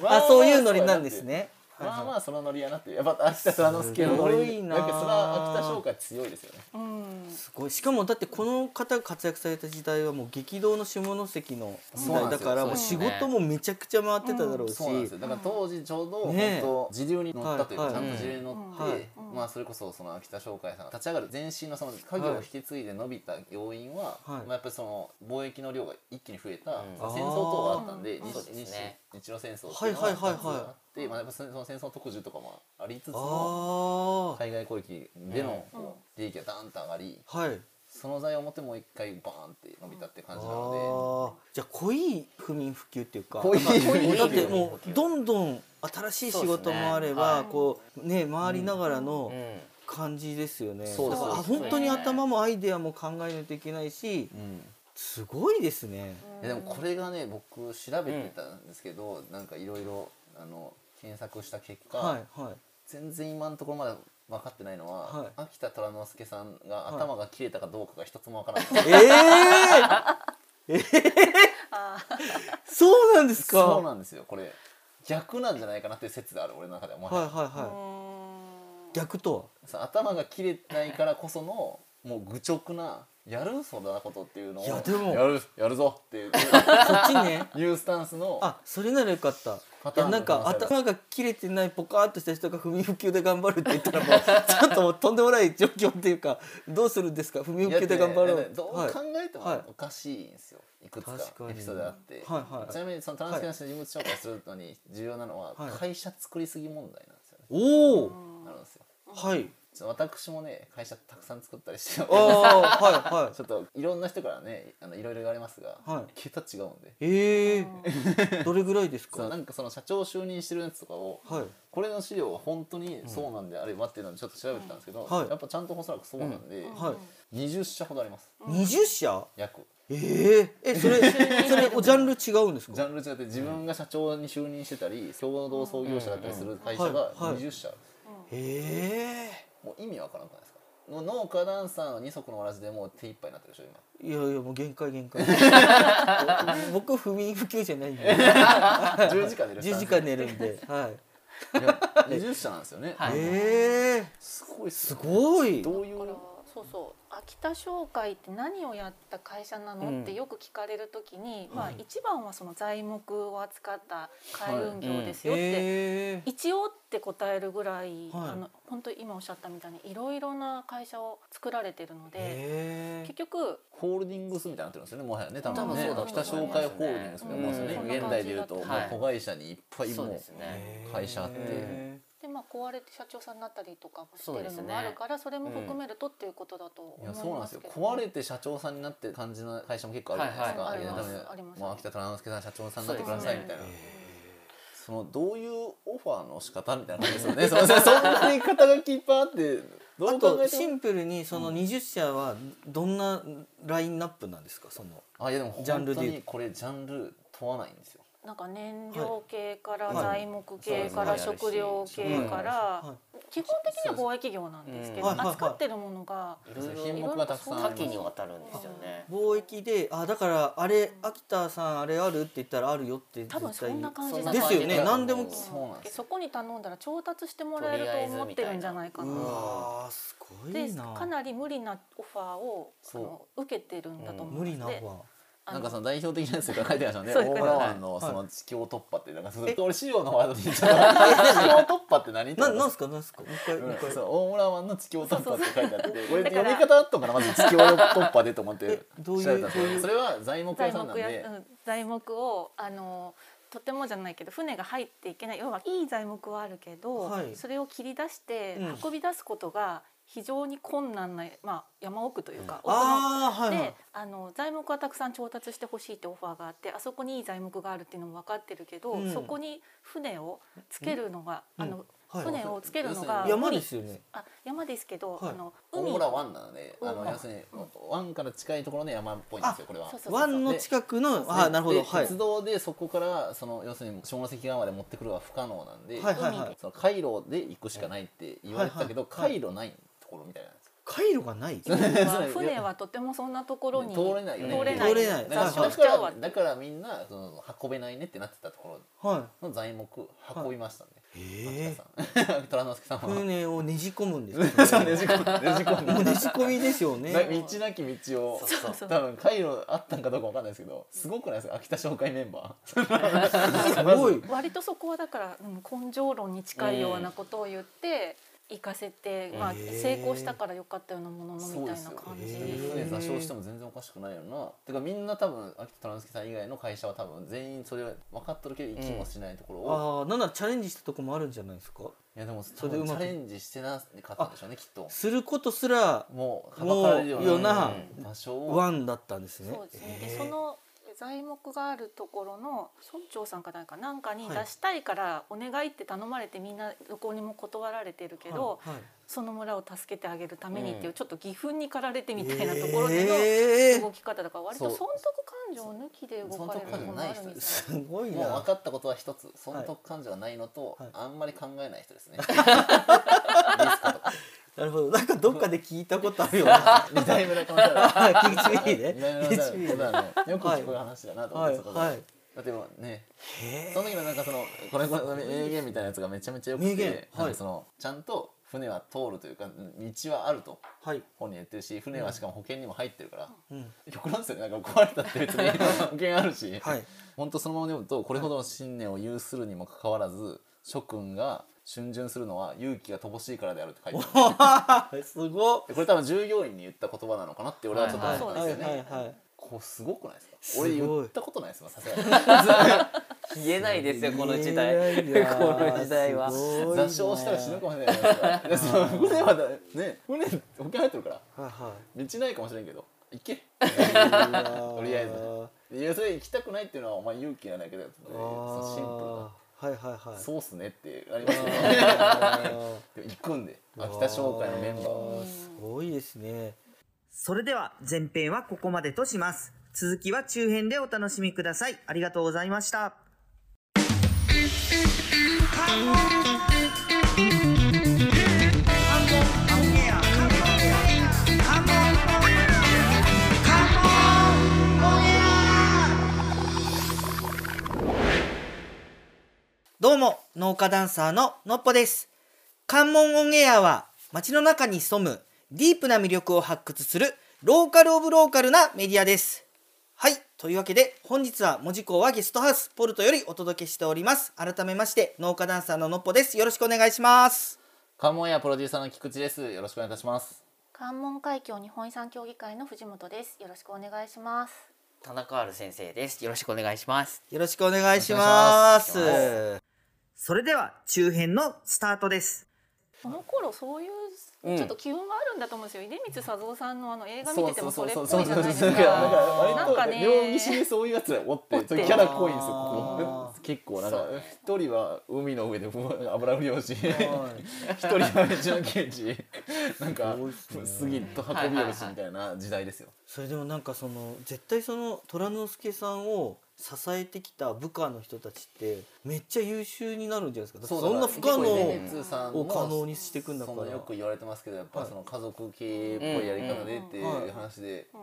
[SPEAKER 2] ま
[SPEAKER 5] あそういうノリ
[SPEAKER 2] まあ
[SPEAKER 5] なんです。ね
[SPEAKER 2] そうやなっていうまあまあそのノリやなっていうやっぱ秋田虎之助のノ
[SPEAKER 5] すごい
[SPEAKER 2] リ
[SPEAKER 5] な
[SPEAKER 2] なんかそれは秋田商会強いですよね。
[SPEAKER 4] うん
[SPEAKER 5] すごいしかもだってこの方が活躍された時代はもう激動の下関の時
[SPEAKER 2] そうな
[SPEAKER 5] 代
[SPEAKER 2] んで
[SPEAKER 5] だ
[SPEAKER 2] すよ
[SPEAKER 5] からもう仕
[SPEAKER 3] そうですね
[SPEAKER 5] 事もめちゃくちゃ回ってただろうし、
[SPEAKER 2] そうなんですよだから当時ちょうど本
[SPEAKER 5] ねえ
[SPEAKER 2] 当時流に乗ったという
[SPEAKER 5] は
[SPEAKER 2] か
[SPEAKER 5] い
[SPEAKER 2] ち
[SPEAKER 5] は
[SPEAKER 2] ゃ
[SPEAKER 5] い
[SPEAKER 2] んと時流に乗っ
[SPEAKER 5] は
[SPEAKER 2] て
[SPEAKER 5] い、
[SPEAKER 2] まあ、それこそその秋田商会さんが立ち上がる前身のその家業を引き継いで伸びた要因は、
[SPEAKER 5] はい
[SPEAKER 2] まあ、やっぱりその貿易の量が一気に増えた、
[SPEAKER 3] うん
[SPEAKER 2] まあ戦争等があったんで
[SPEAKER 4] あー
[SPEAKER 2] 日
[SPEAKER 3] そうですね
[SPEAKER 2] 日日露戦争っていうの
[SPEAKER 5] は
[SPEAKER 2] が
[SPEAKER 5] いはいはいは
[SPEAKER 2] あ
[SPEAKER 5] い
[SPEAKER 2] って、まあ、やっぱその戦争特需とかもありつつも
[SPEAKER 5] あ
[SPEAKER 2] 海外攻撃での
[SPEAKER 4] うん
[SPEAKER 2] こう利益がダーンと上がり
[SPEAKER 5] あはい
[SPEAKER 2] その財をもってもう一回バーンって伸びたって感
[SPEAKER 5] あ
[SPEAKER 2] じなの
[SPEAKER 5] ーじゃあ濃い不眠不休っていうか
[SPEAKER 2] 濃い
[SPEAKER 5] なんか
[SPEAKER 2] 濃い
[SPEAKER 5] だってもうどんどん新しい仕事もあればこうね回りながらの
[SPEAKER 3] うん
[SPEAKER 5] 感じですよね、
[SPEAKER 2] そう
[SPEAKER 5] だ
[SPEAKER 2] です
[SPEAKER 5] からあ本当に頭もアイデアも考えないといけないし
[SPEAKER 2] で。うん
[SPEAKER 5] すごいですね
[SPEAKER 2] えでもこれがね僕調べてたんですけど、なんかいろいろあの検索した結果、
[SPEAKER 5] はいはい
[SPEAKER 2] 全然今のところまだ分かってないのは、
[SPEAKER 5] はい
[SPEAKER 2] 秋田虎之助さんが
[SPEAKER 5] はい
[SPEAKER 2] 頭が切れたかどうかが一つも分からない、
[SPEAKER 5] ええー、
[SPEAKER 4] あー
[SPEAKER 5] そうなんですか
[SPEAKER 2] そうなんですよこれ逆なんじゃないかなっていう説がある俺の中ではもう、
[SPEAKER 5] はいはいは
[SPEAKER 4] う
[SPEAKER 5] い
[SPEAKER 4] ん
[SPEAKER 5] 逆と
[SPEAKER 2] そう頭が切れないからこそのもう愚直なやるそんなことっていうのを
[SPEAKER 5] いやでも
[SPEAKER 2] やるやるぞっていう
[SPEAKER 5] はそっち ね
[SPEAKER 2] いうスタンスの
[SPEAKER 5] あそれならよかった
[SPEAKER 2] パ
[SPEAKER 5] い
[SPEAKER 2] ター
[SPEAKER 5] や
[SPEAKER 2] ン
[SPEAKER 5] なんか
[SPEAKER 2] の可能性
[SPEAKER 5] 頭が切れてないポカーっとした人が不眠不休で頑張るって言った らもうちょっともうとんでもない状況っていうかどうするんですか不眠不休で頑張ろ
[SPEAKER 2] いやね
[SPEAKER 5] う
[SPEAKER 2] どう
[SPEAKER 5] はい
[SPEAKER 2] 考えて
[SPEAKER 5] はい
[SPEAKER 2] もおかしいんですよ、い、くつか
[SPEAKER 5] 確かに
[SPEAKER 2] エピソードあって、
[SPEAKER 5] はいはい
[SPEAKER 2] ちなみにそのトランスフェアの人物紹介するのに重要なのは、
[SPEAKER 5] はい
[SPEAKER 2] 会社作りすぎ問題なんですよね、
[SPEAKER 5] おお
[SPEAKER 2] あるんですよ
[SPEAKER 5] はい
[SPEAKER 2] ちょっと私もね会社たくさん作ったりしてるん
[SPEAKER 5] あ
[SPEAKER 2] で
[SPEAKER 5] あはいはい
[SPEAKER 2] ちょっといろんな人からねあのいろいろ言われますが、
[SPEAKER 5] はい
[SPEAKER 2] 桁違うんで
[SPEAKER 5] ええ どれぐらいです
[SPEAKER 2] そうな
[SPEAKER 5] か
[SPEAKER 2] んかその社長就任してるやつとかを、
[SPEAKER 5] はい
[SPEAKER 2] これの資料は本当にそうなんであればっていうのをちょっと調べてたんですけど、
[SPEAKER 5] はい
[SPEAKER 2] やっぱちゃんとおそらくそうなんで、
[SPEAKER 5] はい
[SPEAKER 2] 20社ほどあります
[SPEAKER 5] 20社
[SPEAKER 2] 約。
[SPEAKER 5] えええそれそれおジャンル違うんです
[SPEAKER 2] ジ
[SPEAKER 5] か
[SPEAKER 2] ャンル違って自分が社長に就任してたり共同創業者だったりする会社が
[SPEAKER 5] うんはいはい
[SPEAKER 2] 20社
[SPEAKER 5] え
[SPEAKER 2] もう意味わからんくないですかもう農家ダンサーの二足のわらじでもう手一杯になってるでしょ今
[SPEAKER 5] えいやいやもう限界限 界僕不眠不休じゃないんで
[SPEAKER 2] 10時間寝る
[SPEAKER 5] 10時間寝るんで、はい。
[SPEAKER 2] いや20社なんですよね、
[SPEAKER 3] はい
[SPEAKER 5] ええ
[SPEAKER 2] すごいっす
[SPEAKER 5] す
[SPEAKER 2] よ
[SPEAKER 5] ごい。
[SPEAKER 2] どういう
[SPEAKER 4] そうそう秋田商会って何をやった会社なの、
[SPEAKER 1] うん
[SPEAKER 4] ってよく聞かれるときに、
[SPEAKER 1] は
[SPEAKER 4] まあ
[SPEAKER 1] い
[SPEAKER 4] 一番はその材木を扱った海運業ですよって、
[SPEAKER 1] えー
[SPEAKER 4] 一応って答えるぐら
[SPEAKER 1] は
[SPEAKER 4] い、
[SPEAKER 1] い
[SPEAKER 4] あの本当に今おっしゃったみたいにいろいろな会社を作られてるので、
[SPEAKER 1] え
[SPEAKER 4] 結局
[SPEAKER 2] ホールディングスみたいになってるんですよねもはやね多分
[SPEAKER 4] 多分
[SPEAKER 2] ね
[SPEAKER 4] そうだと
[SPEAKER 2] 北紹介ホールディングスみたいなもんですよね
[SPEAKER 4] うん、
[SPEAKER 2] 今現代でいうと、
[SPEAKER 4] うん
[SPEAKER 2] もう子会社にいっぱいも
[SPEAKER 3] そう
[SPEAKER 2] う
[SPEAKER 3] ですね。
[SPEAKER 1] ー
[SPEAKER 2] 会社あって
[SPEAKER 1] え
[SPEAKER 4] で、まあ、壊れて社長さんになったりとかもして
[SPEAKER 3] そうで
[SPEAKER 4] る
[SPEAKER 3] す
[SPEAKER 4] の
[SPEAKER 3] ね
[SPEAKER 4] もあるからそ,、れも含めるとっていうことだと
[SPEAKER 2] い
[SPEAKER 4] 思い
[SPEAKER 2] や
[SPEAKER 4] ます
[SPEAKER 2] そ
[SPEAKER 4] け
[SPEAKER 2] う
[SPEAKER 4] ど、
[SPEAKER 2] なんですよ壊れて社長さんになって感じの会社も結構あるじゃないですか、
[SPEAKER 3] はいはい
[SPEAKER 2] いや
[SPEAKER 3] あります
[SPEAKER 2] ダメだ
[SPEAKER 4] あります
[SPEAKER 2] もう秋田虎之助さん社長さんになってくださいみたいな
[SPEAKER 1] ー
[SPEAKER 2] そのどういうオファーの仕方みたいな感じですよねそのそそんなに肩書きいっぱいあってど
[SPEAKER 1] あ
[SPEAKER 2] う考
[SPEAKER 1] と
[SPEAKER 2] えて
[SPEAKER 1] シ
[SPEAKER 2] も
[SPEAKER 1] ンプルにその20社はどんなラインナップなんですかその
[SPEAKER 2] あいやでも
[SPEAKER 1] ジャン
[SPEAKER 2] 本
[SPEAKER 1] ル
[SPEAKER 2] 当
[SPEAKER 1] で言
[SPEAKER 2] に
[SPEAKER 1] う
[SPEAKER 2] これジャンル問わないんですよ
[SPEAKER 4] なんか燃料系から
[SPEAKER 1] はい
[SPEAKER 4] 材木系か
[SPEAKER 3] は
[SPEAKER 4] ら
[SPEAKER 3] い
[SPEAKER 4] 食料系から
[SPEAKER 1] は
[SPEAKER 4] 基本的には貿易業なんですけど
[SPEAKER 1] うんはいはいはい
[SPEAKER 4] 扱ってるものが
[SPEAKER 3] いろい
[SPEAKER 2] 品
[SPEAKER 3] ろ
[SPEAKER 2] 目がたくさんあり
[SPEAKER 3] 多
[SPEAKER 2] ます
[SPEAKER 3] 岐にわたるんですよね。
[SPEAKER 1] 貿易であだからあれ秋田さんあれあるって言ったらあるよって絶対
[SPEAKER 4] 多分そんな感じ
[SPEAKER 1] そ
[SPEAKER 4] だ
[SPEAKER 1] うで
[SPEAKER 4] と思う
[SPEAKER 1] すよね
[SPEAKER 4] うん
[SPEAKER 1] 何でも
[SPEAKER 2] そうなんですよ
[SPEAKER 4] そこに頼んだら調達してもらえると思ってるんじゃないか
[SPEAKER 1] う
[SPEAKER 4] な
[SPEAKER 1] わーすご
[SPEAKER 4] で
[SPEAKER 1] いな
[SPEAKER 4] かなり無理なオファーをあの受けてるんだと思う
[SPEAKER 1] 無理な
[SPEAKER 4] で
[SPEAKER 1] ほ
[SPEAKER 4] あ
[SPEAKER 2] な
[SPEAKER 4] の
[SPEAKER 2] んかその代表的なやつが書いてましたね
[SPEAKER 4] そ
[SPEAKER 2] 大
[SPEAKER 4] うですね
[SPEAKER 2] 村湾の
[SPEAKER 1] はい
[SPEAKER 2] その地境突破ってなんかその
[SPEAKER 1] え
[SPEAKER 2] 俺資料のワードで言っちゃった地境突破って何
[SPEAKER 1] ななんすかなんすかもう一回もう
[SPEAKER 2] うん
[SPEAKER 1] 一回
[SPEAKER 2] そう大村湾の地境突破って書いてあって
[SPEAKER 4] う
[SPEAKER 2] 俺
[SPEAKER 4] だから
[SPEAKER 2] 読み方あったのかなまず地境突破でと思っ
[SPEAKER 1] え
[SPEAKER 2] て
[SPEAKER 1] どういう
[SPEAKER 2] 調べたんですけど
[SPEAKER 1] どういう
[SPEAKER 2] それは材木
[SPEAKER 4] 材
[SPEAKER 2] 屋さんなん
[SPEAKER 4] 木や、
[SPEAKER 2] で
[SPEAKER 4] うん、材木をあのとてもじゃないけど船が入っていけない要はいい材木はあるけど、
[SPEAKER 1] はい
[SPEAKER 4] それを切り出して
[SPEAKER 1] うん
[SPEAKER 4] 運び出すことが非常に困難な、まあ、山奥というか、奥の
[SPEAKER 1] ああはいは
[SPEAKER 4] で
[SPEAKER 1] い
[SPEAKER 4] あの材木はたくさん調達してほしいってオファーがあってあそこにいい材木があるっていうのも分かってるけど、
[SPEAKER 1] うん
[SPEAKER 4] そこに船をつけるのが、
[SPEAKER 1] うん
[SPEAKER 4] あ
[SPEAKER 1] うん
[SPEAKER 4] の
[SPEAKER 1] はい
[SPEAKER 4] 船をつけるのが
[SPEAKER 1] 山ですよね
[SPEAKER 4] あ山ですけど、
[SPEAKER 1] はい
[SPEAKER 4] あの
[SPEAKER 2] 大
[SPEAKER 4] 海
[SPEAKER 2] 村湾なのであ
[SPEAKER 4] う
[SPEAKER 2] の
[SPEAKER 4] ん
[SPEAKER 2] 要するに湾から近いところの山っぽいんですよこれは
[SPEAKER 4] そう。そうそうそう
[SPEAKER 1] 湾の近くのあー
[SPEAKER 2] で
[SPEAKER 1] なるほど
[SPEAKER 2] で
[SPEAKER 1] はい
[SPEAKER 2] 鉄道でそこからその要するに下関側まで持ってくるのは不可能なんで、
[SPEAKER 1] はいはいは
[SPEAKER 4] 海
[SPEAKER 1] い
[SPEAKER 4] で
[SPEAKER 2] その回路で行くしかないって言われてたけど、
[SPEAKER 1] はいはい
[SPEAKER 2] 回路ないところみたいなんですよ
[SPEAKER 1] 回路がない
[SPEAKER 4] 船は
[SPEAKER 2] そう
[SPEAKER 4] 船はとてもそんなところに
[SPEAKER 2] 通れないよね
[SPEAKER 4] 通れ
[SPEAKER 1] 通れない
[SPEAKER 2] だか
[SPEAKER 4] 座礁
[SPEAKER 2] ら
[SPEAKER 4] しちゃ
[SPEAKER 2] だ
[SPEAKER 4] うわ
[SPEAKER 2] からだからみんなその運べないねってなってたとこ
[SPEAKER 1] は
[SPEAKER 2] ろの材木運びましたね、
[SPEAKER 1] い
[SPEAKER 2] 秋
[SPEAKER 1] え
[SPEAKER 2] 田さん 虎之助さん
[SPEAKER 1] ー
[SPEAKER 2] は。
[SPEAKER 1] 船を ねじ込むんですかねじ込むねじ込むもうねじ込みですよね
[SPEAKER 2] な道なき道を
[SPEAKER 4] そうそう
[SPEAKER 2] 多分回路あったんかどうかわかんないですけどすごくないですか秋田紹介メンバー
[SPEAKER 1] すごい
[SPEAKER 4] 割とそこはだから、うん、根性論に近いようなことを言って行かせて、まあ、
[SPEAKER 1] へえ
[SPEAKER 4] 成功したから良かったようなもののみたいな感じ
[SPEAKER 1] そうですよへえ
[SPEAKER 2] 船座礁しても全然おかしくないよなてかみんな多分秋田虎之助さん以外の会社は多分全員それは分かっとるけど行きもしないところを、
[SPEAKER 1] ああなんならチャレンジしたとこもあるんじゃないですか
[SPEAKER 2] いやでも
[SPEAKER 1] そ
[SPEAKER 2] そ
[SPEAKER 1] れ
[SPEAKER 2] れ
[SPEAKER 1] で
[SPEAKER 2] で
[SPEAKER 1] う
[SPEAKER 2] チ
[SPEAKER 1] まく
[SPEAKER 2] ャレンジしてなかったんでしょうねきっと
[SPEAKER 1] することすら
[SPEAKER 2] もうはばかられるよう
[SPEAKER 1] も
[SPEAKER 2] な
[SPEAKER 1] うような
[SPEAKER 2] うん場所を
[SPEAKER 1] ワンだったんですね
[SPEAKER 4] そうですね。で
[SPEAKER 1] えー
[SPEAKER 4] その材木があるところの村長さんかなんかなんかに
[SPEAKER 1] はい
[SPEAKER 4] 出したいからお願いって頼まれてみんなどこにも断られてるけど、
[SPEAKER 1] はいはい
[SPEAKER 4] その村を助けてあげるためにっていううちょっと義憤に駆られてみたいなところでの
[SPEAKER 1] えー
[SPEAKER 4] 動き方だから割と
[SPEAKER 2] そ
[SPEAKER 4] 損
[SPEAKER 2] う
[SPEAKER 4] 得感情抜きで動かれるものがあるみたいな。
[SPEAKER 1] すごい
[SPEAKER 2] もう
[SPEAKER 1] な
[SPEAKER 2] 分かったことは一つ損得感情がないのと、
[SPEAKER 1] はい
[SPEAKER 2] あんまり考えない人ですね、
[SPEAKER 1] なるほど なんかどっかで聞いたことあるよな
[SPEAKER 2] 二代目の感想だ
[SPEAKER 1] 聞きちぎりね
[SPEAKER 2] 二代目の感想
[SPEAKER 1] 聞きちぎりね
[SPEAKER 2] だねよく聞こえる話だなと思っ
[SPEAKER 1] は
[SPEAKER 2] て
[SPEAKER 1] い
[SPEAKER 2] そこで、
[SPEAKER 1] はい
[SPEAKER 2] だってもうね
[SPEAKER 1] へ
[SPEAKER 2] その時のなんかそのこれこれこれ名言みたいなやつがめちゃめちゃよくて
[SPEAKER 1] 名言はい
[SPEAKER 2] なんかそのちゃんと船は通るというか道はあると
[SPEAKER 1] ーはい
[SPEAKER 2] 本人言ってるし船はしかも保険にも入ってるから、
[SPEAKER 1] うん
[SPEAKER 2] 極論ですよねなんか壊れたって別 に保険あるし、
[SPEAKER 1] はい
[SPEAKER 2] 本当そのまま読むとこれほどの信念を有するにもかかわらず諸君が逡巡するのは勇気が乏しいからであるって書いてある
[SPEAKER 1] すごっ
[SPEAKER 2] でこれ多分従業員に言った言葉なのかなって俺はちょっと思ったんですよね、
[SPEAKER 1] はいはいはい
[SPEAKER 2] こうすごくないですか
[SPEAKER 1] すごい
[SPEAKER 2] 俺言ったことないですわさすがに
[SPEAKER 3] 言えないですよこの時代。
[SPEAKER 1] い
[SPEAKER 3] こ
[SPEAKER 1] やいや
[SPEAKER 3] の時代は。
[SPEAKER 1] すごいな
[SPEAKER 2] 座礁したら死ぬかもしれないですからでその船はだね船保険入ってるから
[SPEAKER 1] はいは
[SPEAKER 2] 道ないかもしれんけど行け
[SPEAKER 1] い
[SPEAKER 2] とりあえず
[SPEAKER 1] ず
[SPEAKER 2] いやそれ行きたくないっていうのはお前勇気がないけどそのシンプルな
[SPEAKER 1] はいはいはい
[SPEAKER 2] そうっすねってありますよね
[SPEAKER 1] あ
[SPEAKER 2] でも行くんで秋田商会のメンバーは
[SPEAKER 1] ーすごいですね
[SPEAKER 6] それでは前編はここまでとします。続きは中編でお楽しみください。ありがとうございました。
[SPEAKER 1] どうも農家ダンサーののっぽです関門オンエアは街の中に潜むディープな魅力を発掘するローカルオブローカルなメディアです。はい。というわけで、本日は文字工はゲストハウスポルトよりお届けしております。改めまして、農家ダンサーののっぽです。よろしくお願いします。
[SPEAKER 2] 関門やプロデューサーの菊池です。よろしくお願いいたします。
[SPEAKER 4] 関門海峡日本遺産協議会の藤本ですよろしくお願いします
[SPEAKER 3] 田中ある先生ですよろしくお願いします
[SPEAKER 1] よろしくお願いします。
[SPEAKER 2] お願いし
[SPEAKER 6] それでは中編のスタートです。
[SPEAKER 4] その頃そういう
[SPEAKER 2] うん
[SPEAKER 4] ちょっと機運はあるんだと思うんですよ、出光佐三さんのあの映画見
[SPEAKER 2] そう
[SPEAKER 4] てて
[SPEAKER 2] そ
[SPEAKER 4] も
[SPEAKER 2] う
[SPEAKER 4] そ
[SPEAKER 2] そう
[SPEAKER 4] れっ
[SPEAKER 2] そう
[SPEAKER 4] ぽい
[SPEAKER 2] そう
[SPEAKER 4] じ
[SPEAKER 2] そ
[SPEAKER 4] ゃ
[SPEAKER 2] うだ
[SPEAKER 4] ないです
[SPEAKER 2] か
[SPEAKER 4] からな
[SPEAKER 2] 割と
[SPEAKER 4] んかね
[SPEAKER 2] 両岸にそういうやつがおってちょっとキャラ濃いんですよこ
[SPEAKER 1] あ
[SPEAKER 2] こ結構なんか一人は海の上でもう油降りをし一人はめちゃ刑事なんか杉と運びよるしみたいな時代ですよ
[SPEAKER 1] それでもなんかその絶対その虎之助さんを支えてきた部下の人たちってめっちゃ優秀になるんじゃないですかだってそんな不可
[SPEAKER 2] そうだから
[SPEAKER 1] 能
[SPEAKER 2] 結構ね通さんの
[SPEAKER 1] を可能にしていくんだか
[SPEAKER 2] そ
[SPEAKER 1] ら
[SPEAKER 2] のよく言われてますけどやっぱ
[SPEAKER 1] はい
[SPEAKER 2] その家族系っぽいやり方でってい
[SPEAKER 1] うんうん
[SPEAKER 2] う話で
[SPEAKER 4] うん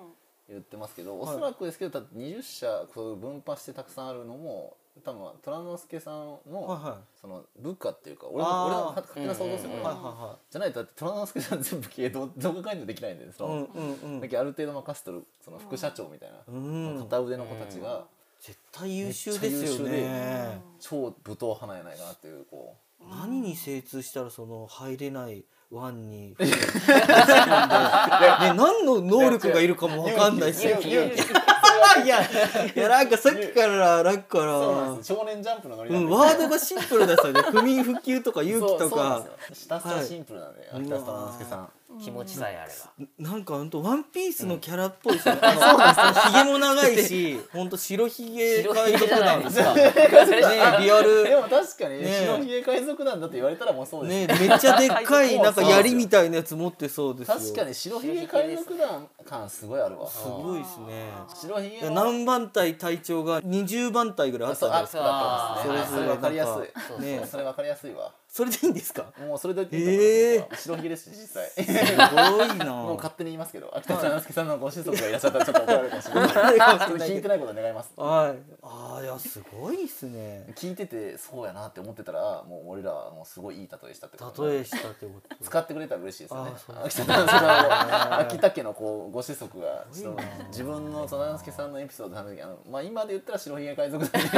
[SPEAKER 2] 言ってますけどおそらくですけど多分20社こう分派してたくさんあるのも多分虎之助さん
[SPEAKER 1] はい
[SPEAKER 2] の
[SPEAKER 1] は
[SPEAKER 2] その部下っていうか俺の
[SPEAKER 1] あー
[SPEAKER 2] 俺の勝手な想像ですよ
[SPEAKER 3] うん
[SPEAKER 1] い
[SPEAKER 2] 俺
[SPEAKER 1] は
[SPEAKER 2] の
[SPEAKER 1] いは
[SPEAKER 2] じゃないとだって虎之助さん全部経営どう どうかにもできないんでそ
[SPEAKER 1] いはいうん
[SPEAKER 2] の
[SPEAKER 1] うんう
[SPEAKER 2] だ
[SPEAKER 1] ん
[SPEAKER 2] けどある程度任せとるその副社長みたいな
[SPEAKER 1] うん
[SPEAKER 2] 片腕の子たちが
[SPEAKER 1] 絶対優秀ですよ
[SPEAKER 2] めっちゃ優
[SPEAKER 1] ね
[SPEAKER 2] 超武闘派なんやないかなっていうこう。
[SPEAKER 1] 何に精通したらその入れない湾にね何の能力がいるかもわかんないしい
[SPEAKER 2] 勇気勇気
[SPEAKER 1] やいやなんかさっきからなんか
[SPEAKER 2] そうなん
[SPEAKER 1] ら
[SPEAKER 2] です少年ジャンプのノリ
[SPEAKER 1] う
[SPEAKER 2] なん
[SPEAKER 1] ん
[SPEAKER 2] で
[SPEAKER 1] ワードがシンプルだったよね不眠不休とか勇気とか
[SPEAKER 2] ひたすらシンプルなんで、
[SPEAKER 1] い
[SPEAKER 2] 秋田さん之助さん
[SPEAKER 3] 気持ちさえあれば
[SPEAKER 1] なんかほんとワンピースのキャラっぽいですね。あのひげも長いし、ほんと白ひげ海賊団ですか。ねリア
[SPEAKER 2] で
[SPEAKER 1] ル。
[SPEAKER 2] も確かに
[SPEAKER 1] ねえ
[SPEAKER 2] 白ひげ海賊団だって言われたらもうそうで
[SPEAKER 1] ね
[SPEAKER 2] すね
[SPEAKER 1] めっちゃでっかいなんか槍みたいなやつ持ってそうですよ。
[SPEAKER 2] 確か
[SPEAKER 1] す
[SPEAKER 2] に白ひげ海賊団感すごいあるわ
[SPEAKER 1] ごいですね。
[SPEAKER 2] 白ひ
[SPEAKER 1] い
[SPEAKER 2] げ
[SPEAKER 1] や
[SPEAKER 2] の
[SPEAKER 1] 何番隊隊長が20番隊ぐらいあった
[SPEAKER 2] そ
[SPEAKER 1] ん
[SPEAKER 2] う
[SPEAKER 1] じゃない
[SPEAKER 2] あ
[SPEAKER 1] です
[SPEAKER 2] そ
[SPEAKER 1] か。
[SPEAKER 2] うあったん
[SPEAKER 1] それ
[SPEAKER 2] ですねはいそれ分かりやす
[SPEAKER 3] そう
[SPEAKER 2] い
[SPEAKER 1] ね
[SPEAKER 2] そうそれ分かりやすいわ
[SPEAKER 1] それでいいんです か。
[SPEAKER 2] もうそれで言っていいと思う白ひげですし実際
[SPEAKER 1] すごいな。
[SPEAKER 2] もう勝手に言いますけど秋田さん之助さんのご子息がいらっしゃったらちょっと怒られるか もしれないちょっと聞いてないこと願います
[SPEAKER 1] はい。ああいやすごいですね。
[SPEAKER 2] 聞いててそうやなって思ってたらもう俺らはもうすごいいい例えしたってこと
[SPEAKER 1] 例えしたってこと。
[SPEAKER 2] 使ってくれたら嬉しいですよね
[SPEAKER 1] あそう。
[SPEAKER 2] 秋田さん の秋田家のこうご子息がちょっと自分の虎之助さんのエピソードの話にあのまあ今で言ったら白ひげ海賊団に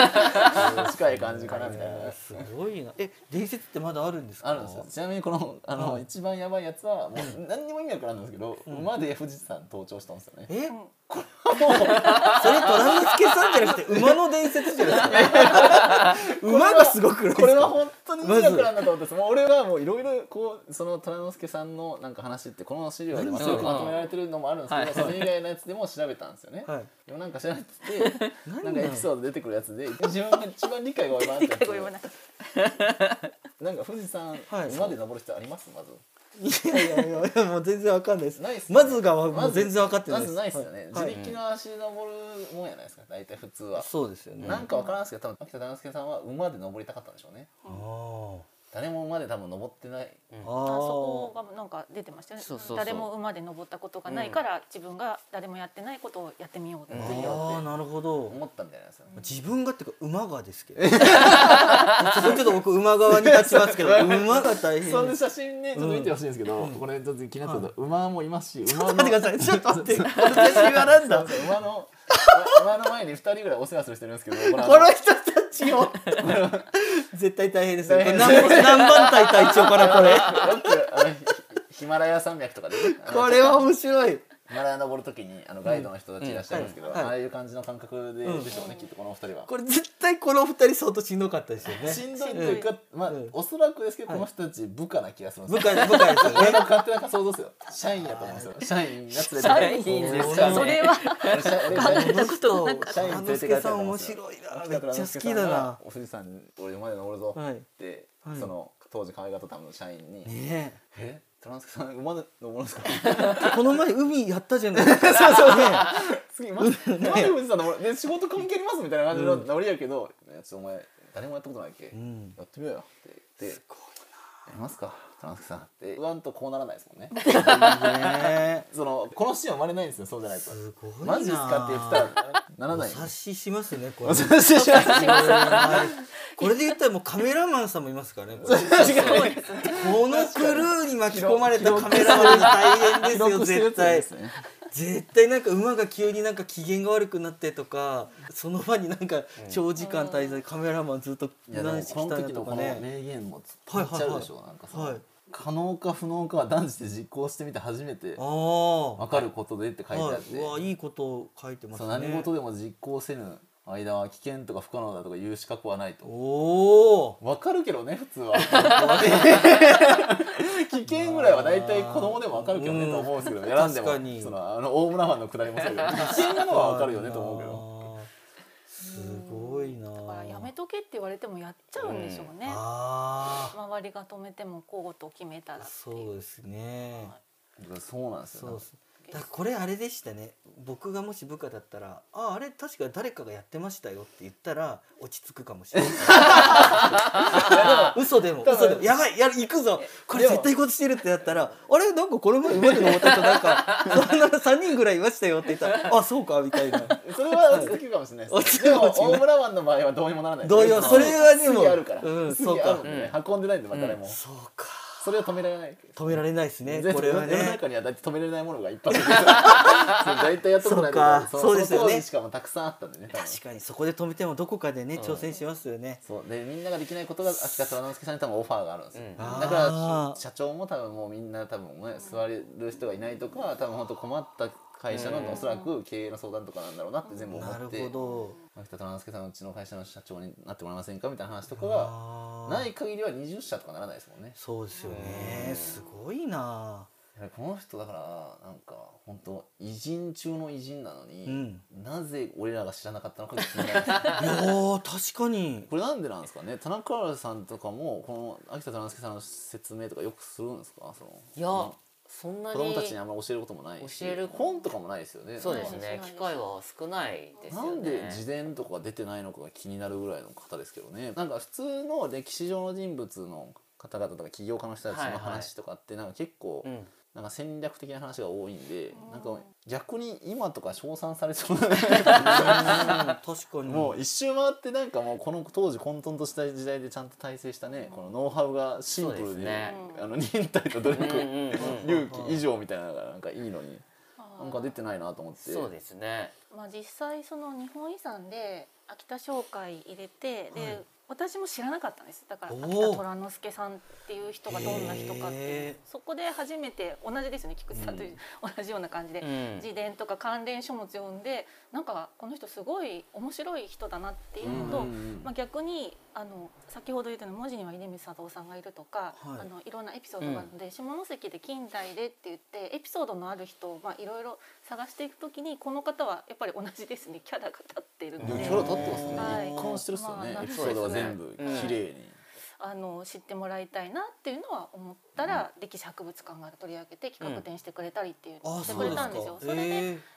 [SPEAKER 2] 近い感じかなみたいな。
[SPEAKER 1] すごいな。え伝説ってまだあるんですか。
[SPEAKER 2] あるんですよ。ちなみにこのあの、
[SPEAKER 1] はい
[SPEAKER 2] 一番やばいやつはもう何にも意味なくなるんですけど、馬で富士山登頂したんですよね。
[SPEAKER 1] え、
[SPEAKER 4] ん
[SPEAKER 1] それ虎之助さんじゃなくて馬の伝説じゃないです か馬がすごくないですか
[SPEAKER 2] これは本当に意味なくなるんだと思ってます。もう俺はもういろいろこうその虎之助さんのなんか話ってこの資料でまあすごくまとめられてるのもあるんですけど、それ以外のやつでも調べたんですよね。
[SPEAKER 1] はい
[SPEAKER 2] でもなんか知らなくて
[SPEAKER 1] 何
[SPEAKER 2] なんかエピソード出てくるやつで自分が一番理解が及ばなか
[SPEAKER 4] 理
[SPEAKER 2] った
[SPEAKER 4] 解が及ばない
[SPEAKER 2] なんか富士山、
[SPEAKER 1] はい
[SPEAKER 2] 馬で登る人ありますまず
[SPEAKER 1] いやいやいやいやもう全然わかんないです
[SPEAKER 2] ないっすね
[SPEAKER 1] まずがわもう全然わかってない
[SPEAKER 2] まずないですよね、
[SPEAKER 1] はいはい
[SPEAKER 2] 自力の足で登るもんやないですか大体普通は、
[SPEAKER 1] そうですよね
[SPEAKER 2] なんかわからんですけど多分秋田大之助さんは馬で登りたかったんでしょうね
[SPEAKER 1] あー
[SPEAKER 2] 誰も馬で多分登ってない
[SPEAKER 1] あ
[SPEAKER 4] あ
[SPEAKER 1] ー
[SPEAKER 4] そこがなんか出てましたよね
[SPEAKER 3] そうそうそう
[SPEAKER 4] 誰も馬で登ったことがないから、自分が誰もやってないことをやってみようっていう、
[SPEAKER 2] う ん
[SPEAKER 1] あーなるほど
[SPEAKER 2] 思ったみたいなんですよね、
[SPEAKER 1] 自分がっていうか馬がですけどちょっと僕馬側に立ちますけど馬が大変
[SPEAKER 2] その
[SPEAKER 1] です
[SPEAKER 2] 写真ねちょっと見てほしいんですけど、これちょっと気になったのは馬もいますし馬の
[SPEAKER 1] 待ってくださいちょっと待 ってこの写真は何だ
[SPEAKER 2] 馬の馬の前に二人ぐらいお世話する人いるんですけどこれあ
[SPEAKER 1] この人たちを 絶対大変ですよこれ何何番隊隊長かなこれ
[SPEAKER 2] よくあのヒヒマラヤ山脈とかでねあの
[SPEAKER 1] これは面白い
[SPEAKER 2] ヒマラヤ登るときにあのガイドの人たちいらっしゃるんですけど、
[SPEAKER 1] うんはい
[SPEAKER 2] ああいう感じの感覚ででしょうね、きっとこのお二人は。
[SPEAKER 1] これ絶対この二人相当しんどかったですよね
[SPEAKER 2] しんどいというか、まあ、
[SPEAKER 1] うん
[SPEAKER 2] おそらくですけど、この人たち部下な気がするん
[SPEAKER 1] 部
[SPEAKER 2] ですよ。
[SPEAKER 1] 下部下ですよね
[SPEAKER 2] 俺の勝手な想像ですよ。社員やと思うんですよ。社員が連れてくる。
[SPEAKER 1] 員です
[SPEAKER 3] かね
[SPEAKER 4] それは
[SPEAKER 2] 俺社俺社員
[SPEAKER 1] たことなか
[SPEAKER 2] 社員連れて帰った
[SPEAKER 1] さん面白いなめっちゃ好きだな。
[SPEAKER 2] 富士山俺まで登るぞ
[SPEAKER 1] はい
[SPEAKER 2] って、
[SPEAKER 1] はい
[SPEAKER 2] その当時可愛がった多分社員に、
[SPEAKER 1] ね
[SPEAKER 2] えトランスケさん馬で登るんですか
[SPEAKER 1] えこの前海やったじゃないですか そうそうね
[SPEAKER 2] 次馬で馬で富士山登るで仕事関係ありますみたいな感じのノリやけど、ねちょっとお前誰もやったことないっけ、
[SPEAKER 1] ん
[SPEAKER 2] やってみようよって言ってりますか虎之助さんって言わんとこうならないですも んね
[SPEAKER 1] ね
[SPEAKER 2] そのこのシーンは生まれないんですよそうじゃないと
[SPEAKER 1] すごいな
[SPEAKER 2] マジですかって言ったらなら
[SPEAKER 1] お
[SPEAKER 2] ない
[SPEAKER 1] 察ししますねこれ
[SPEAKER 2] 察しします
[SPEAKER 1] はいこれで言ったらもうカメラマンさんもいますからねこれこのクルーに巻き込まれたカメラマン大変です
[SPEAKER 2] 記
[SPEAKER 1] よ
[SPEAKER 2] 録して
[SPEAKER 1] 絶
[SPEAKER 2] るってことで
[SPEAKER 1] 対
[SPEAKER 2] すね
[SPEAKER 1] 絶対なんか馬が急になんか機嫌が悪くなってとかその場になんか長時間滞在カメラマンずっと
[SPEAKER 2] いやでも
[SPEAKER 1] 何して
[SPEAKER 2] こ
[SPEAKER 1] き
[SPEAKER 2] の
[SPEAKER 1] たん
[SPEAKER 2] 時
[SPEAKER 1] だ
[SPEAKER 2] の
[SPEAKER 1] と
[SPEAKER 2] こ
[SPEAKER 1] か
[SPEAKER 2] の
[SPEAKER 1] ね
[SPEAKER 2] 名言も言っちゃうでしょ、なんかさ、
[SPEAKER 1] はい
[SPEAKER 2] 可能か不能かは断じて実行してみて初めて
[SPEAKER 1] ああ
[SPEAKER 2] 分かることでって書いてあ
[SPEAKER 1] は
[SPEAKER 2] って、
[SPEAKER 1] い、うわいいことを書いてます
[SPEAKER 2] そう
[SPEAKER 1] ね
[SPEAKER 2] 何事でも実行せぬ間は危険とか不可能だとかいう資格はないと
[SPEAKER 1] おお
[SPEAKER 2] 分かるけどね普通 は危険ぐらいは大体子供でも分かるけどねと思うんですけどやらんでも
[SPEAKER 1] 確かに
[SPEAKER 2] そのあの大村藩の下りもそうだけ ど危険なのは分かるよねと思うけど
[SPEAKER 1] どすごいな
[SPEAKER 4] だからやめとけって言われてもやっちゃうんでしょうね、
[SPEAKER 1] あ
[SPEAKER 4] 周りが止めてもこうと決めた
[SPEAKER 1] あ
[SPEAKER 4] らっていう
[SPEAKER 1] そうですね
[SPEAKER 2] だからそうなんですよ
[SPEAKER 1] そうっすだからこれあれでしたね僕がもし部下だったら「あああれ確か誰かがやってましたよ」って言ったら落ち着くかもしれない嘘でも
[SPEAKER 2] 多分
[SPEAKER 1] 嘘でもやばいやる行くぞこれ絶対こうしてるってやったら「あれなんかこの前馬で登った人なんかそんな3人ぐらいいましたよ」って言った ら「あそうか」みたいな。
[SPEAKER 2] それは落ち着くかもしれない
[SPEAKER 1] 落
[SPEAKER 2] で
[SPEAKER 1] ち
[SPEAKER 2] す、
[SPEAKER 1] 着
[SPEAKER 2] ね、
[SPEAKER 1] く
[SPEAKER 2] で
[SPEAKER 1] か
[SPEAKER 2] も
[SPEAKER 1] もしれない
[SPEAKER 2] 大村湾の場合はどうにもならない
[SPEAKER 1] 同様それはでも
[SPEAKER 2] 次あるから、
[SPEAKER 1] うん
[SPEAKER 2] 次あるんでね運んでないんでまあ誰も、
[SPEAKER 1] そうか
[SPEAKER 2] それは止められない
[SPEAKER 1] 止められないですね
[SPEAKER 2] 全
[SPEAKER 1] こ
[SPEAKER 2] 然
[SPEAKER 1] れは
[SPEAKER 2] 世の
[SPEAKER 1] ね
[SPEAKER 2] 中には大体止められないものがいっぱ いあるそう大体やったことないこと
[SPEAKER 1] そ
[SPEAKER 2] が
[SPEAKER 1] うか
[SPEAKER 2] の
[SPEAKER 1] そうですよね
[SPEAKER 2] の当時しかもたくさんあったんでね多分
[SPEAKER 1] 確かにそこで止めてもどこかでね挑戦しますよね
[SPEAKER 2] そうでみんなができないことが秋田虎之助さんに多分オファーがあるんですよ、
[SPEAKER 3] うん
[SPEAKER 1] あー
[SPEAKER 2] だから社長も多分もうみんな多分ね座れる人がいないとか多分本当困った会社
[SPEAKER 3] うん
[SPEAKER 2] のおそらく経営の相談とかなんだろうなって全部思
[SPEAKER 1] なる
[SPEAKER 2] って
[SPEAKER 1] ほど
[SPEAKER 2] 秋田虎之助さんうちの会社の社長になってもらえませんかみたいな話とかが
[SPEAKER 1] あー
[SPEAKER 2] ない限りは20社とかならないですもんね
[SPEAKER 1] そうですよねすごいな
[SPEAKER 2] やっぱりこの人だからなんか本当偉人中の偉人なのに、
[SPEAKER 1] うん
[SPEAKER 2] なぜ俺らが知らなかったのかが気になりますね
[SPEAKER 1] いやー確か に
[SPEAKER 2] これなんでなんですかね田中原さんとかもこの秋田虎之助さんの説明とかよくするんですかその
[SPEAKER 3] いやそんな
[SPEAKER 2] 子
[SPEAKER 3] に
[SPEAKER 2] 供たちにあんまり教えることもないし
[SPEAKER 3] 教える
[SPEAKER 2] 本とかもないですよね
[SPEAKER 3] そうですね
[SPEAKER 4] ない
[SPEAKER 3] 機会は少ないです
[SPEAKER 2] な
[SPEAKER 3] よね
[SPEAKER 2] んで自伝とか出てないのかが気になるぐらいの方ですけどねなんか普通の歴史上の人物の方々とか起業家の人たちの話とかってなんか結構
[SPEAKER 3] うん
[SPEAKER 2] なんか戦略的な話が多いんでなんか逆に今とか称賛されそうな
[SPEAKER 1] うん確かに
[SPEAKER 2] もう一周回ってなんかもうこの当時混沌とした時代でちゃんと体制したねこのノウハウがシンプ
[SPEAKER 3] そ
[SPEAKER 2] ル
[SPEAKER 3] うです
[SPEAKER 2] で
[SPEAKER 3] ね
[SPEAKER 2] あの忍耐と努力
[SPEAKER 3] うんうんうん
[SPEAKER 2] 勇気以上みたいなのがなんかいいのに
[SPEAKER 4] あー
[SPEAKER 2] なんか出てないなと思って
[SPEAKER 3] そうですね
[SPEAKER 4] まあ、実際その日本遺産で秋田商会入れて、
[SPEAKER 1] はい
[SPEAKER 4] で私も知らなかったんですだから
[SPEAKER 1] おー
[SPEAKER 4] 秋田虎之助さんっていう人がどんな人かってい
[SPEAKER 1] へ
[SPEAKER 4] う
[SPEAKER 1] ー
[SPEAKER 4] そこで初めて同じですよね菊池さんという、同じような感じで、
[SPEAKER 3] うん
[SPEAKER 4] 自伝とか関連書物読んでなんかこの人すごい面白い人だなっていうのと、
[SPEAKER 2] うんうんうん
[SPEAKER 4] まあ、逆にあの先ほど言ったように文字には出光佐藤さんがいるとか、
[SPEAKER 1] はい
[SPEAKER 4] あのいろんなエピソードがあるので、下関で近代でって言ってエピソードのある人を、まあ、いろいろ探していくときにこの方はやっぱり同じですねキャラが立っているの
[SPEAKER 2] でも
[SPEAKER 4] で
[SPEAKER 2] キャラ立ってますね、
[SPEAKER 4] はい
[SPEAKER 2] 一貫してるっすよね、
[SPEAKER 4] まあ
[SPEAKER 2] エピソードは全部
[SPEAKER 3] そうですね
[SPEAKER 2] 綺麗に、
[SPEAKER 4] あの知ってもらいたいなっていうのは思ったら、歴史博物館が取り上げて企画展してくれたりっていうのを
[SPEAKER 1] あ
[SPEAKER 4] して
[SPEAKER 1] そ
[SPEAKER 4] く
[SPEAKER 1] う
[SPEAKER 4] れ
[SPEAKER 1] です
[SPEAKER 4] た
[SPEAKER 1] か
[SPEAKER 4] んですよ。そ
[SPEAKER 1] え
[SPEAKER 4] れで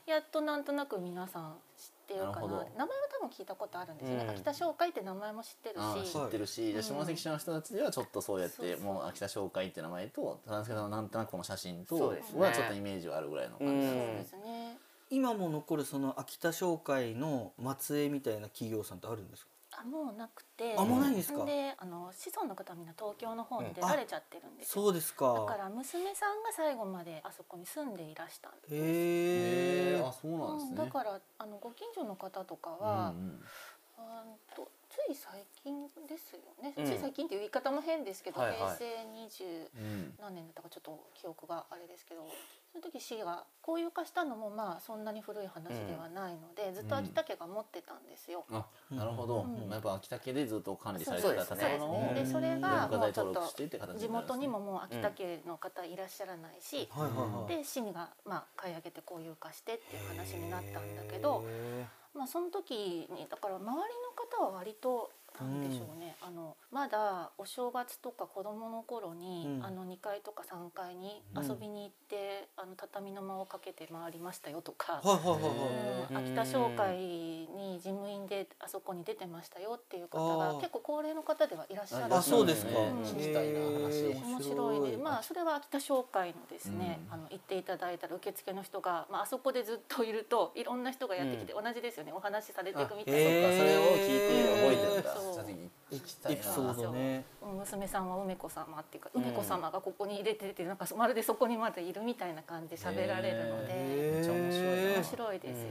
[SPEAKER 1] ー
[SPEAKER 4] やっとなんとなく皆さん知ってるかな
[SPEAKER 2] なるほど
[SPEAKER 4] 名前は多分聞いたことあるんですよね、
[SPEAKER 3] うん
[SPEAKER 4] 秋田商会って名前も知ってる
[SPEAKER 2] ああ
[SPEAKER 4] し
[SPEAKER 2] 知ってるし、じゃあ下関市の人たちではちょっとそうやって
[SPEAKER 4] そうそう
[SPEAKER 2] もう秋田商会って名前と田中さんのなんとなくこの写真と
[SPEAKER 3] そうですね
[SPEAKER 2] はちょっとイメージはあるぐらいの感じ、
[SPEAKER 3] うん
[SPEAKER 4] そうですね
[SPEAKER 1] 今も残るその秋田商会の末裔みたいな企業さんってあるんですか
[SPEAKER 4] あもうなくて
[SPEAKER 1] あもうないんですか
[SPEAKER 4] であの子孫の方はみんな東京の方に出
[SPEAKER 1] うんあ
[SPEAKER 4] られちゃってるんですよ、
[SPEAKER 1] そうです
[SPEAKER 4] だか
[SPEAKER 1] から
[SPEAKER 4] 娘さんが最後まであそこに住んでいらしたんです
[SPEAKER 1] へえ
[SPEAKER 2] へえあそうなんですね、
[SPEAKER 4] うんだからあのご近所の方とか
[SPEAKER 2] うん
[SPEAKER 4] は、
[SPEAKER 2] うん
[SPEAKER 4] うーんとつい最近ですよね、
[SPEAKER 3] うん
[SPEAKER 4] つい最近っていう言い方も変ですけど、
[SPEAKER 3] はいはい
[SPEAKER 4] 平成二十
[SPEAKER 2] うん
[SPEAKER 4] 何年だったかちょっと記憶があれですけどその時市が公有化したのもまあそんなに古い話ではないので、ずっと秋田家が持ってたんですよ。
[SPEAKER 2] あなるほど、
[SPEAKER 4] うん
[SPEAKER 2] まあやっぱ秋田家でずっと管理されて
[SPEAKER 3] そう
[SPEAKER 2] た
[SPEAKER 3] ですね
[SPEAKER 2] 建物を
[SPEAKER 4] でそれが
[SPEAKER 2] 文化
[SPEAKER 4] もう
[SPEAKER 2] 財
[SPEAKER 4] ちょ
[SPEAKER 2] 登
[SPEAKER 4] っと
[SPEAKER 2] 録してって形になるんですね
[SPEAKER 4] 地元にももう秋田家の方いらっしゃらないし、
[SPEAKER 1] はいはいはい
[SPEAKER 4] で市がまあ買い上げて公有化してっていう話になったんだけど、
[SPEAKER 1] へ
[SPEAKER 4] まあ、その時にだから周りの方は割となんでしょうね、あのまだお正月とか子供の頃に、
[SPEAKER 1] うん
[SPEAKER 4] あの2階とか3階に遊びに行って、あの畳の間をかけて回りましたよと
[SPEAKER 1] は
[SPEAKER 4] か、
[SPEAKER 1] いはいは
[SPEAKER 4] う
[SPEAKER 1] いはい。
[SPEAKER 3] へ
[SPEAKER 4] ん
[SPEAKER 3] ー
[SPEAKER 4] 秋田商会に事務員であそこに出てましたよっていう方
[SPEAKER 1] あ
[SPEAKER 4] が
[SPEAKER 1] ー
[SPEAKER 4] 結構高齢の方ではいらっしゃる
[SPEAKER 1] あそうですか
[SPEAKER 4] うん
[SPEAKER 2] 聞きたいな
[SPEAKER 1] へー
[SPEAKER 2] 話。
[SPEAKER 4] 面白いね、まあそれは秋田商会のですね、
[SPEAKER 2] うん
[SPEAKER 4] あの行っていただいたら受付の人が、まああそこでずっといるといろんな人がやってきて、同じですよねお話しされていくみたいな、
[SPEAKER 1] あへー
[SPEAKER 2] そっかそれを聞いて覚えてるんだ。
[SPEAKER 4] そう
[SPEAKER 2] じゃあ次聞きたい
[SPEAKER 1] エ
[SPEAKER 2] な
[SPEAKER 1] ピ。ソードね。
[SPEAKER 4] うん娘さんは梅子様っていうか、
[SPEAKER 2] うん
[SPEAKER 4] 梅子様がここに入れててなんかまるでそこにまでいるみたいな感じで喋られるので、
[SPEAKER 1] へ
[SPEAKER 2] めっちゃ面白いな。
[SPEAKER 4] 面白いですよ、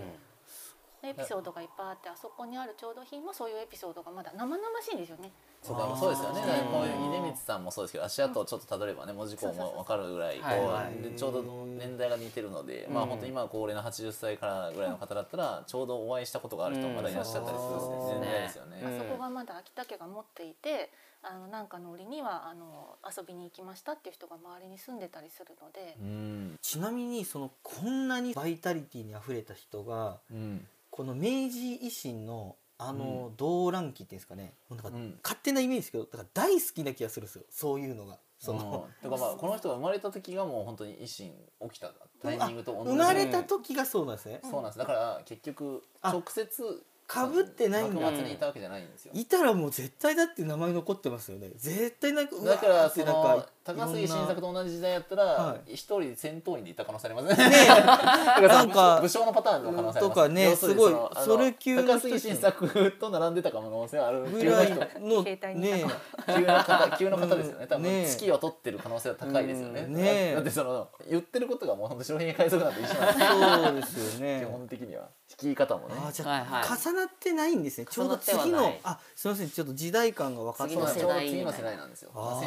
[SPEAKER 4] エピソードがいっぱいあってあそこにある調度品もそういうエピソードがまだ生々しいんですよね
[SPEAKER 2] そう
[SPEAKER 1] あ
[SPEAKER 2] か
[SPEAKER 1] ー
[SPEAKER 2] そうですよね。
[SPEAKER 1] そう
[SPEAKER 2] だからこういう出光さんもそうですけど、足跡をちょっとたどればね、文字工もわかるぐらい、こ
[SPEAKER 3] そうそうそうはいは
[SPEAKER 2] うでちょうど年代が似てるので、まあ本当に今は高齢の80歳からぐらいの方だったら、ちょうどお会いしたことがある人もまだいらっしゃったりす
[SPEAKER 1] う
[SPEAKER 2] る
[SPEAKER 1] ん
[SPEAKER 2] 年代ですよね。
[SPEAKER 3] うん
[SPEAKER 4] そこがまだ秋田家が持っていてあのなんかの折にはあの遊びに行きましたっていう人が周りに住んでたりするので、
[SPEAKER 2] うん。
[SPEAKER 1] ちなみにそのこんなにバイタリティに溢れた人が
[SPEAKER 2] うん。
[SPEAKER 1] この明治維新のあの動乱期っていうんですかね、もうなんか
[SPEAKER 2] うん
[SPEAKER 1] 勝手なイメージですけどだから大好きな気がするんですよそういうのがそ
[SPEAKER 2] そ
[SPEAKER 1] の、
[SPEAKER 2] のとかまあこの人が生まれた時がもう本当に維新起きたタイミングと同じ。
[SPEAKER 1] 生まれた時がそうなんですね、
[SPEAKER 2] そうなんです。だから結局
[SPEAKER 1] あ
[SPEAKER 2] 直接
[SPEAKER 1] かぶってないんだ
[SPEAKER 2] 幕末にいたわけじゃないんですよ。
[SPEAKER 1] いたらもう絶対だって名前残ってますよね絶対なんか
[SPEAKER 2] だからそ
[SPEAKER 1] そ
[SPEAKER 2] の高杉晋作と同じ時代やったら
[SPEAKER 1] は
[SPEAKER 2] 一人戦闘員でいた可能性ありますね。
[SPEAKER 1] なんか
[SPEAKER 2] 武将のパターンの可能性あります
[SPEAKER 1] とかね
[SPEAKER 2] 要るに
[SPEAKER 1] すごい
[SPEAKER 2] のあの
[SPEAKER 1] それ級の人
[SPEAKER 2] 高杉晋作と並んでた可能性はある
[SPEAKER 1] ぐ
[SPEAKER 2] 急
[SPEAKER 1] ら
[SPEAKER 2] ない人
[SPEAKER 1] の
[SPEAKER 4] 携帯に
[SPEAKER 1] ね
[SPEAKER 2] 急な 方急な方ですよね。多
[SPEAKER 1] ね
[SPEAKER 2] 分月を取ってる可能性は高いですよね。
[SPEAKER 1] うんね
[SPEAKER 2] だってその言ってることがもう本当商品海賊なんて一緒 なんですよ。
[SPEAKER 1] そうですよ
[SPEAKER 2] 基
[SPEAKER 1] ね
[SPEAKER 2] 本的には聞き方もね。
[SPEAKER 1] あーじゃあ、
[SPEAKER 3] はいはい
[SPEAKER 1] 重なってないんですねちょうど次
[SPEAKER 3] 重なってはな
[SPEAKER 1] の
[SPEAKER 3] い
[SPEAKER 1] あすいませんちょっと時代感が分かって
[SPEAKER 2] そう
[SPEAKER 1] な
[SPEAKER 2] ないん
[SPEAKER 3] 次
[SPEAKER 2] です
[SPEAKER 3] の
[SPEAKER 2] よちょうど次の世
[SPEAKER 3] 世代
[SPEAKER 2] 代なんですよ。
[SPEAKER 1] あ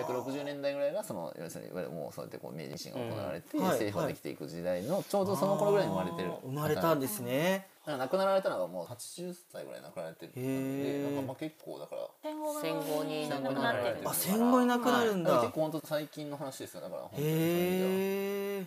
[SPEAKER 1] ー
[SPEAKER 2] 1860年代ぐらいがその要するにいわゆるもうそうやってこう明治維新が行われて
[SPEAKER 1] うんはい
[SPEAKER 2] 政府ができていく時代のちょうどその頃ぐらいに生まれて
[SPEAKER 1] あ。
[SPEAKER 2] る
[SPEAKER 1] ー生まれたん
[SPEAKER 2] で。
[SPEAKER 1] ですね
[SPEAKER 2] だから亡くなられたのがもう80歳ぐらいで亡くなられてる
[SPEAKER 1] へー
[SPEAKER 2] で、なんかまあ結構だから。
[SPEAKER 4] 戦後が
[SPEAKER 3] 戦後に
[SPEAKER 4] 亡
[SPEAKER 3] 亡く
[SPEAKER 4] くな
[SPEAKER 3] な
[SPEAKER 4] っ
[SPEAKER 3] ら
[SPEAKER 4] て
[SPEAKER 3] れ
[SPEAKER 4] る
[SPEAKER 3] て
[SPEAKER 4] ん
[SPEAKER 3] る
[SPEAKER 4] で
[SPEAKER 1] あ
[SPEAKER 4] す
[SPEAKER 1] 戦後になくなるん
[SPEAKER 2] だ
[SPEAKER 1] だ、
[SPEAKER 2] から結構本当最近の話ですよだから本当にそういう意味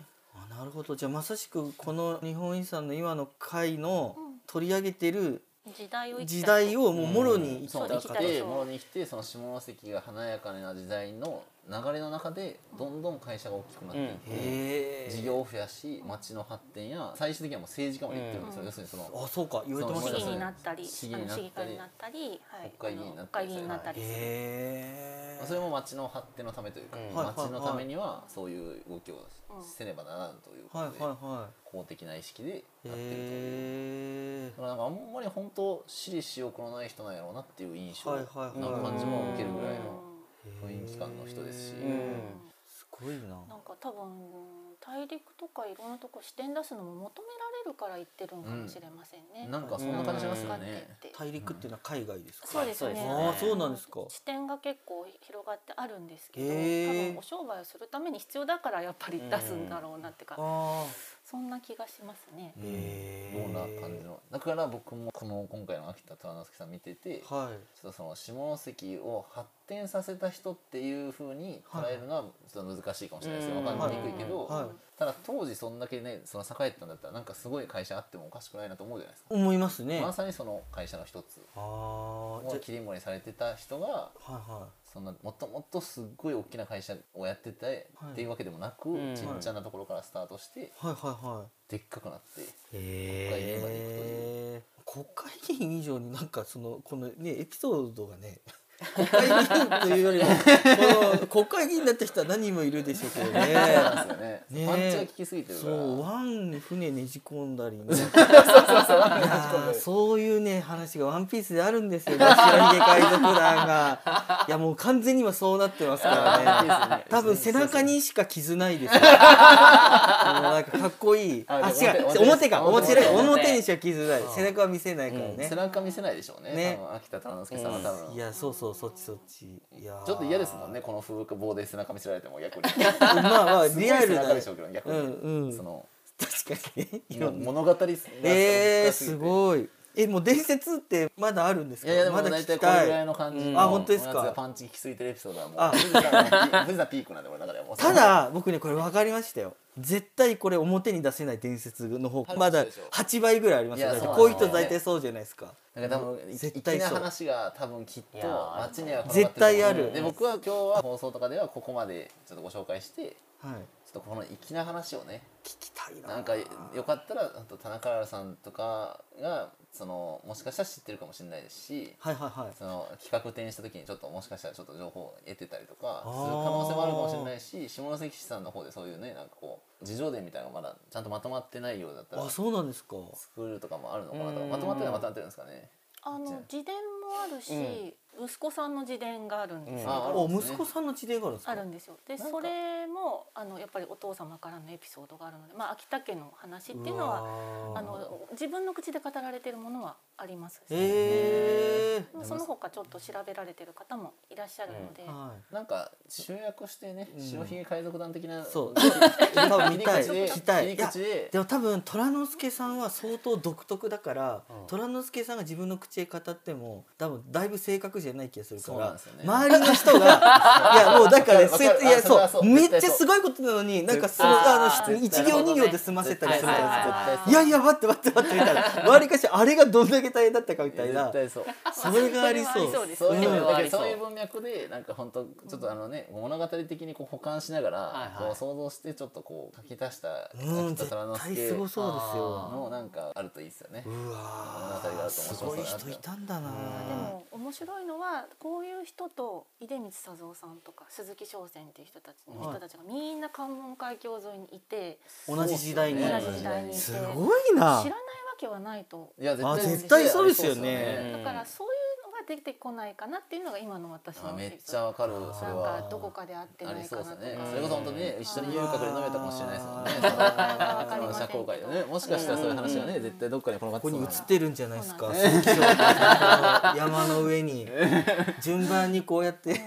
[SPEAKER 1] へえ
[SPEAKER 2] では。
[SPEAKER 1] あなるほどじゃあまさしくこの日本遺産の今の回の取り上げてる
[SPEAKER 4] 時代を生きた
[SPEAKER 1] 時代をもうもろにいった
[SPEAKER 2] そう
[SPEAKER 1] 方
[SPEAKER 2] だ
[SPEAKER 1] 々
[SPEAKER 2] って
[SPEAKER 4] 生きた人
[SPEAKER 2] もろに来てその下関が華やかな時代の流れの中でどんどん会社が大きくなっていって、
[SPEAKER 1] へ
[SPEAKER 2] 事
[SPEAKER 1] え
[SPEAKER 2] 業を増やし町の発展や最終的にはもう政治家まで行ってるんですよ、
[SPEAKER 4] うん
[SPEAKER 2] 要するにその
[SPEAKER 1] あそうか言われてま
[SPEAKER 2] そ
[SPEAKER 1] し
[SPEAKER 2] う
[SPEAKER 1] た
[SPEAKER 4] 市議に
[SPEAKER 1] ね
[SPEAKER 4] なったり
[SPEAKER 2] 市議
[SPEAKER 4] あ
[SPEAKER 2] に
[SPEAKER 4] の
[SPEAKER 2] なった
[SPEAKER 4] 市
[SPEAKER 2] り
[SPEAKER 4] 議会になった
[SPEAKER 2] 国会議
[SPEAKER 4] り、はい、
[SPEAKER 2] 員になったり
[SPEAKER 4] あの国会議員になったりする
[SPEAKER 1] へえ
[SPEAKER 2] それも町の発展のためというか、
[SPEAKER 3] うん
[SPEAKER 1] はいはいはい
[SPEAKER 2] 町のためにはそういう動きをせねばならんというこ
[SPEAKER 1] はい
[SPEAKER 2] と
[SPEAKER 1] は
[SPEAKER 2] で、
[SPEAKER 1] いは
[SPEAKER 2] 公的な意識で
[SPEAKER 1] い
[SPEAKER 2] やってるという。
[SPEAKER 1] へえ
[SPEAKER 2] だからなんかあんまり本当私利私欲のない人なんやろうなっていう印象
[SPEAKER 1] はい
[SPEAKER 2] な
[SPEAKER 1] はいはい
[SPEAKER 2] 感じも受けるぐらい
[SPEAKER 4] うん
[SPEAKER 2] の雰囲気感の人ですし、
[SPEAKER 3] うん
[SPEAKER 1] すごいな
[SPEAKER 4] なんか多分大陸とかいろんなとこ視点出すのも求められるから行ってるのかもしれませんね。
[SPEAKER 2] なんかそんな感じしますよね。
[SPEAKER 4] 分かってって
[SPEAKER 1] 大陸っていうのは海外ですか
[SPEAKER 4] そうですね。
[SPEAKER 1] ああそうなんですか
[SPEAKER 4] 視点が結構広がってあるんですけど、
[SPEAKER 1] へ
[SPEAKER 4] 多
[SPEAKER 1] ー
[SPEAKER 4] 分お商売をするために必要だからやっぱり出すんだろうなってか、
[SPEAKER 1] あ
[SPEAKER 4] そんな気がしますね。
[SPEAKER 1] ーへ
[SPEAKER 2] よ
[SPEAKER 1] え
[SPEAKER 2] うな感じのだから僕もこの今回の秋田虎之介さん見ててちょ
[SPEAKER 1] はい
[SPEAKER 2] っとその下関を発展させた人っていう風に捉えるのはちょっと難しいかもしれないですけど
[SPEAKER 3] うん
[SPEAKER 2] 分かりにくいけ
[SPEAKER 1] はい
[SPEAKER 2] どただ当時そんだけねその栄えてたんだったらなんかすごい会社あってもおかしくないなと思うじゃないですか
[SPEAKER 1] 思いますね
[SPEAKER 2] ま
[SPEAKER 1] あ
[SPEAKER 2] さにその会社の一つ
[SPEAKER 1] あー
[SPEAKER 2] を
[SPEAKER 1] じ
[SPEAKER 2] 切り盛りされてた人が
[SPEAKER 1] ゃはいはい
[SPEAKER 2] そんなもっともっとすっごい大きな会社をやってて
[SPEAKER 1] はい
[SPEAKER 2] っていうわけでもなく
[SPEAKER 3] うん
[SPEAKER 2] ちっちゃなところからスタートして
[SPEAKER 1] はいはいはい
[SPEAKER 2] でっかくなって
[SPEAKER 1] へえ国会議員以上になんかそのこのねエピソードがね国会議員というよりもこの国会議員になった人は何人もいるでしょうけどね
[SPEAKER 2] そうなんですよ ね
[SPEAKER 1] ねえ
[SPEAKER 2] パンチが効きすぎてるか
[SPEAKER 1] そ
[SPEAKER 2] ら
[SPEAKER 1] うワンに船ねじ込んだ りねいやーそういうね話が「ワンピースであるんですよ白髭海賊団 がいやもう完全に今そうなってますからね多分背中にしか傷ないですよあのなんかかっこいい
[SPEAKER 2] あ
[SPEAKER 1] あ違
[SPEAKER 2] で
[SPEAKER 1] う
[SPEAKER 2] 表
[SPEAKER 1] 表か
[SPEAKER 2] 表
[SPEAKER 1] 表だ
[SPEAKER 3] 表
[SPEAKER 1] 表にしか傷ない背中は見せないから
[SPEAKER 2] 背
[SPEAKER 1] ね
[SPEAKER 2] 中見せないでしょうね
[SPEAKER 1] ね
[SPEAKER 2] 多分秋田虎之介さんは多分、
[SPEAKER 1] いやそうそうそっちそっちいやー
[SPEAKER 2] ちょっと嫌ですもんねこの風化棒で背中見せられて も逆に
[SPEAKER 1] まあまあ
[SPEAKER 2] すごい
[SPEAKER 1] リアル
[SPEAKER 2] 背
[SPEAKER 1] だ
[SPEAKER 2] 中で
[SPEAKER 1] ね
[SPEAKER 2] しょうけど逆
[SPEAKER 1] う
[SPEAKER 2] に、
[SPEAKER 1] んうん
[SPEAKER 2] その
[SPEAKER 1] 確かにねいろ
[SPEAKER 2] もうん
[SPEAKER 1] な
[SPEAKER 2] 物語が
[SPEAKER 1] えー、す
[SPEAKER 2] い
[SPEAKER 1] ごいえもう伝説ってまだあるんです
[SPEAKER 2] い
[SPEAKER 1] か
[SPEAKER 2] やいやで
[SPEAKER 1] ま
[SPEAKER 2] も
[SPEAKER 1] だ
[SPEAKER 2] 大
[SPEAKER 1] 聞
[SPEAKER 2] 体
[SPEAKER 1] き
[SPEAKER 2] これ
[SPEAKER 1] た
[SPEAKER 2] ぐらい
[SPEAKER 1] い
[SPEAKER 2] の感じ
[SPEAKER 1] う
[SPEAKER 2] の
[SPEAKER 1] んあ本当ですか
[SPEAKER 2] やつがパンチ効きすぎてるエピソードはも
[SPEAKER 1] あ
[SPEAKER 2] う藤田の藤田ピークなんで俺の中ではもう
[SPEAKER 1] ただ僕ねこれ分かりましたよ絶対これ表に出せない伝説の方まだ8倍ぐらいありますよ
[SPEAKER 2] いや
[SPEAKER 1] だって
[SPEAKER 2] そう
[SPEAKER 1] こういう人
[SPEAKER 2] そう
[SPEAKER 1] 大体そうじゃないですか
[SPEAKER 2] なんか多分い
[SPEAKER 1] 絶
[SPEAKER 2] 粋
[SPEAKER 1] 対
[SPEAKER 2] な
[SPEAKER 1] そう
[SPEAKER 2] 話が多分きっ
[SPEAKER 3] い
[SPEAKER 2] と
[SPEAKER 3] やー
[SPEAKER 2] 街には転がってる
[SPEAKER 1] 絶対あ
[SPEAKER 2] と思う
[SPEAKER 1] る
[SPEAKER 2] で僕は今日は放送とかではここまでちょっとご紹介してちょ
[SPEAKER 1] はい
[SPEAKER 2] っとこの粋な話をね
[SPEAKER 1] 聞きたいな
[SPEAKER 2] なんかよかったらあと田中さんとかがそのもしかしたら知ってるかもしれないですし
[SPEAKER 1] はいはいはい
[SPEAKER 2] その企画展した時にちょっともしかしたらちょっと情報を得てたりとかす
[SPEAKER 1] あ
[SPEAKER 2] る
[SPEAKER 1] ー
[SPEAKER 2] 可能性もあるかもしれないし下関市さんの方でそういうねなんかこう自情伝みたいなのがまだちゃんとまとまってないようだったら
[SPEAKER 1] あそうなんですか
[SPEAKER 2] 作るとかもあるのかなと
[SPEAKER 3] う
[SPEAKER 2] か
[SPEAKER 3] ん
[SPEAKER 2] まとまってるのはまとまってるんですかね
[SPEAKER 4] あの自伝もあるし、息子さんの自伝があるんですけ
[SPEAKER 2] あ
[SPEAKER 4] ど、
[SPEAKER 2] る
[SPEAKER 1] お
[SPEAKER 2] んですね
[SPEAKER 1] 息子さんの地でがあるんですか
[SPEAKER 4] あるんですよ。で、
[SPEAKER 2] なんか
[SPEAKER 4] それもあのやっぱりお父様からのエピソードがあるので、まあ秋田家の話っていうのは
[SPEAKER 1] は
[SPEAKER 4] あの自分の口で語られてるものはありますし、
[SPEAKER 1] へえ
[SPEAKER 4] でもその他ちょっと調べられてる方もいらっしゃるので、
[SPEAKER 1] は
[SPEAKER 2] なんか集約してね
[SPEAKER 1] うん
[SPEAKER 2] 白ひげ海賊団的な、
[SPEAKER 1] いそう
[SPEAKER 2] 切
[SPEAKER 1] 多分見
[SPEAKER 2] り
[SPEAKER 1] たい
[SPEAKER 2] 口
[SPEAKER 1] 聞
[SPEAKER 2] で
[SPEAKER 1] きたいい
[SPEAKER 2] 切り
[SPEAKER 1] や
[SPEAKER 2] 口で
[SPEAKER 1] でも多分虎之助さんは相当独特だから、
[SPEAKER 3] うん
[SPEAKER 1] 虎之助さんが自分の口で語っても多分だいぶ正確じゃない気がするか
[SPEAKER 2] そうなん
[SPEAKER 1] ら
[SPEAKER 2] ですよ、ね
[SPEAKER 1] 周りの人がいやもうだから
[SPEAKER 2] わかるわか
[SPEAKER 1] せ
[SPEAKER 2] る
[SPEAKER 1] いや
[SPEAKER 2] あそれ
[SPEAKER 1] そ
[SPEAKER 2] は
[SPEAKER 1] う
[SPEAKER 2] そう
[SPEAKER 1] めっ
[SPEAKER 2] 絶対
[SPEAKER 1] ちゃすごいことなのになんかすごい
[SPEAKER 3] 絶対
[SPEAKER 1] あの
[SPEAKER 3] あー
[SPEAKER 1] 一
[SPEAKER 3] なる
[SPEAKER 1] 行
[SPEAKER 3] ほど
[SPEAKER 1] 二
[SPEAKER 3] ね
[SPEAKER 1] 行で済ませたりするじゃないですか。
[SPEAKER 3] はいはい
[SPEAKER 1] いやいや待って待って待ってみたいなわりかしあれがどんだけ大変だったかみたいな
[SPEAKER 2] 絶対そう
[SPEAKER 1] それがありそう
[SPEAKER 4] それはありそうです
[SPEAKER 2] そういう
[SPEAKER 3] うん
[SPEAKER 2] のだけど
[SPEAKER 3] あ
[SPEAKER 2] そう
[SPEAKER 3] りそう
[SPEAKER 2] いう文脈でなんか本当ちょっとあのね物語的にこう補完しながら
[SPEAKER 3] はいはい
[SPEAKER 2] こう想像してちょっとこう書き足した
[SPEAKER 1] うん
[SPEAKER 2] 秋田
[SPEAKER 1] 絶
[SPEAKER 2] 虎之
[SPEAKER 1] 対
[SPEAKER 2] 助
[SPEAKER 1] すごそうですよ
[SPEAKER 3] あ
[SPEAKER 2] のなんかあるといいですよね
[SPEAKER 1] う。わ
[SPEAKER 2] 物語が
[SPEAKER 1] ー
[SPEAKER 2] あると面白
[SPEAKER 1] す
[SPEAKER 2] そう
[SPEAKER 1] ご
[SPEAKER 2] だ
[SPEAKER 1] い
[SPEAKER 2] な
[SPEAKER 1] 人いたんだな
[SPEAKER 4] でも面白いのはこういう人と出光佐三さんとか鈴木商船っていう人たちの人たちがみんな関門海峡沿いにいて、
[SPEAKER 1] 同じ時代に
[SPEAKER 4] 同じ時代にいて
[SPEAKER 1] す
[SPEAKER 4] 知らないわ
[SPEAKER 1] ごいな
[SPEAKER 4] けはないと。
[SPEAKER 2] いや絶
[SPEAKER 1] あ
[SPEAKER 2] 対
[SPEAKER 1] 絶対そうですよね
[SPEAKER 3] うん
[SPEAKER 4] だからそういうのができてこないかなっていうのが今の私
[SPEAKER 2] あ
[SPEAKER 4] の
[SPEAKER 2] め
[SPEAKER 4] エ
[SPEAKER 2] っ
[SPEAKER 4] ピ
[SPEAKER 2] ちゃ
[SPEAKER 4] ソー
[SPEAKER 2] わかる
[SPEAKER 4] ド
[SPEAKER 2] それ
[SPEAKER 4] なんかどこ
[SPEAKER 2] は。
[SPEAKER 4] かで会って
[SPEAKER 2] あ
[SPEAKER 4] な
[SPEAKER 2] り
[SPEAKER 4] い
[SPEAKER 2] そう
[SPEAKER 4] か
[SPEAKER 2] です
[SPEAKER 4] な
[SPEAKER 2] よ
[SPEAKER 4] とか。
[SPEAKER 2] ね。それこそ本当にね一緒に遊郭で飲めたかもしれないですもんね
[SPEAKER 1] あー。
[SPEAKER 4] それはわかりません
[SPEAKER 2] 社
[SPEAKER 4] けど
[SPEAKER 2] 交界でねもしかしたらそういう話がね絶対どっかに転がっ
[SPEAKER 1] ここ
[SPEAKER 2] て
[SPEAKER 1] に映
[SPEAKER 2] う
[SPEAKER 1] っ
[SPEAKER 2] な
[SPEAKER 1] てるんじゃないですか
[SPEAKER 4] そう
[SPEAKER 1] 鈴木翔太の山の上に順番にこうやって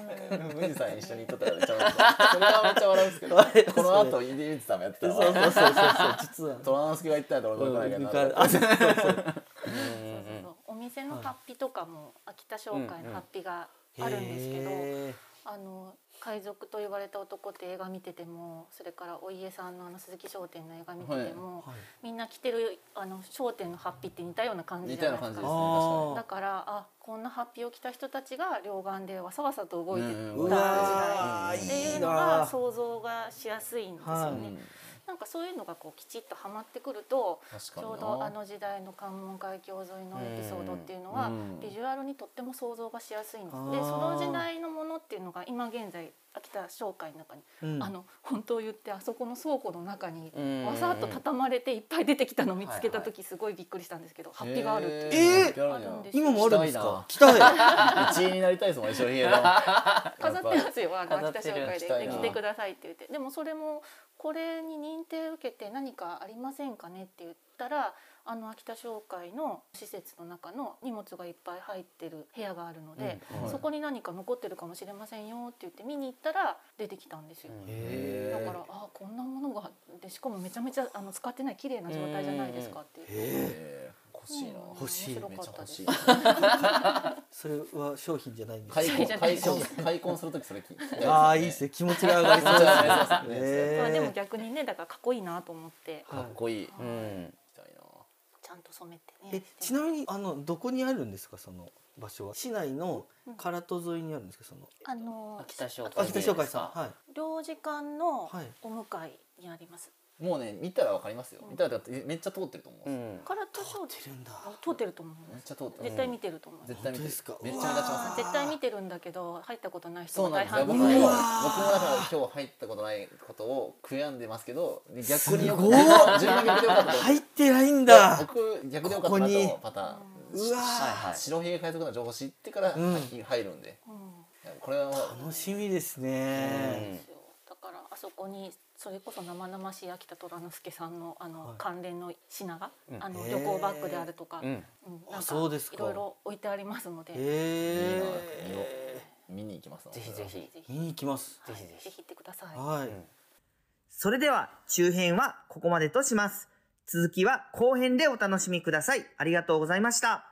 [SPEAKER 2] 富士山一緒に行っとったからめっちゃ笑うそれはめっちゃ笑うんですけどこの後出光さんもやって
[SPEAKER 1] そ
[SPEAKER 2] た
[SPEAKER 1] うそう
[SPEAKER 2] わ
[SPEAKER 1] そうそうそう実は
[SPEAKER 2] 虎之助が行ったらどのくらいか
[SPEAKER 1] 抜
[SPEAKER 2] な
[SPEAKER 1] かれあそうそうそう
[SPEAKER 3] うん
[SPEAKER 4] そうそうそうお店のハッピとかも秋田商会のハッピがあるんですけど、
[SPEAKER 1] へ
[SPEAKER 4] あの海賊と言われた男って映画見ててもそれからお家さんのあの鈴木商店の映画見てても、
[SPEAKER 1] ーはい
[SPEAKER 4] みんな着てるあの商店のハッピーって似たような感じじゃないです
[SPEAKER 2] 似たような感じ
[SPEAKER 4] か
[SPEAKER 2] です。
[SPEAKER 1] あ
[SPEAKER 4] だ
[SPEAKER 1] ー
[SPEAKER 4] からあこんなハッピーを着た人たちが両岸でわさわさと動いてた
[SPEAKER 2] うん
[SPEAKER 1] う
[SPEAKER 4] 時
[SPEAKER 1] わ
[SPEAKER 4] 代
[SPEAKER 1] ー
[SPEAKER 4] ってい
[SPEAKER 1] いうい
[SPEAKER 4] のが
[SPEAKER 1] な
[SPEAKER 4] 想像がしやすいんです
[SPEAKER 1] は
[SPEAKER 4] よ
[SPEAKER 1] い
[SPEAKER 4] ね。なんかそういうのがこうきちっとはまってくると
[SPEAKER 2] 確
[SPEAKER 4] ち
[SPEAKER 2] かに
[SPEAKER 4] ょ
[SPEAKER 2] な
[SPEAKER 4] うどあの時代の関門海峡沿いのエピソードっていうの
[SPEAKER 2] う
[SPEAKER 4] は
[SPEAKER 2] ん
[SPEAKER 4] ビジュアルにとっても想像がしやすいんです。
[SPEAKER 1] あー
[SPEAKER 4] でその時代のものっていうのが今現在秋田商会の中に、
[SPEAKER 1] うん
[SPEAKER 4] あの本当を言ってあそこの倉庫の中に
[SPEAKER 3] うん
[SPEAKER 4] わさっと畳まれていっぱい出てきたのを見つけた時すごいびっくりしたんですけど、ハッピーがあるっていう。
[SPEAKER 1] えー
[SPEAKER 2] ハッピーがあるんや
[SPEAKER 4] あるんです
[SPEAKER 1] 今もあるんですか来たい
[SPEAKER 2] 一位になりたいですもん一緒に の
[SPEAKER 4] 飾ってますよあの
[SPEAKER 3] 飾っ
[SPEAKER 4] 秋
[SPEAKER 3] て
[SPEAKER 4] 田
[SPEAKER 3] る
[SPEAKER 2] 行
[SPEAKER 4] 商会で
[SPEAKER 2] きたい
[SPEAKER 4] で
[SPEAKER 2] な
[SPEAKER 4] 来てくださいって言ってでもそれもこれに認定受けて何かありませんかねって言ったらあの秋田商会の施設の中の荷物がいっぱい入ってる部屋があるので、
[SPEAKER 2] うんはい
[SPEAKER 4] そこに何か残ってるかもしれませんよって言って見に行ったら出てきたんですよ。
[SPEAKER 1] へ
[SPEAKER 4] だ
[SPEAKER 1] ー
[SPEAKER 4] からあこんなものがでしかもめちゃめちゃあの使ってない綺麗な状態じゃないですかっていう。
[SPEAKER 2] えー欲しいな
[SPEAKER 4] うん
[SPEAKER 1] 欲しい
[SPEAKER 4] 面
[SPEAKER 2] め
[SPEAKER 4] 白
[SPEAKER 2] っち
[SPEAKER 4] か
[SPEAKER 2] ゃ
[SPEAKER 4] った
[SPEAKER 2] 欲
[SPEAKER 4] で
[SPEAKER 2] し
[SPEAKER 4] す
[SPEAKER 2] い。
[SPEAKER 1] それは商品じゃないんですか
[SPEAKER 2] 開墾
[SPEAKER 4] じゃな
[SPEAKER 2] 開
[SPEAKER 4] い
[SPEAKER 2] 墾開墾する時それ聞いて
[SPEAKER 1] ああいいですね気持ちが上がりそう
[SPEAKER 2] 気持ちが上がりそう
[SPEAKER 1] で
[SPEAKER 2] ですす
[SPEAKER 1] ね
[SPEAKER 2] ね
[SPEAKER 4] まあでも
[SPEAKER 1] へ
[SPEAKER 4] 逆にねだからかっこいいなと思って
[SPEAKER 1] ー
[SPEAKER 2] かっこいい行き
[SPEAKER 3] うん
[SPEAKER 2] たいな
[SPEAKER 4] ちゃんと染めてね。
[SPEAKER 1] えちなみにあのどこにあるんですかその場所は市内の唐戸沿いにあるんですかその
[SPEAKER 4] あの
[SPEAKER 3] 秋田商会
[SPEAKER 1] 秋田商会さんはい
[SPEAKER 4] 領事館の
[SPEAKER 1] はい
[SPEAKER 4] お向かいにあります。
[SPEAKER 2] もうね見たらわかりますよ見たらだってめっちゃ通ってると思う
[SPEAKER 3] う
[SPEAKER 2] めっ
[SPEAKER 3] ん
[SPEAKER 4] から図書
[SPEAKER 1] 出るんだ
[SPEAKER 4] 通ってると思います。
[SPEAKER 2] ちゃ通ってる
[SPEAKER 4] 絶対見てると思います。
[SPEAKER 2] 絶対見
[SPEAKER 1] 本当
[SPEAKER 2] て
[SPEAKER 1] で
[SPEAKER 2] る
[SPEAKER 1] すか
[SPEAKER 2] めっちゃ目立ちます
[SPEAKER 4] あー絶対見てるんだけど入ったことない人
[SPEAKER 2] そうな
[SPEAKER 4] が
[SPEAKER 2] ん
[SPEAKER 4] 大
[SPEAKER 2] ですよ
[SPEAKER 4] 半
[SPEAKER 2] 僕
[SPEAKER 4] 分
[SPEAKER 2] も僕
[SPEAKER 1] う
[SPEAKER 2] も
[SPEAKER 1] わ
[SPEAKER 2] だ
[SPEAKER 1] ー
[SPEAKER 2] から今日入ったことないことを悔やんでますけど逆によ
[SPEAKER 1] す
[SPEAKER 2] く
[SPEAKER 1] ごい
[SPEAKER 2] 順番逆でよかったと思う
[SPEAKER 1] 入ってないんだ
[SPEAKER 2] 僕逆でよかったなと思う
[SPEAKER 1] ここに
[SPEAKER 2] パターン
[SPEAKER 1] うわ
[SPEAKER 3] はい
[SPEAKER 1] ー
[SPEAKER 3] はい
[SPEAKER 2] 白ひげ海賊の情報知ってから
[SPEAKER 1] うん
[SPEAKER 2] 入るんで、
[SPEAKER 4] うん
[SPEAKER 2] これはもう
[SPEAKER 1] 楽しみですね
[SPEAKER 4] ですよだからあそこにそれこそ生々しい秋田虎之助さんのあの、
[SPEAKER 1] はい
[SPEAKER 4] 関連の品が、
[SPEAKER 3] うん
[SPEAKER 4] あの
[SPEAKER 1] へー
[SPEAKER 4] 旅行バッグであるとか、
[SPEAKER 3] うん
[SPEAKER 4] うん
[SPEAKER 1] あ
[SPEAKER 4] なんか
[SPEAKER 1] そうですか
[SPEAKER 4] いろいろ置いてありますので、
[SPEAKER 1] へ
[SPEAKER 2] いいな
[SPEAKER 1] え
[SPEAKER 2] 見に行きますわ
[SPEAKER 3] ぜひぜひ
[SPEAKER 4] ぜひ
[SPEAKER 1] 見に行きます
[SPEAKER 4] はい
[SPEAKER 3] ぜひぜひ
[SPEAKER 4] ぜひ行ってください。
[SPEAKER 1] はい
[SPEAKER 3] うん
[SPEAKER 6] それでは中編はここまでとします。続きは後編でお楽しみください。ありがとうございました。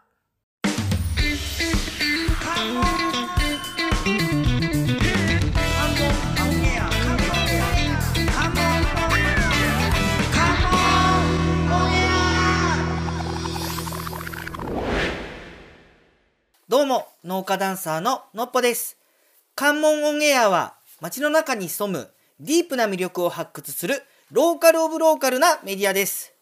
[SPEAKER 1] どうも、農家ダンサーののっぽです。関門オンエアは、街の中に潜むディープな魅力を発掘する、ローカルオブローカルなメディアです。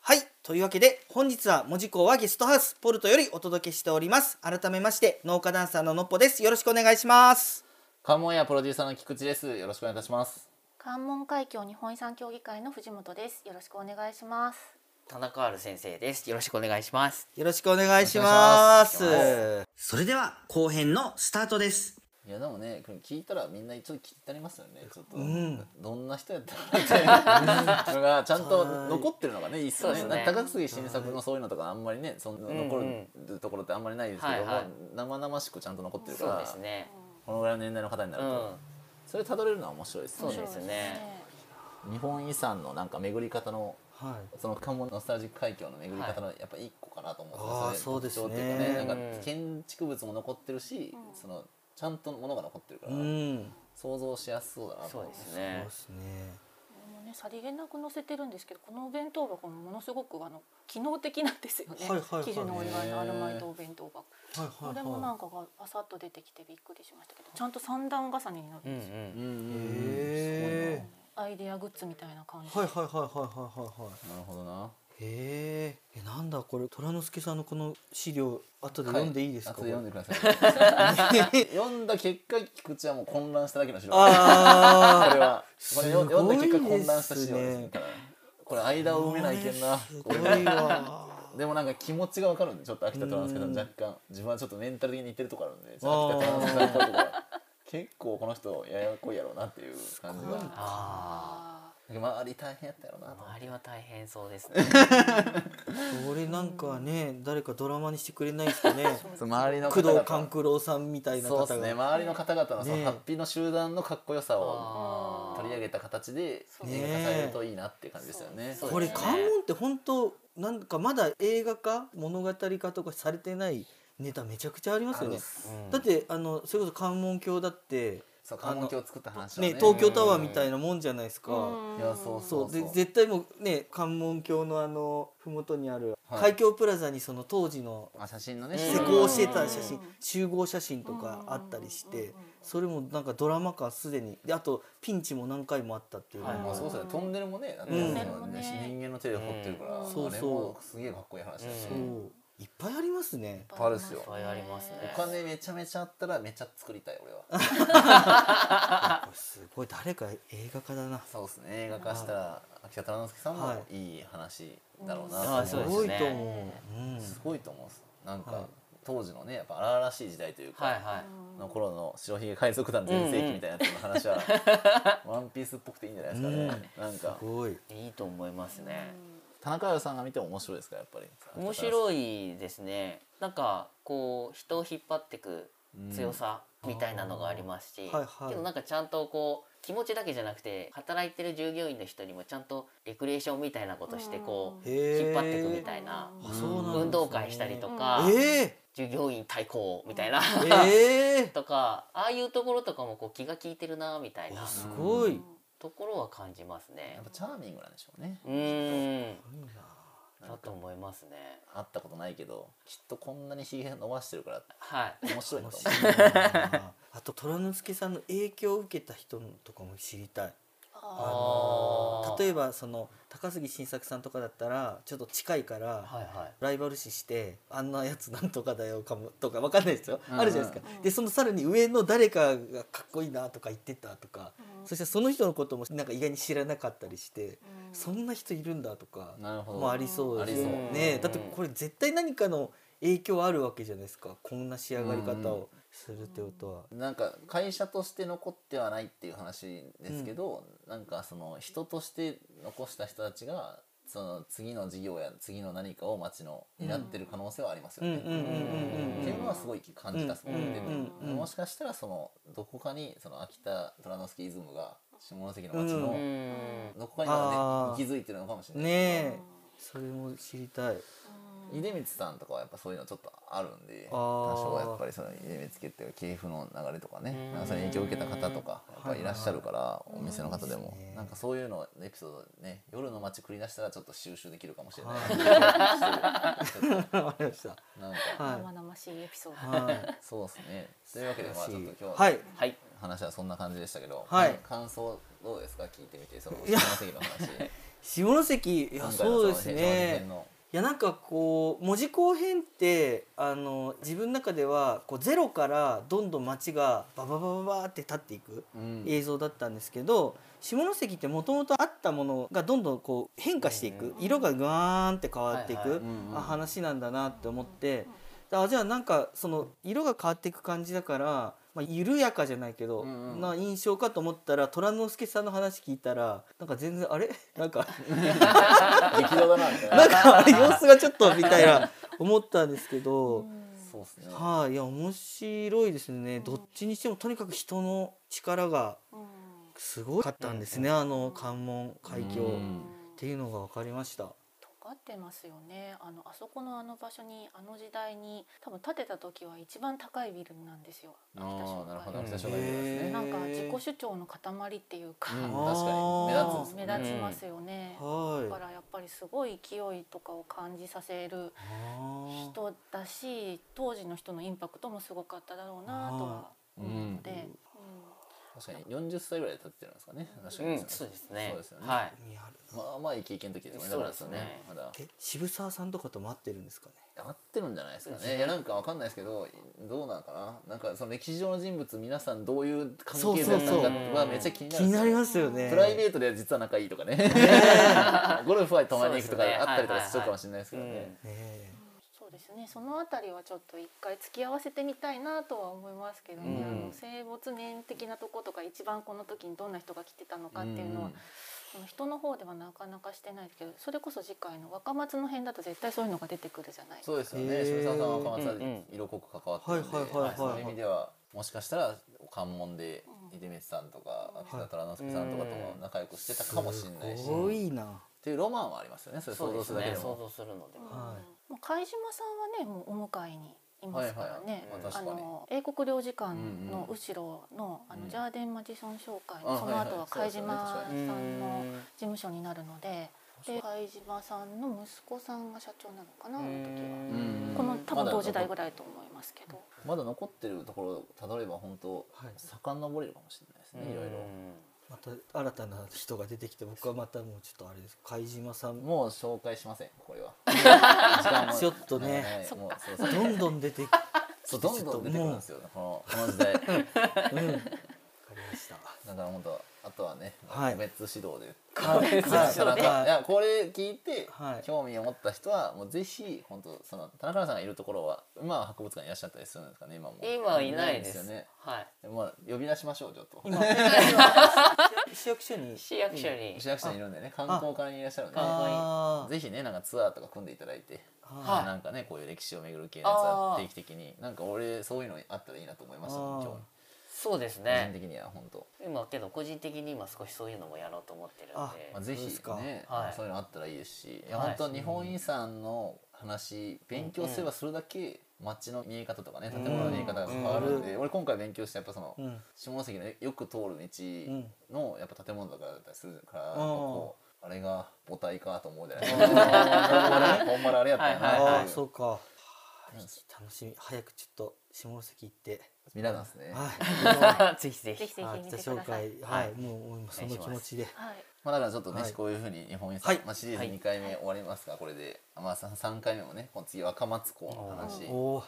[SPEAKER 1] はい。というわけで、本日は文字工はゲストハウス、ポルトよりお届けしております。改めまして、農家ダンサーののっぽです。よろしくお願いします。
[SPEAKER 2] 関門やプロデューサーの菊池ですよろしくお願いいたします
[SPEAKER 4] 関門海峡日本遺産協議会の藤本です。よろしくお願いします。
[SPEAKER 3] 田中ある先生ですよろしくお願いします
[SPEAKER 1] よろしくお願いします。
[SPEAKER 2] お願いし
[SPEAKER 6] それでは後編のスタートです。
[SPEAKER 2] いやでもねこれ聞いたらみんな一応聞きたりますよねちょっと、
[SPEAKER 1] ん
[SPEAKER 2] どんな人やったかなみたいなのがちゃん と残ってるのがねいいっすよね
[SPEAKER 3] そうですね
[SPEAKER 2] なんか高杉晋作のそういうのとかあんまりねそんな
[SPEAKER 3] うん
[SPEAKER 2] 残るところってあんまりないですけど、
[SPEAKER 3] はいはい
[SPEAKER 2] もう生々しくちゃんと残ってるか
[SPEAKER 3] そう
[SPEAKER 2] ら
[SPEAKER 3] ですね
[SPEAKER 2] このぐらいの年代の方にな
[SPEAKER 3] う
[SPEAKER 2] る
[SPEAKER 3] ん
[SPEAKER 2] と、それたどれるのは面白いですね
[SPEAKER 3] そうですね
[SPEAKER 2] 日本遺産のなんか巡り方の
[SPEAKER 1] はい。
[SPEAKER 2] その関門ノスタルジック海峡の巡り方のやっぱ一個かなと思うん
[SPEAKER 1] あー
[SPEAKER 2] よ
[SPEAKER 1] そうですね
[SPEAKER 2] 特徴っていうかねな
[SPEAKER 3] うんん
[SPEAKER 2] か建築物も残ってるし、そのちゃんとものが残ってるから、
[SPEAKER 1] うん。
[SPEAKER 2] 想像しやすそうだなと
[SPEAKER 3] そう
[SPEAKER 2] 思
[SPEAKER 3] です
[SPEAKER 1] そう
[SPEAKER 3] ね
[SPEAKER 1] ですね。
[SPEAKER 4] これもね、さりげなく載せてるんですけど、このお弁当箱もものすごくあの機能的なんですよね。
[SPEAKER 1] はいはいはい
[SPEAKER 4] 生地のお祝いのアルマイトお弁当箱。
[SPEAKER 1] はい
[SPEAKER 4] これもなんかがパサッと出てきてびっくりしましたけど、ちゃんと三段重ねになる
[SPEAKER 3] うんんう
[SPEAKER 4] ですよ。
[SPEAKER 2] うん
[SPEAKER 3] ん
[SPEAKER 1] へえ。
[SPEAKER 4] アイデアグッズみたいな感じで。
[SPEAKER 1] はいはいはいはいはいはいはい。
[SPEAKER 2] すごいななるほどな
[SPEAKER 1] へえ、えなんだこれ虎之助さんのこの資料後で読んでいいですか。
[SPEAKER 2] 後
[SPEAKER 1] こ
[SPEAKER 2] で
[SPEAKER 1] れ
[SPEAKER 2] 読んでください 読んだ結果菊池はもう混乱しただけの資料これ
[SPEAKER 1] あ
[SPEAKER 2] はこれ読ん読んだ結
[SPEAKER 1] す
[SPEAKER 2] 果
[SPEAKER 1] ごいですね
[SPEAKER 2] 混乱した資料ですだからこれ間を埋めないけんな
[SPEAKER 1] あ、すごいわ。
[SPEAKER 2] でもなんか気持ちがわかるんでちょっと秋田虎之介さん若干自分はちょっとメンタル的に似てるとこあるんでちょっと秋田虎之介さんっぽいとこが結構この人ややこいやろうなっていう感じが
[SPEAKER 3] あ
[SPEAKER 4] あ
[SPEAKER 2] 周り大変やったやろうな
[SPEAKER 3] あ
[SPEAKER 2] と
[SPEAKER 3] 周りは大変そうですね
[SPEAKER 1] これなんかね、誰かドラマにしてくれないですかね。
[SPEAKER 2] そう周りの
[SPEAKER 1] 工
[SPEAKER 2] 方
[SPEAKER 1] 藤
[SPEAKER 2] 々
[SPEAKER 1] 官九郎さんみたいな
[SPEAKER 2] そう
[SPEAKER 1] 方
[SPEAKER 2] ですね
[SPEAKER 1] が。
[SPEAKER 2] 周りの方々のその
[SPEAKER 1] ねえ
[SPEAKER 2] ハッピーの集団のかっこよさを
[SPEAKER 3] あー
[SPEAKER 2] 取り上げた形で
[SPEAKER 4] そう
[SPEAKER 2] 映画化されるといいなっていう感じですよね。
[SPEAKER 3] そう
[SPEAKER 1] これ
[SPEAKER 3] そうですね
[SPEAKER 1] 関門って本当なんかまだ映画化物語化とかされてないネタめちゃくちゃありますよね。
[SPEAKER 3] うん
[SPEAKER 1] だってあのそれこそ関門橋だって
[SPEAKER 2] そう関門橋を作った話をね
[SPEAKER 1] ね東京タワーみたいなもんじゃないですか。
[SPEAKER 4] あ。
[SPEAKER 2] いやそう
[SPEAKER 1] そうで絶対もうね関門橋のあの麓にある
[SPEAKER 2] はい
[SPEAKER 1] 海峡プラザにその当時の
[SPEAKER 2] あ写真のね
[SPEAKER 1] 施工してた写
[SPEAKER 4] う
[SPEAKER 1] 真
[SPEAKER 4] ん
[SPEAKER 1] 集合写真とかあったりし
[SPEAKER 4] うんうん
[SPEAKER 1] て
[SPEAKER 4] うんうん
[SPEAKER 1] それもなんかドラマ感すでにであとピンチも何回もあったっていうの
[SPEAKER 2] はい、まあ
[SPEAKER 1] も
[SPEAKER 2] そうですねトンネルもねだって
[SPEAKER 1] うん
[SPEAKER 2] そのね人間の手で掘ってるから、
[SPEAKER 4] うん
[SPEAKER 1] そうそう
[SPEAKER 2] あれもすげえかっこいい話だし、
[SPEAKER 1] そういっぱいありますね
[SPEAKER 2] ぱいあるっすよいっ
[SPEAKER 3] ぱいありますね
[SPEAKER 2] お金めちゃめちゃあったらめちゃ作りたい俺 は
[SPEAKER 1] これすごい誰か映画化だな
[SPEAKER 2] そうですね映画化したら秋田虎之介さん
[SPEAKER 1] は
[SPEAKER 2] もいい話だろうな
[SPEAKER 3] あー
[SPEAKER 2] と
[SPEAKER 1] す
[SPEAKER 3] そう
[SPEAKER 2] 思
[SPEAKER 3] で
[SPEAKER 1] ご
[SPEAKER 2] うし
[SPEAKER 3] すね
[SPEAKER 1] いと思ううん
[SPEAKER 2] すごいと思うんですなんか、
[SPEAKER 1] はい
[SPEAKER 2] 当時のねやっぱ荒々しい時代というか、
[SPEAKER 3] はいは
[SPEAKER 2] の頃の白ひげ海賊団全盛期みたいなやつの話は、ワンピースっぽくていいんじゃないですかね、なんか
[SPEAKER 1] すごい
[SPEAKER 3] いいいと思いますね
[SPEAKER 2] 田中彩さんが見ても面白いですかやっぱり
[SPEAKER 3] 面
[SPEAKER 2] い
[SPEAKER 3] 白いですねなんかこう人を引っ張ってく強さみたいなのがありますし、
[SPEAKER 1] あーはいはい
[SPEAKER 3] けどなんかちゃんとこう気持ちだけじゃなくて働いてる従業員の人にもちゃんとレクリエーションみたいなことしてこう
[SPEAKER 1] うんへー
[SPEAKER 3] 引っ張っていくみたいな
[SPEAKER 1] あそうなんですね
[SPEAKER 3] 運動会したりとか
[SPEAKER 1] え
[SPEAKER 3] 従業員対抗みたいな
[SPEAKER 1] ー、え
[SPEAKER 3] とかああいうところとかもこう気が利いてるなみたい
[SPEAKER 1] ー、あ
[SPEAKER 3] な
[SPEAKER 1] すごい
[SPEAKER 3] ところは感じますね
[SPEAKER 2] やっ。ぱチャーミングなんでしょうね
[SPEAKER 3] うーん
[SPEAKER 1] いいな
[SPEAKER 3] だと思いますね。
[SPEAKER 2] 会ったことないけどきっとこんなにひげ伸ばしてるから
[SPEAKER 3] はい。
[SPEAKER 2] 面白いな
[SPEAKER 1] 楽
[SPEAKER 2] と
[SPEAKER 1] し
[SPEAKER 2] 思う
[SPEAKER 1] いなあと虎之助さんの影響を受けた人のとかも知りたい
[SPEAKER 4] あ
[SPEAKER 1] あの
[SPEAKER 3] あー
[SPEAKER 1] 例えばその高杉晋作さんとかだったらちょっと近いから、
[SPEAKER 3] はいはい。
[SPEAKER 1] ライバル視してあんなやつなんとかだよかもとかわかんないですよ、
[SPEAKER 2] うんうん
[SPEAKER 1] あるじゃないですか、でそのさらに上の誰かがかっこいいなとか言ってたとか、
[SPEAKER 4] うん
[SPEAKER 1] そしてその人のこともなんか意外に知らなかったりして、
[SPEAKER 4] うん
[SPEAKER 1] そんな人いるんだとか
[SPEAKER 2] なるほど
[SPEAKER 1] もありそうですよ
[SPEAKER 2] ありそう
[SPEAKER 1] ね
[SPEAKER 3] うん
[SPEAKER 1] だってこれ絶対何かの影響あるわけじゃないですかこんな仕上がり方をするってことは。
[SPEAKER 2] なんか会社として残ってはないっていう話ですけど、なんかその人として残した人たちがその次の事業や次の何かを町の担ってる可能性はありますよ
[SPEAKER 1] うん
[SPEAKER 2] ね。
[SPEAKER 1] うんうんうんうんうん
[SPEAKER 2] っていうのはすごい感じたそうで、
[SPEAKER 1] うんうんうん
[SPEAKER 2] もしかしたらそのどこかにその秋田虎之介イズムが下関の町の、
[SPEAKER 3] うーん。
[SPEAKER 2] どこかにまだ
[SPEAKER 1] あー
[SPEAKER 2] ね息づいてるのかもしれない。
[SPEAKER 1] ねえそれも知りたい
[SPEAKER 2] 出光さんとかはやっぱそういうのちょっとあるんで
[SPEAKER 1] あ
[SPEAKER 2] 多
[SPEAKER 1] ー
[SPEAKER 2] 少はやっぱりその出光家っていうか系譜の流れとかねなんかそれに影響を受けた方とかやっぱいらっしゃるからお店の方でもなんかそういうのエピソードね夜の街繰り出したらちょっと収集できるかもしれない
[SPEAKER 1] わかりました
[SPEAKER 2] なんか
[SPEAKER 1] は
[SPEAKER 4] 生々しいエピソード
[SPEAKER 1] い、はい、
[SPEAKER 2] そうですねというわけでまあちょっと今日
[SPEAKER 1] はい
[SPEAKER 3] はい
[SPEAKER 2] 話はそんな感じでしたけど、
[SPEAKER 1] はい
[SPEAKER 2] なんか感想どうですか聞いてみてその
[SPEAKER 1] いや
[SPEAKER 2] 下関の話
[SPEAKER 1] 下関いやそうですねいやなんかこう文字後編ってあの自分の中ではこうゼロからどんどん街がバババババーって立っていく映像だったんですけど下関ってもともとあったものがどんどんこう変化していく色がぐわーんって変わってい
[SPEAKER 3] はいはい
[SPEAKER 1] く
[SPEAKER 2] うんうん
[SPEAKER 1] あ話なんだなって思ってあじゃあなんかその色が変わっていく感じだから、まあ、緩やかじゃないけど、
[SPEAKER 2] うんうん
[SPEAKER 1] な印象かと思ったら虎之助さんの話聞いたらなんか全然あれ なんか。
[SPEAKER 2] 激動だなみたいな
[SPEAKER 1] なんかあれ様子がちょっとみたい な思ったんですけど、
[SPEAKER 2] そうですね
[SPEAKER 1] はい、いや面白いですね。どっちにしてもとにかく人の力が
[SPEAKER 4] うん
[SPEAKER 1] すごかったんですね。あの関門海峡
[SPEAKER 2] う
[SPEAKER 1] っ
[SPEAKER 2] ん
[SPEAKER 1] ていうのが分かりました。
[SPEAKER 4] 尖ってますよねあのあそこのあの場所にあの時代に多分建てた時は一番高いビルなんですよ
[SPEAKER 2] あーなるほど
[SPEAKER 1] うん
[SPEAKER 2] 秋田商会です
[SPEAKER 1] へー
[SPEAKER 2] ね
[SPEAKER 4] なんか自己主張の塊っていうか、
[SPEAKER 2] うん
[SPEAKER 1] あ
[SPEAKER 2] 確かに目立つです
[SPEAKER 4] 目
[SPEAKER 2] ね
[SPEAKER 4] 立ちますよね、だか
[SPEAKER 1] は
[SPEAKER 4] らやっぱりすごい勢いとかを感じさせる
[SPEAKER 1] い。あー
[SPEAKER 4] 人だし当時の人のインパクトもすごかっただろうなとは思うので、
[SPEAKER 2] うん
[SPEAKER 4] うん
[SPEAKER 2] 確かに40歳ぐらいで立ってるんですかね確か
[SPEAKER 3] う
[SPEAKER 2] に
[SPEAKER 3] んそうですね
[SPEAKER 2] そうですよね
[SPEAKER 3] はい
[SPEAKER 1] 見あるな
[SPEAKER 2] まあまあいい経験の時ですよね
[SPEAKER 3] そう
[SPEAKER 2] だから
[SPEAKER 3] ですね
[SPEAKER 2] まだ
[SPEAKER 1] え渋沢さんとかと待ってるんですかね。
[SPEAKER 2] 合ってるんじゃないですかねいやなんかわかんないですけどどうなのかななんかその歴史上の人物皆さんどういう関係だったのかはめっちゃ気にな
[SPEAKER 1] 気
[SPEAKER 2] るん
[SPEAKER 1] にな
[SPEAKER 2] ですよ
[SPEAKER 1] りますよね。
[SPEAKER 2] プライベートでは実は仲いい とかねゴルフは泊まりに行くとか
[SPEAKER 3] そうですね
[SPEAKER 2] あったりとかしちゃうかもしれないですけど
[SPEAKER 3] はいはいはい
[SPEAKER 2] ね
[SPEAKER 1] ね
[SPEAKER 4] そうですね。そのあたりはちょっと一回付き合わせてみたいなとは思いますけどね。
[SPEAKER 2] うん
[SPEAKER 4] あの生没年的なとことか一番この時にどんな人が来てたのかっていうのは、その人の方ではなかなかしてないけど、それこそ次回の若松の辺だと絶対そういうのが出てくるじゃない。
[SPEAKER 2] そうですよね
[SPEAKER 1] へー
[SPEAKER 2] 渋沢さんは若松さんに色濃く関わってるんで
[SPEAKER 1] はいはいはいはい
[SPEAKER 2] そういう意味ではもしかしたら関門で出光さんとか秋田虎之助さんとかとも仲良くしてたかもしれないし
[SPEAKER 1] す
[SPEAKER 2] っ
[SPEAKER 1] ごいな。
[SPEAKER 2] ていうロマンはありますよねそれ想
[SPEAKER 3] そうで
[SPEAKER 2] 像する
[SPEAKER 3] す
[SPEAKER 2] だけ
[SPEAKER 3] ね
[SPEAKER 2] で
[SPEAKER 3] 想
[SPEAKER 2] も
[SPEAKER 3] 像するので
[SPEAKER 4] うん
[SPEAKER 3] も
[SPEAKER 1] はい
[SPEAKER 4] もう貝島さんはね、もうお迎えに。いますからね、
[SPEAKER 2] はいはいまあ確か
[SPEAKER 4] あ
[SPEAKER 2] に
[SPEAKER 4] の英国領事館の
[SPEAKER 2] うんうん
[SPEAKER 4] 後ろの,、あ
[SPEAKER 2] うん
[SPEAKER 4] のジャーデンマジソン商会
[SPEAKER 2] あ
[SPEAKER 4] のその後
[SPEAKER 2] はいは
[SPEAKER 4] はい貝島さ
[SPEAKER 2] そ
[SPEAKER 4] んの
[SPEAKER 3] うん
[SPEAKER 4] 事務所になるのでで貝島さんの息子さんが社長なのかなあの時
[SPEAKER 2] う
[SPEAKER 4] は
[SPEAKER 2] ん
[SPEAKER 4] この多
[SPEAKER 2] ま
[SPEAKER 4] 分
[SPEAKER 2] だ
[SPEAKER 4] 同時代ぐらいと思いますけど
[SPEAKER 2] まだ残ってるところたどれば本当
[SPEAKER 1] はい
[SPEAKER 2] 遡れるかもしれないですねいろいろ
[SPEAKER 1] また新たな人が出てきて僕はまたもうちょっとあれです。貝島さんも
[SPEAKER 2] もう紹介しませんこれは
[SPEAKER 1] ちょっとね
[SPEAKER 2] 時間もないもうそうそう
[SPEAKER 1] どんどん出てき
[SPEAKER 2] そうどんどん出てくるんですよこのこの時代だか
[SPEAKER 1] うん、わかりました。
[SPEAKER 2] ら本当あとはね、
[SPEAKER 1] はい
[SPEAKER 2] 個別指導で
[SPEAKER 1] 個 別指導で
[SPEAKER 2] はい田中いやこれ聞いて、
[SPEAKER 1] はい
[SPEAKER 2] 興味を持った人はもうぜひ本当その田中さんがいるところは今は博物館いらっしゃったりするんですかね今も
[SPEAKER 3] 今はいないです
[SPEAKER 2] よね
[SPEAKER 3] はい
[SPEAKER 2] まあ呼び出しましょうちょっと
[SPEAKER 1] 今市役所に
[SPEAKER 3] 市役所に
[SPEAKER 2] 市役所にいるんでね観光課にいらっしゃるんで
[SPEAKER 3] あ
[SPEAKER 1] あー
[SPEAKER 2] ぜひねなんかツアーとか組んでいただいて、
[SPEAKER 1] はい
[SPEAKER 2] なんかねこういう歴史を巡る系のやつは定期的になんか俺そういうのあったらいいなと思いましたね
[SPEAKER 1] あー
[SPEAKER 2] 今
[SPEAKER 3] そうです
[SPEAKER 2] 日個人
[SPEAKER 3] ね
[SPEAKER 2] 的には本当
[SPEAKER 3] 今けど個人的に今少しそういうのもやろうと思ってる
[SPEAKER 1] あ
[SPEAKER 2] まあ、
[SPEAKER 3] んで
[SPEAKER 2] ぜ
[SPEAKER 1] そう
[SPEAKER 2] ひ
[SPEAKER 1] ですか
[SPEAKER 2] ね、
[SPEAKER 3] はい
[SPEAKER 2] そういうのあったらいいですし、いや
[SPEAKER 3] はい
[SPEAKER 2] 本当日本遺産の話勉強すればするだけ街の見え方とかね建物の見え方が変わるんで、俺今回勉強したやっぱその、
[SPEAKER 1] うん
[SPEAKER 2] 下関のよく通る道のやっぱ建物とかだったりするから、やっぱこうあれが母体かと思うじゃないです か。ほんまにあれやったよな
[SPEAKER 3] はい
[SPEAKER 2] っていう
[SPEAKER 1] ああそうか。楽しみ早くちょっと下関行って、
[SPEAKER 2] ミラーなんですね。
[SPEAKER 1] はい、
[SPEAKER 3] ぜひぜひ
[SPEAKER 4] ぜひぜひ見て
[SPEAKER 1] じ
[SPEAKER 4] く
[SPEAKER 1] ゃあ
[SPEAKER 4] だ
[SPEAKER 1] 紹
[SPEAKER 4] さい
[SPEAKER 1] 介。はい、
[SPEAKER 3] はい
[SPEAKER 1] もうもう今その気持ちで。
[SPEAKER 4] はい、
[SPEAKER 2] まあだからちょっとね、
[SPEAKER 1] はい
[SPEAKER 2] こういうふうに日本遺産、
[SPEAKER 1] はい
[SPEAKER 2] まあシリーズ
[SPEAKER 3] はい
[SPEAKER 2] 2回目終わりますが、これで、まあ3三回目もね、この次若松港の話。
[SPEAKER 1] おおー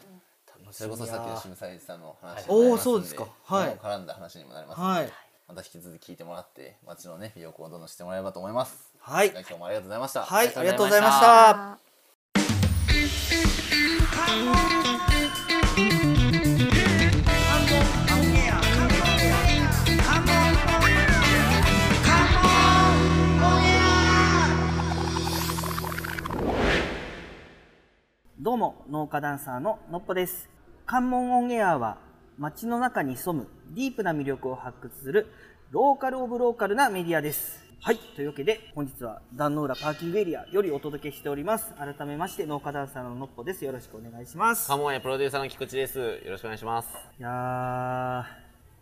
[SPEAKER 1] 楽し
[SPEAKER 2] それこ
[SPEAKER 1] み
[SPEAKER 2] そさっきの
[SPEAKER 1] や。
[SPEAKER 2] 渋沢さんの話
[SPEAKER 3] は
[SPEAKER 2] に
[SPEAKER 3] い
[SPEAKER 2] なり
[SPEAKER 1] おー
[SPEAKER 2] ますん
[SPEAKER 1] そうですかはい
[SPEAKER 2] もう絡んだ話にもなりますので、
[SPEAKER 1] はい
[SPEAKER 2] また引き続き聞いてもらって街のね魅力をどんどんしてもらえればと思います
[SPEAKER 1] はい
[SPEAKER 2] じゃあ今日もありがとうございました
[SPEAKER 1] はいありがとうございまし
[SPEAKER 3] あ
[SPEAKER 1] た。どうも農家ダンサーののっぽです関門オンエアは街の中に潜むディープな魅力を発掘するローカルオブローカルなメディアです
[SPEAKER 5] はい。というわけで、本日は壇ノ浦パーキングエリアよりお届けしております。改めまして、農家ダンサーののっぽです。よろしくお願いします。
[SPEAKER 7] カモンやプロデューサーの菊池です。よろしくお願いします。
[SPEAKER 5] いやー、今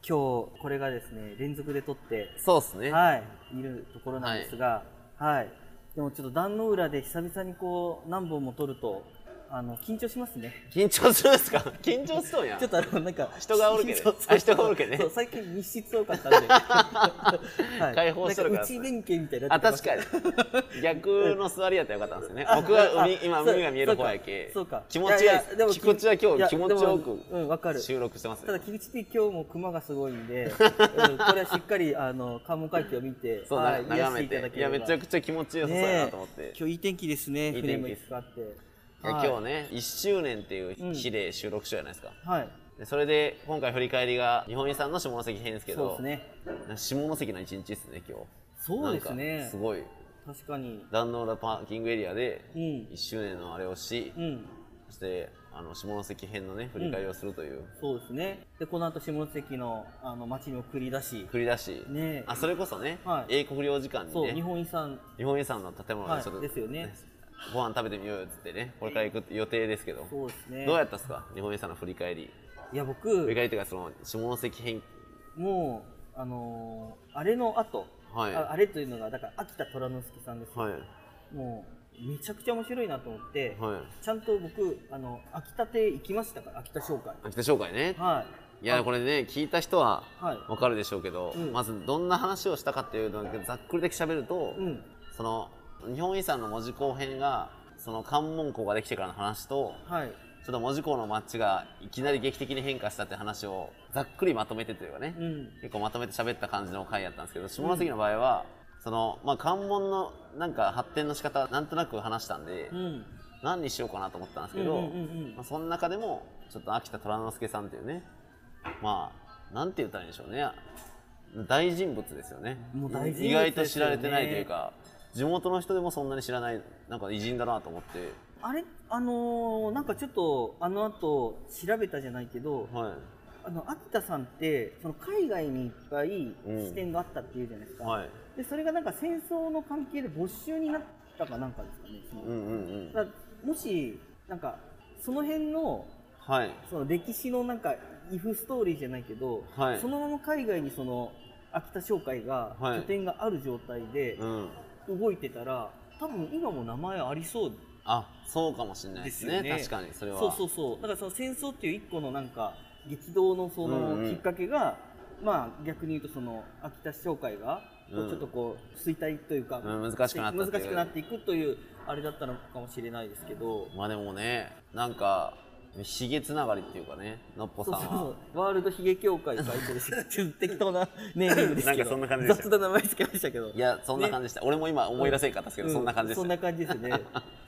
[SPEAKER 5] 日、これがですね、連続で撮って、
[SPEAKER 7] そうですね。
[SPEAKER 5] はい、いるところなんですが、はい。でもちょっと壇ノ浦で久々にこう、何本も撮ると、あの、緊張しますね。
[SPEAKER 7] 緊張するんですか 緊張しそうやん。
[SPEAKER 5] ちょっとあの、なんか、
[SPEAKER 7] 人がおるけどね
[SPEAKER 5] そうそうそう
[SPEAKER 7] あ人がおるけどね
[SPEAKER 5] そう最近密室多かったんで。はい
[SPEAKER 7] 解放してるか
[SPEAKER 5] な
[SPEAKER 7] ら
[SPEAKER 5] ん内弁慶みたいにな
[SPEAKER 7] あ、
[SPEAKER 5] ってま
[SPEAKER 7] 確
[SPEAKER 5] した
[SPEAKER 7] かに。逆の座りやったらよかったんですよね。僕は海、今海が見える方やけ。
[SPEAKER 5] そうか
[SPEAKER 7] 気持ちいい
[SPEAKER 5] や
[SPEAKER 7] で
[SPEAKER 5] い
[SPEAKER 7] す
[SPEAKER 5] やでも
[SPEAKER 7] 菊池は今
[SPEAKER 5] いや
[SPEAKER 7] 日気持ちよ
[SPEAKER 5] でも
[SPEAKER 7] く
[SPEAKER 5] うんわかる
[SPEAKER 7] 収録してます
[SPEAKER 5] ただ
[SPEAKER 7] ね。
[SPEAKER 5] 菊池 P 今日も熊がすごいん で、うんこれはしっかりあの関門海峡を見て、
[SPEAKER 7] そう、
[SPEAKER 5] は
[SPEAKER 7] ない眺め
[SPEAKER 5] 癒していただ
[SPEAKER 7] て。
[SPEAKER 5] け
[SPEAKER 7] い
[SPEAKER 5] れ
[SPEAKER 7] や、
[SPEAKER 5] ば
[SPEAKER 7] めちゃくちゃ気持ちよさそうやなと思って。
[SPEAKER 5] ねえ今日いい天気ですね。
[SPEAKER 7] いい天気
[SPEAKER 5] 船もいくつかあって。
[SPEAKER 7] いや
[SPEAKER 5] はい
[SPEAKER 7] 今日ね、1周年っていう
[SPEAKER 5] うん
[SPEAKER 7] 日で収録しようじゃないですか。
[SPEAKER 5] はい。
[SPEAKER 7] でそれで、今回振り返りが日本遺産の下関編ですけ
[SPEAKER 5] そうで
[SPEAKER 7] ど、
[SPEAKER 5] すね。
[SPEAKER 7] 下関の一日ですね、今日。
[SPEAKER 5] そうです
[SPEAKER 7] なん
[SPEAKER 5] ね
[SPEAKER 7] かす。ごい。
[SPEAKER 5] 確かに。
[SPEAKER 7] 壇ノ浦パーキングエリアで
[SPEAKER 5] うん
[SPEAKER 7] 1周年のあれをし、
[SPEAKER 5] うん。
[SPEAKER 7] そしてあの下関編のね振り返りをするという、
[SPEAKER 5] そうですね。でこの後下関のあの町に送り出し、
[SPEAKER 7] 繰り出し、
[SPEAKER 5] ねえ
[SPEAKER 7] あそれこそね、
[SPEAKER 5] はい
[SPEAKER 7] 英国領事館に
[SPEAKER 5] そう
[SPEAKER 7] ね
[SPEAKER 5] 日本遺産
[SPEAKER 7] 日本遺産の建物
[SPEAKER 5] は
[SPEAKER 7] で
[SPEAKER 5] い
[SPEAKER 7] ちょっと、
[SPEAKER 5] ですよね。
[SPEAKER 7] ご飯食べてみようよっつってねこれから行くって予定ですけど、
[SPEAKER 5] そうですね。
[SPEAKER 7] どうやったっすか日本遺産の振り返り
[SPEAKER 5] いや
[SPEAKER 7] 振り
[SPEAKER 5] 僕
[SPEAKER 7] 返りというかその下関編
[SPEAKER 5] もうあのーあれの後、
[SPEAKER 7] はい
[SPEAKER 5] ああれというのがだから秋田虎之助さんですよ。
[SPEAKER 7] はい
[SPEAKER 5] もうめちゃくちゃ面白いなと思って、
[SPEAKER 7] はい
[SPEAKER 5] ちゃんと僕あの秋田亭行きましたから秋田商会。
[SPEAKER 7] 秋田紹介ね、
[SPEAKER 5] はい。
[SPEAKER 7] いや
[SPEAKER 5] あ
[SPEAKER 7] これね聞いた人は
[SPEAKER 5] はい
[SPEAKER 7] わかるでしょうけど、
[SPEAKER 5] うん
[SPEAKER 7] まずどんな話をしたかっていうのをざっくりだけ喋ると、
[SPEAKER 5] うん
[SPEAKER 7] その日本遺産の文字港編がその関門港ができてからの話と
[SPEAKER 5] はい
[SPEAKER 7] ちょっと門司港の街がいきなり劇的に変化したって話をざっくりまとめてというかね、
[SPEAKER 5] うん
[SPEAKER 7] 結構まとめて喋った感じの回やったんですけど下関の場合は、そのまあ、関門のなんか発展の仕方はなんとなく話したんで、
[SPEAKER 5] うん
[SPEAKER 7] 何にしようかなと思ったんですけど、
[SPEAKER 5] うんうんうんうん
[SPEAKER 7] まあ、その中でもちょっと秋田虎之助さんっていうねまあなんて言ったらいいんでしょうね大人物ですよね
[SPEAKER 5] もう大人物ですよね
[SPEAKER 7] 意外と知られてないというか地元の人でもそんなに知らないなんか偉人だなと思って
[SPEAKER 5] あれあのーなんかちょっとあの後調べたじゃないけど、
[SPEAKER 7] は
[SPEAKER 5] あの秋田さんってその海外にいっぱい
[SPEAKER 7] うん
[SPEAKER 5] 支店があったっていうじゃないです
[SPEAKER 7] い
[SPEAKER 5] か、
[SPEAKER 7] はい
[SPEAKER 5] でそれがなんか戦争の関係で没収になったかなんかですかねその、
[SPEAKER 7] うんうんうん
[SPEAKER 5] だからもしなんかその辺の
[SPEAKER 7] はい
[SPEAKER 5] その歴史のなんかイフストーリーじゃないけど、
[SPEAKER 7] はい
[SPEAKER 5] そのまま海外にその秋田商会が
[SPEAKER 7] はい
[SPEAKER 5] 拠点がある状態で
[SPEAKER 7] うん
[SPEAKER 5] 動いてたら、多分今も名前ありそう
[SPEAKER 7] あそうかもしれな
[SPEAKER 5] で
[SPEAKER 7] いですす
[SPEAKER 5] よね
[SPEAKER 7] ね確かにそれは
[SPEAKER 5] そうそうそうだからその戦争っていう一個のなんか激動のその
[SPEAKER 7] うんうん
[SPEAKER 5] きっかけが、まあ逆に言うとその秋田商会がこ
[SPEAKER 7] う
[SPEAKER 5] うんちょっとこう衰退というか、
[SPEAKER 7] うん難しくなったっていう
[SPEAKER 5] 難しくなっていくというあれだったのかもしれないですけど。
[SPEAKER 7] まあでもねなんかひげつながりっていうかねのっぽさ
[SPEAKER 5] そう
[SPEAKER 7] んは
[SPEAKER 5] そうそうワールド髭協会会長ですけど適当なネーミングですけど
[SPEAKER 7] なんかそんな感じでした
[SPEAKER 5] 雑な名前つけましたけど
[SPEAKER 7] いやそんな感じでした、俺も今思い出せんかったですけど、そんな感じで
[SPEAKER 5] う
[SPEAKER 7] し
[SPEAKER 5] そん
[SPEAKER 7] た
[SPEAKER 5] な感じですね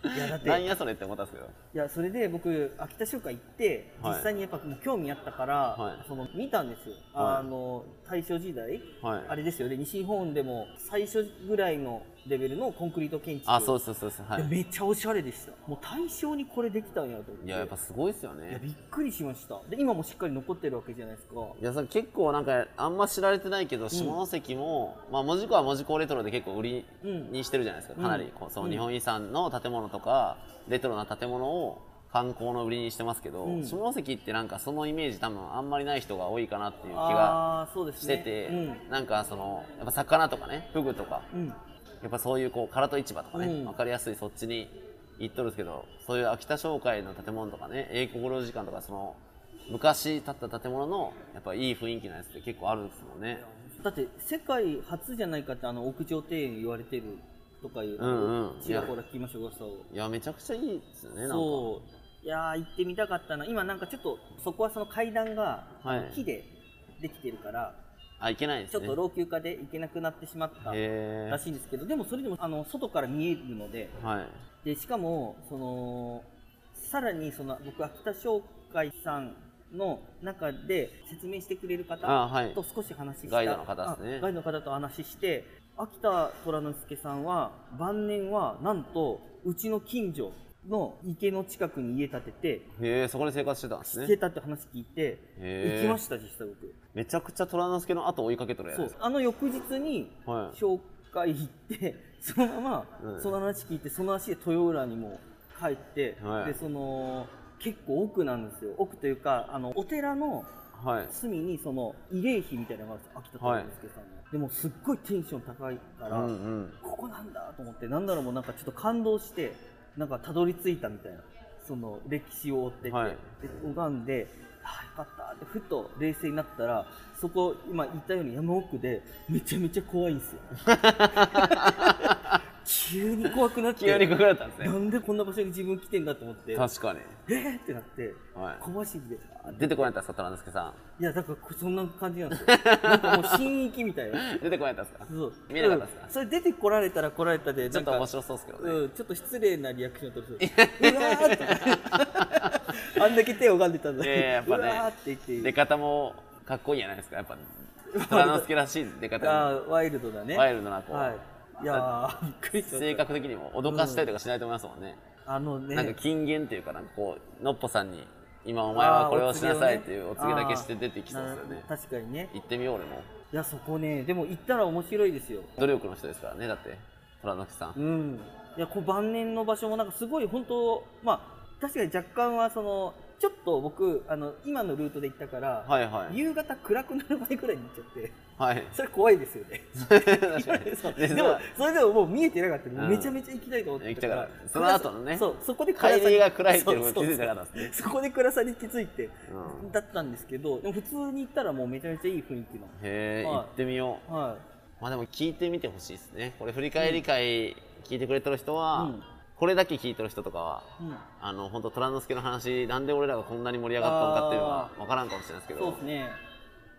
[SPEAKER 5] いやだ って
[SPEAKER 7] なんやそれって思ったんですけど
[SPEAKER 5] いやそれで僕秋田商会行って
[SPEAKER 7] はい
[SPEAKER 5] 実際にやっぱもう興味あったから、
[SPEAKER 7] はい
[SPEAKER 5] その見たんですよ、
[SPEAKER 7] はい
[SPEAKER 5] あの大正時代、
[SPEAKER 7] はい
[SPEAKER 5] あれですよね西日本でも最初ぐらいのレベルのコンクリート建築
[SPEAKER 7] あそうそうそうそうはい
[SPEAKER 5] や
[SPEAKER 7] い
[SPEAKER 5] めっちゃおしゃれでしたもう大正にこれできたんやと思って
[SPEAKER 7] いややっぱすごいですよ
[SPEAKER 5] いや
[SPEAKER 7] ね
[SPEAKER 5] びっくりしましたで今もしっかり残ってるわけじゃないですか
[SPEAKER 7] いやそれ結構なんかあんま知られてないけど下関も、まあ門司港は門司港レトロで結構売り
[SPEAKER 5] うん
[SPEAKER 7] にしてるじゃないですかかなり、
[SPEAKER 5] うん
[SPEAKER 7] こうその日本遺産の建物とかレトロな建物を観光の売りにしてますけど、
[SPEAKER 5] うん
[SPEAKER 7] 下関ってなんかそのイメージ多分あんまりない人が多いかなっていう気が
[SPEAKER 5] ああーそうです
[SPEAKER 7] し
[SPEAKER 5] ね
[SPEAKER 7] てて、
[SPEAKER 5] うん
[SPEAKER 7] なんかそのやっぱ魚とかねフグとか
[SPEAKER 5] うん
[SPEAKER 7] やっぱそういうこう唐戸市場とかね、
[SPEAKER 5] うん
[SPEAKER 7] 分かりやすいそっちに行っとるんですけどそういう秋田商会の建物とかね英国領事館とかその昔建った建物のやっぱいい雰囲気なやつって結構あるんですもんね
[SPEAKER 5] だって世界初じゃないかってあの屋上庭園言われてるとかいう、
[SPEAKER 7] うんうん
[SPEAKER 5] ちらほら聞きました噂を
[SPEAKER 7] いやめちゃくちゃいいですよねなんか
[SPEAKER 5] そういやー行ってみたかったな今なんかちょっとそこはその階段が、
[SPEAKER 7] はい
[SPEAKER 5] 木でできてるから
[SPEAKER 7] あいけないで
[SPEAKER 5] ちょ
[SPEAKER 7] す
[SPEAKER 5] っ
[SPEAKER 7] ね
[SPEAKER 5] と老朽化で行けなくなってしまった
[SPEAKER 7] へ
[SPEAKER 5] らしいんですけどでもそれでもあの外から見えるので
[SPEAKER 7] ーはい
[SPEAKER 5] でしかもそのさらにその僕秋田商会さんの中で説明してくれる方
[SPEAKER 7] あはい
[SPEAKER 5] と少し話した
[SPEAKER 7] ガイドの方ですね
[SPEAKER 5] あガイドの方と話して秋田虎之助さんは晩年はなんとうちの近所の池の近くに家建てて
[SPEAKER 7] へえそこで生活してたんです
[SPEAKER 5] して
[SPEAKER 7] ね
[SPEAKER 5] たって話聞いて
[SPEAKER 7] へ
[SPEAKER 5] 行
[SPEAKER 7] ー
[SPEAKER 5] きました実際僕
[SPEAKER 7] めちゃくちゃ虎之助の後追いかけとるやつ
[SPEAKER 5] そうあの翌日に
[SPEAKER 7] はい
[SPEAKER 5] 紹回行って そのま
[SPEAKER 7] う
[SPEAKER 5] ま
[SPEAKER 7] ん
[SPEAKER 5] その話聞いてその足で豊浦にも帰って、
[SPEAKER 7] はい
[SPEAKER 5] でその結構奥なんですよ奥というかあのお寺の
[SPEAKER 7] はい
[SPEAKER 5] 隅にその慰霊碑みたいなのがあるんですよ秋田
[SPEAKER 7] は
[SPEAKER 5] 隆
[SPEAKER 7] い
[SPEAKER 5] 之介さんの、でもすっごいテンション高いから、
[SPEAKER 7] うんうん
[SPEAKER 5] ここなんだと思ってなんだろうもうなんかちょっと感動してなんかたどり着いたみたいなその歴史を追ってて、
[SPEAKER 7] はい
[SPEAKER 5] で拝んでああよかったってふと冷静になったらそこ今言ったように山奥でめちゃめちゃ怖いんです よ急に怖くなって
[SPEAKER 7] 急にかかれたんです
[SPEAKER 5] な
[SPEAKER 7] ね
[SPEAKER 5] んでこんな場所に自分来てんだと思ってえ
[SPEAKER 7] 確かに、
[SPEAKER 5] ーってなって
[SPEAKER 7] はい、
[SPEAKER 5] 小走りであ
[SPEAKER 7] 出てこないったんですか田之助さ
[SPEAKER 5] いやだからこそんな感じなんですよなんかもう新域みたいなん
[SPEAKER 7] 出てこないったんですか
[SPEAKER 5] そう
[SPEAKER 7] 見えなかったですか
[SPEAKER 5] うんそれ出てこられたら来られたで
[SPEAKER 7] ちょっと
[SPEAKER 5] なんか
[SPEAKER 7] 面白そうですけどね、
[SPEAKER 5] うん、ちょっと失礼なリアクションを取る人。うわー って。あんだけ手を拝んでたんだ
[SPEAKER 7] いやいややっぱね
[SPEAKER 5] うわーって言って。
[SPEAKER 7] 出方もかっこいいじゃないですかやっぱ虎之助らしい出
[SPEAKER 5] あ
[SPEAKER 7] 方
[SPEAKER 5] ーワイルドだね。
[SPEAKER 7] ワイルドなこう、
[SPEAKER 5] はい。いやー、びっくりしちゃった。
[SPEAKER 7] 性格的にも脅かしたりとかしないと思いますもんね、
[SPEAKER 5] あのね。
[SPEAKER 7] なんか禁言っていうかなんかこうのっぽさんに今お前はこれをしなさいっていうお告げだけして出てきそうですよね
[SPEAKER 5] あー確かにね。
[SPEAKER 7] 行ってみよう俺も
[SPEAKER 5] いや、そこね、でも行ったら面白いですよ。
[SPEAKER 7] 努力の人ですからねだって虎之助さん
[SPEAKER 5] うん。いや、こう晩年の場所もなんかすごい本当、まあ、確かに若干はその、ちょっと僕、あの、今のルートで行ったから、
[SPEAKER 7] はいはい
[SPEAKER 5] 夕方暗くなる前くらいに行っちゃって、
[SPEAKER 7] はい
[SPEAKER 5] それ怖いですよね。
[SPEAKER 7] 確か に
[SPEAKER 5] そう
[SPEAKER 7] で
[SPEAKER 5] で
[SPEAKER 7] も
[SPEAKER 5] もそれでももう見えてなかったの、
[SPEAKER 7] うん
[SPEAKER 5] めちゃめちゃ行きたいと思ってたから
[SPEAKER 7] 行きたかったその後のね
[SPEAKER 5] そうそこで
[SPEAKER 7] 帰りが暗いって
[SPEAKER 5] そ
[SPEAKER 7] いううことに気づいてなかったですね
[SPEAKER 5] そうそこで暗さに気づいて、
[SPEAKER 7] うん
[SPEAKER 5] だったんですけどでも普通に行ったらもうめちゃめちゃいい雰囲気の
[SPEAKER 7] へえ
[SPEAKER 5] はい
[SPEAKER 7] 行ってみよう
[SPEAKER 5] は
[SPEAKER 7] まあでも聞いてみてほしいですねこれ振り返り会聞いてくれてる人は、
[SPEAKER 5] うん、
[SPEAKER 7] これだけ聞いてる人とかはい
[SPEAKER 5] うん、
[SPEAKER 7] あの本当虎之助の話なんで俺らがこんなに盛り上がったのかっていうのは
[SPEAKER 5] あ
[SPEAKER 7] 分からんかもしれないですけ
[SPEAKER 5] そう
[SPEAKER 7] ど
[SPEAKER 5] ですね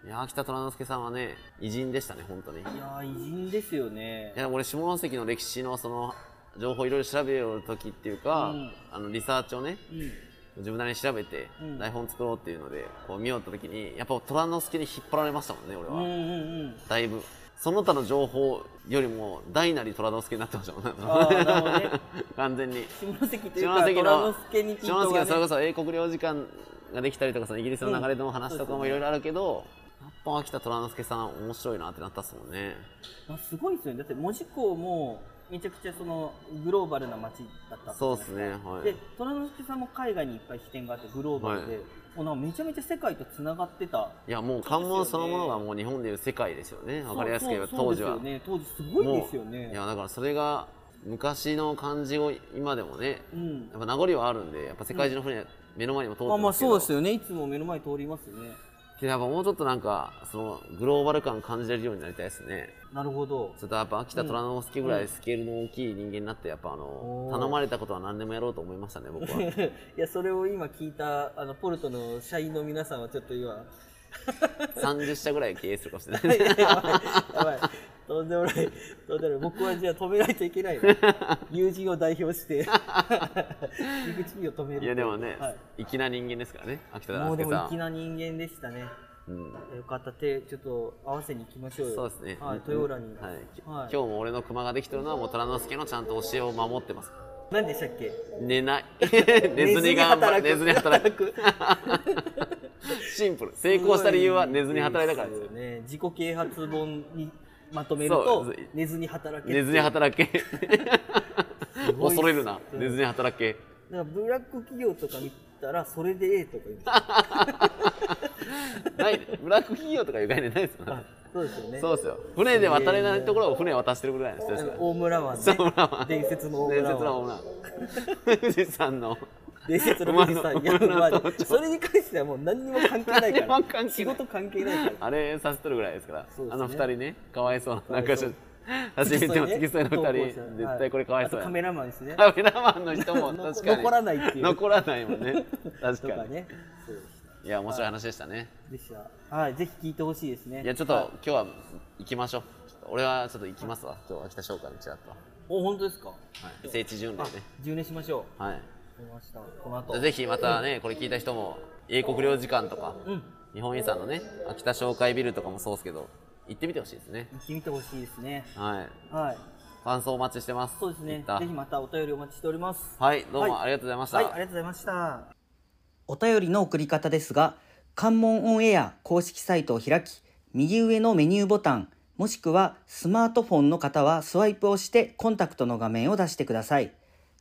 [SPEAKER 7] いや秋田虎之助さんはね偉人でしたね本当にい
[SPEAKER 5] いやー偉人ですよね
[SPEAKER 7] や俺下関の歴史のその情報いろいろ調べる時っていうか、
[SPEAKER 5] うん
[SPEAKER 7] あのリサーチをね
[SPEAKER 5] うん
[SPEAKER 7] 自分なりに調べて
[SPEAKER 5] うん
[SPEAKER 7] 台本作ろうっていうのでこう見よった時にやっぱ虎之助に引っ張られましたもんね俺
[SPEAKER 5] う
[SPEAKER 7] は、
[SPEAKER 5] んうんうん
[SPEAKER 7] だいぶその他の情報よりも大なり虎之助になってましたもんね
[SPEAKER 5] あーなるほどね
[SPEAKER 7] 完全に
[SPEAKER 5] 下関という
[SPEAKER 7] 下
[SPEAKER 5] か
[SPEAKER 7] 関の
[SPEAKER 5] 虎之助にピン
[SPEAKER 7] 下
[SPEAKER 5] トが、
[SPEAKER 7] 関の
[SPEAKER 5] ね
[SPEAKER 7] それこそ英国領事館ができたりとかそのイギリスの流れの話とか
[SPEAKER 5] う
[SPEAKER 7] も
[SPEAKER 5] ん
[SPEAKER 7] いろいろあるけど、やっぱ秋田虎之助さん面白いなってなったっすもんね
[SPEAKER 5] まあ、すごいですよねだって門司港もめちゃくちゃそのグローバルな街だった
[SPEAKER 7] そうっすねはい
[SPEAKER 5] で虎之助さんも海外にいっぱい支店があってグローバルで、
[SPEAKER 7] はい
[SPEAKER 5] もうなんかめちゃめちゃ世界とつながってた
[SPEAKER 7] いやもう関門そのものがもう日本でいう世界ですよねわかりやすく言えば
[SPEAKER 5] そうそ
[SPEAKER 7] 当
[SPEAKER 5] う
[SPEAKER 7] 時は、
[SPEAKER 5] そうですよね、当時すごいですよね
[SPEAKER 7] いやだからそれが昔の感じを今でもね
[SPEAKER 5] うん
[SPEAKER 7] やっぱ名残はあるんでやっぱ世界中の船、目の前にも通って
[SPEAKER 5] あま
[SPEAKER 7] ま
[SPEAKER 5] あ
[SPEAKER 7] すけど、
[SPEAKER 5] そうですよねいつも目の前通りますよね
[SPEAKER 7] けどやっぱもうちょっとなんかそのグローバル感感じれるようになりたいですね
[SPEAKER 5] なるほど
[SPEAKER 7] ちょっとやっぱ秋田虎之助ぐらいスケールの大きい人間になってやっぱあの
[SPEAKER 5] おー
[SPEAKER 7] 頼まれたことは何でもやろうと思いましたね僕 は
[SPEAKER 5] いやそれを今聞いたあのポルトの社員の皆さんはちょっと 今
[SPEAKER 7] 30社ぐらい経営するかもしれない
[SPEAKER 5] やばいやばいとんでもないとんでもない僕はじゃあ止めないといけないの友人を代表して 入り口を止める
[SPEAKER 7] いや でもね、
[SPEAKER 5] はい
[SPEAKER 7] 粋な人間ですからね秋田
[SPEAKER 5] も
[SPEAKER 7] 虎
[SPEAKER 5] うで
[SPEAKER 7] 之
[SPEAKER 5] も
[SPEAKER 7] 助さ
[SPEAKER 5] 粋
[SPEAKER 7] ん
[SPEAKER 5] な人間でしたね。
[SPEAKER 7] うん
[SPEAKER 5] よかった手ちょっと合わせに行きましょうよ。
[SPEAKER 7] そうですね、
[SPEAKER 5] はい、
[SPEAKER 7] うん
[SPEAKER 5] 豊浦に。
[SPEAKER 7] はいき
[SPEAKER 5] はい
[SPEAKER 7] 今日も俺の熊ができてるのはもう虎之助のちゃんと教えを守ってます
[SPEAKER 5] 何でしたっけ？
[SPEAKER 7] 寝 ない寝ずに頑張る寝ずに働くシンプル成功した理由は寝ずに働いたからですよ
[SPEAKER 5] すごいね。自己啓発本にまとめると
[SPEAKER 7] そう
[SPEAKER 5] 寝ずに働け。
[SPEAKER 7] 寝ずに
[SPEAKER 5] 働
[SPEAKER 7] 働け
[SPEAKER 5] ごいっす
[SPEAKER 7] 恐れるな
[SPEAKER 5] うん
[SPEAKER 7] 寝ずに働け
[SPEAKER 5] く。だからブラック企業とか見たらそれでええとか言うんですよ
[SPEAKER 7] ないブラック企業とかいう概念ないですよね
[SPEAKER 5] そうですよね。
[SPEAKER 7] そうですよ船で渡れないところを船渡してるぐらいの人で
[SPEAKER 5] あ
[SPEAKER 7] すか
[SPEAKER 5] の
[SPEAKER 7] ら
[SPEAKER 5] 大村湾ね
[SPEAKER 7] そう大村湾
[SPEAKER 5] 伝説の大
[SPEAKER 7] 伝
[SPEAKER 5] 村
[SPEAKER 7] 説の
[SPEAKER 5] 湾
[SPEAKER 7] オーナー富士山の
[SPEAKER 5] 伝説の富士山
[SPEAKER 7] 馬の馬
[SPEAKER 5] 山
[SPEAKER 7] の
[SPEAKER 5] ま でそれに関してはもう何にも関係ないか
[SPEAKER 7] 何にも関係な
[SPEAKER 5] ら
[SPEAKER 7] い
[SPEAKER 5] 仕事関係ないから
[SPEAKER 7] あれさせてるぐらいですから
[SPEAKER 5] そうですね
[SPEAKER 7] あの二人ねかわいそうななんかしょ
[SPEAKER 5] 付
[SPEAKER 7] 初
[SPEAKER 5] き
[SPEAKER 7] めて
[SPEAKER 5] 添い
[SPEAKER 7] も
[SPEAKER 5] ね
[SPEAKER 7] 付き添いの
[SPEAKER 5] 投稿
[SPEAKER 7] 二
[SPEAKER 5] 者
[SPEAKER 7] 人絶対これかわいそう
[SPEAKER 5] あと
[SPEAKER 7] や
[SPEAKER 5] カメラマンですね
[SPEAKER 7] カメラマンの人も
[SPEAKER 5] 残
[SPEAKER 7] 確かに
[SPEAKER 5] 残らないっていう
[SPEAKER 7] 残らないもんね確
[SPEAKER 5] と
[SPEAKER 7] か
[SPEAKER 5] か
[SPEAKER 7] に、
[SPEAKER 5] ねそうでした
[SPEAKER 7] いや面白い話でしたね、
[SPEAKER 5] でしたはいぜひ聞いてほしいですね
[SPEAKER 7] い、やちょっと、今日は行きましょうちょっと俺はちょっと行きますわ今日は北商館にちらっと、は
[SPEAKER 5] お本当ですか
[SPEAKER 7] い、聖地巡礼ね
[SPEAKER 5] あ充電しましょわ
[SPEAKER 7] はいう
[SPEAKER 5] かりましたこの後
[SPEAKER 7] じゃあぜひまたねこれ聞いた人も英国領事館とか、
[SPEAKER 5] うん
[SPEAKER 7] 日本遺産のね秋田商会ビルとかもそうですけど行ってみてほしいですね
[SPEAKER 5] 行ってみてほしいですね
[SPEAKER 7] はい
[SPEAKER 5] はい
[SPEAKER 7] 感想お待ちしてます
[SPEAKER 5] そうですね
[SPEAKER 7] 行った
[SPEAKER 5] ぜひまたお便りお待ちしております
[SPEAKER 7] はいどう
[SPEAKER 5] は
[SPEAKER 7] も
[SPEAKER 5] い
[SPEAKER 7] ありがとうございました、
[SPEAKER 5] はいありがとうございました
[SPEAKER 1] お便りの送り方ですが、関門オンエア公式サイトを開き、右上のメニューボタン、
[SPEAKER 5] もしくはスマートフォンの方はスワイプをしてコンタクトの画面を出してください。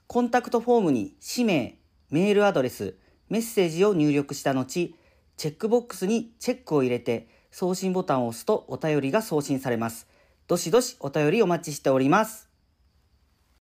[SPEAKER 5] コンタクトフォームに氏名、メールアドレス、メッセージを入力した後、チェックボックスにチェックを入れて送信ボタンを押すとお便りが送信されます。どしどしお便りお待ちしております。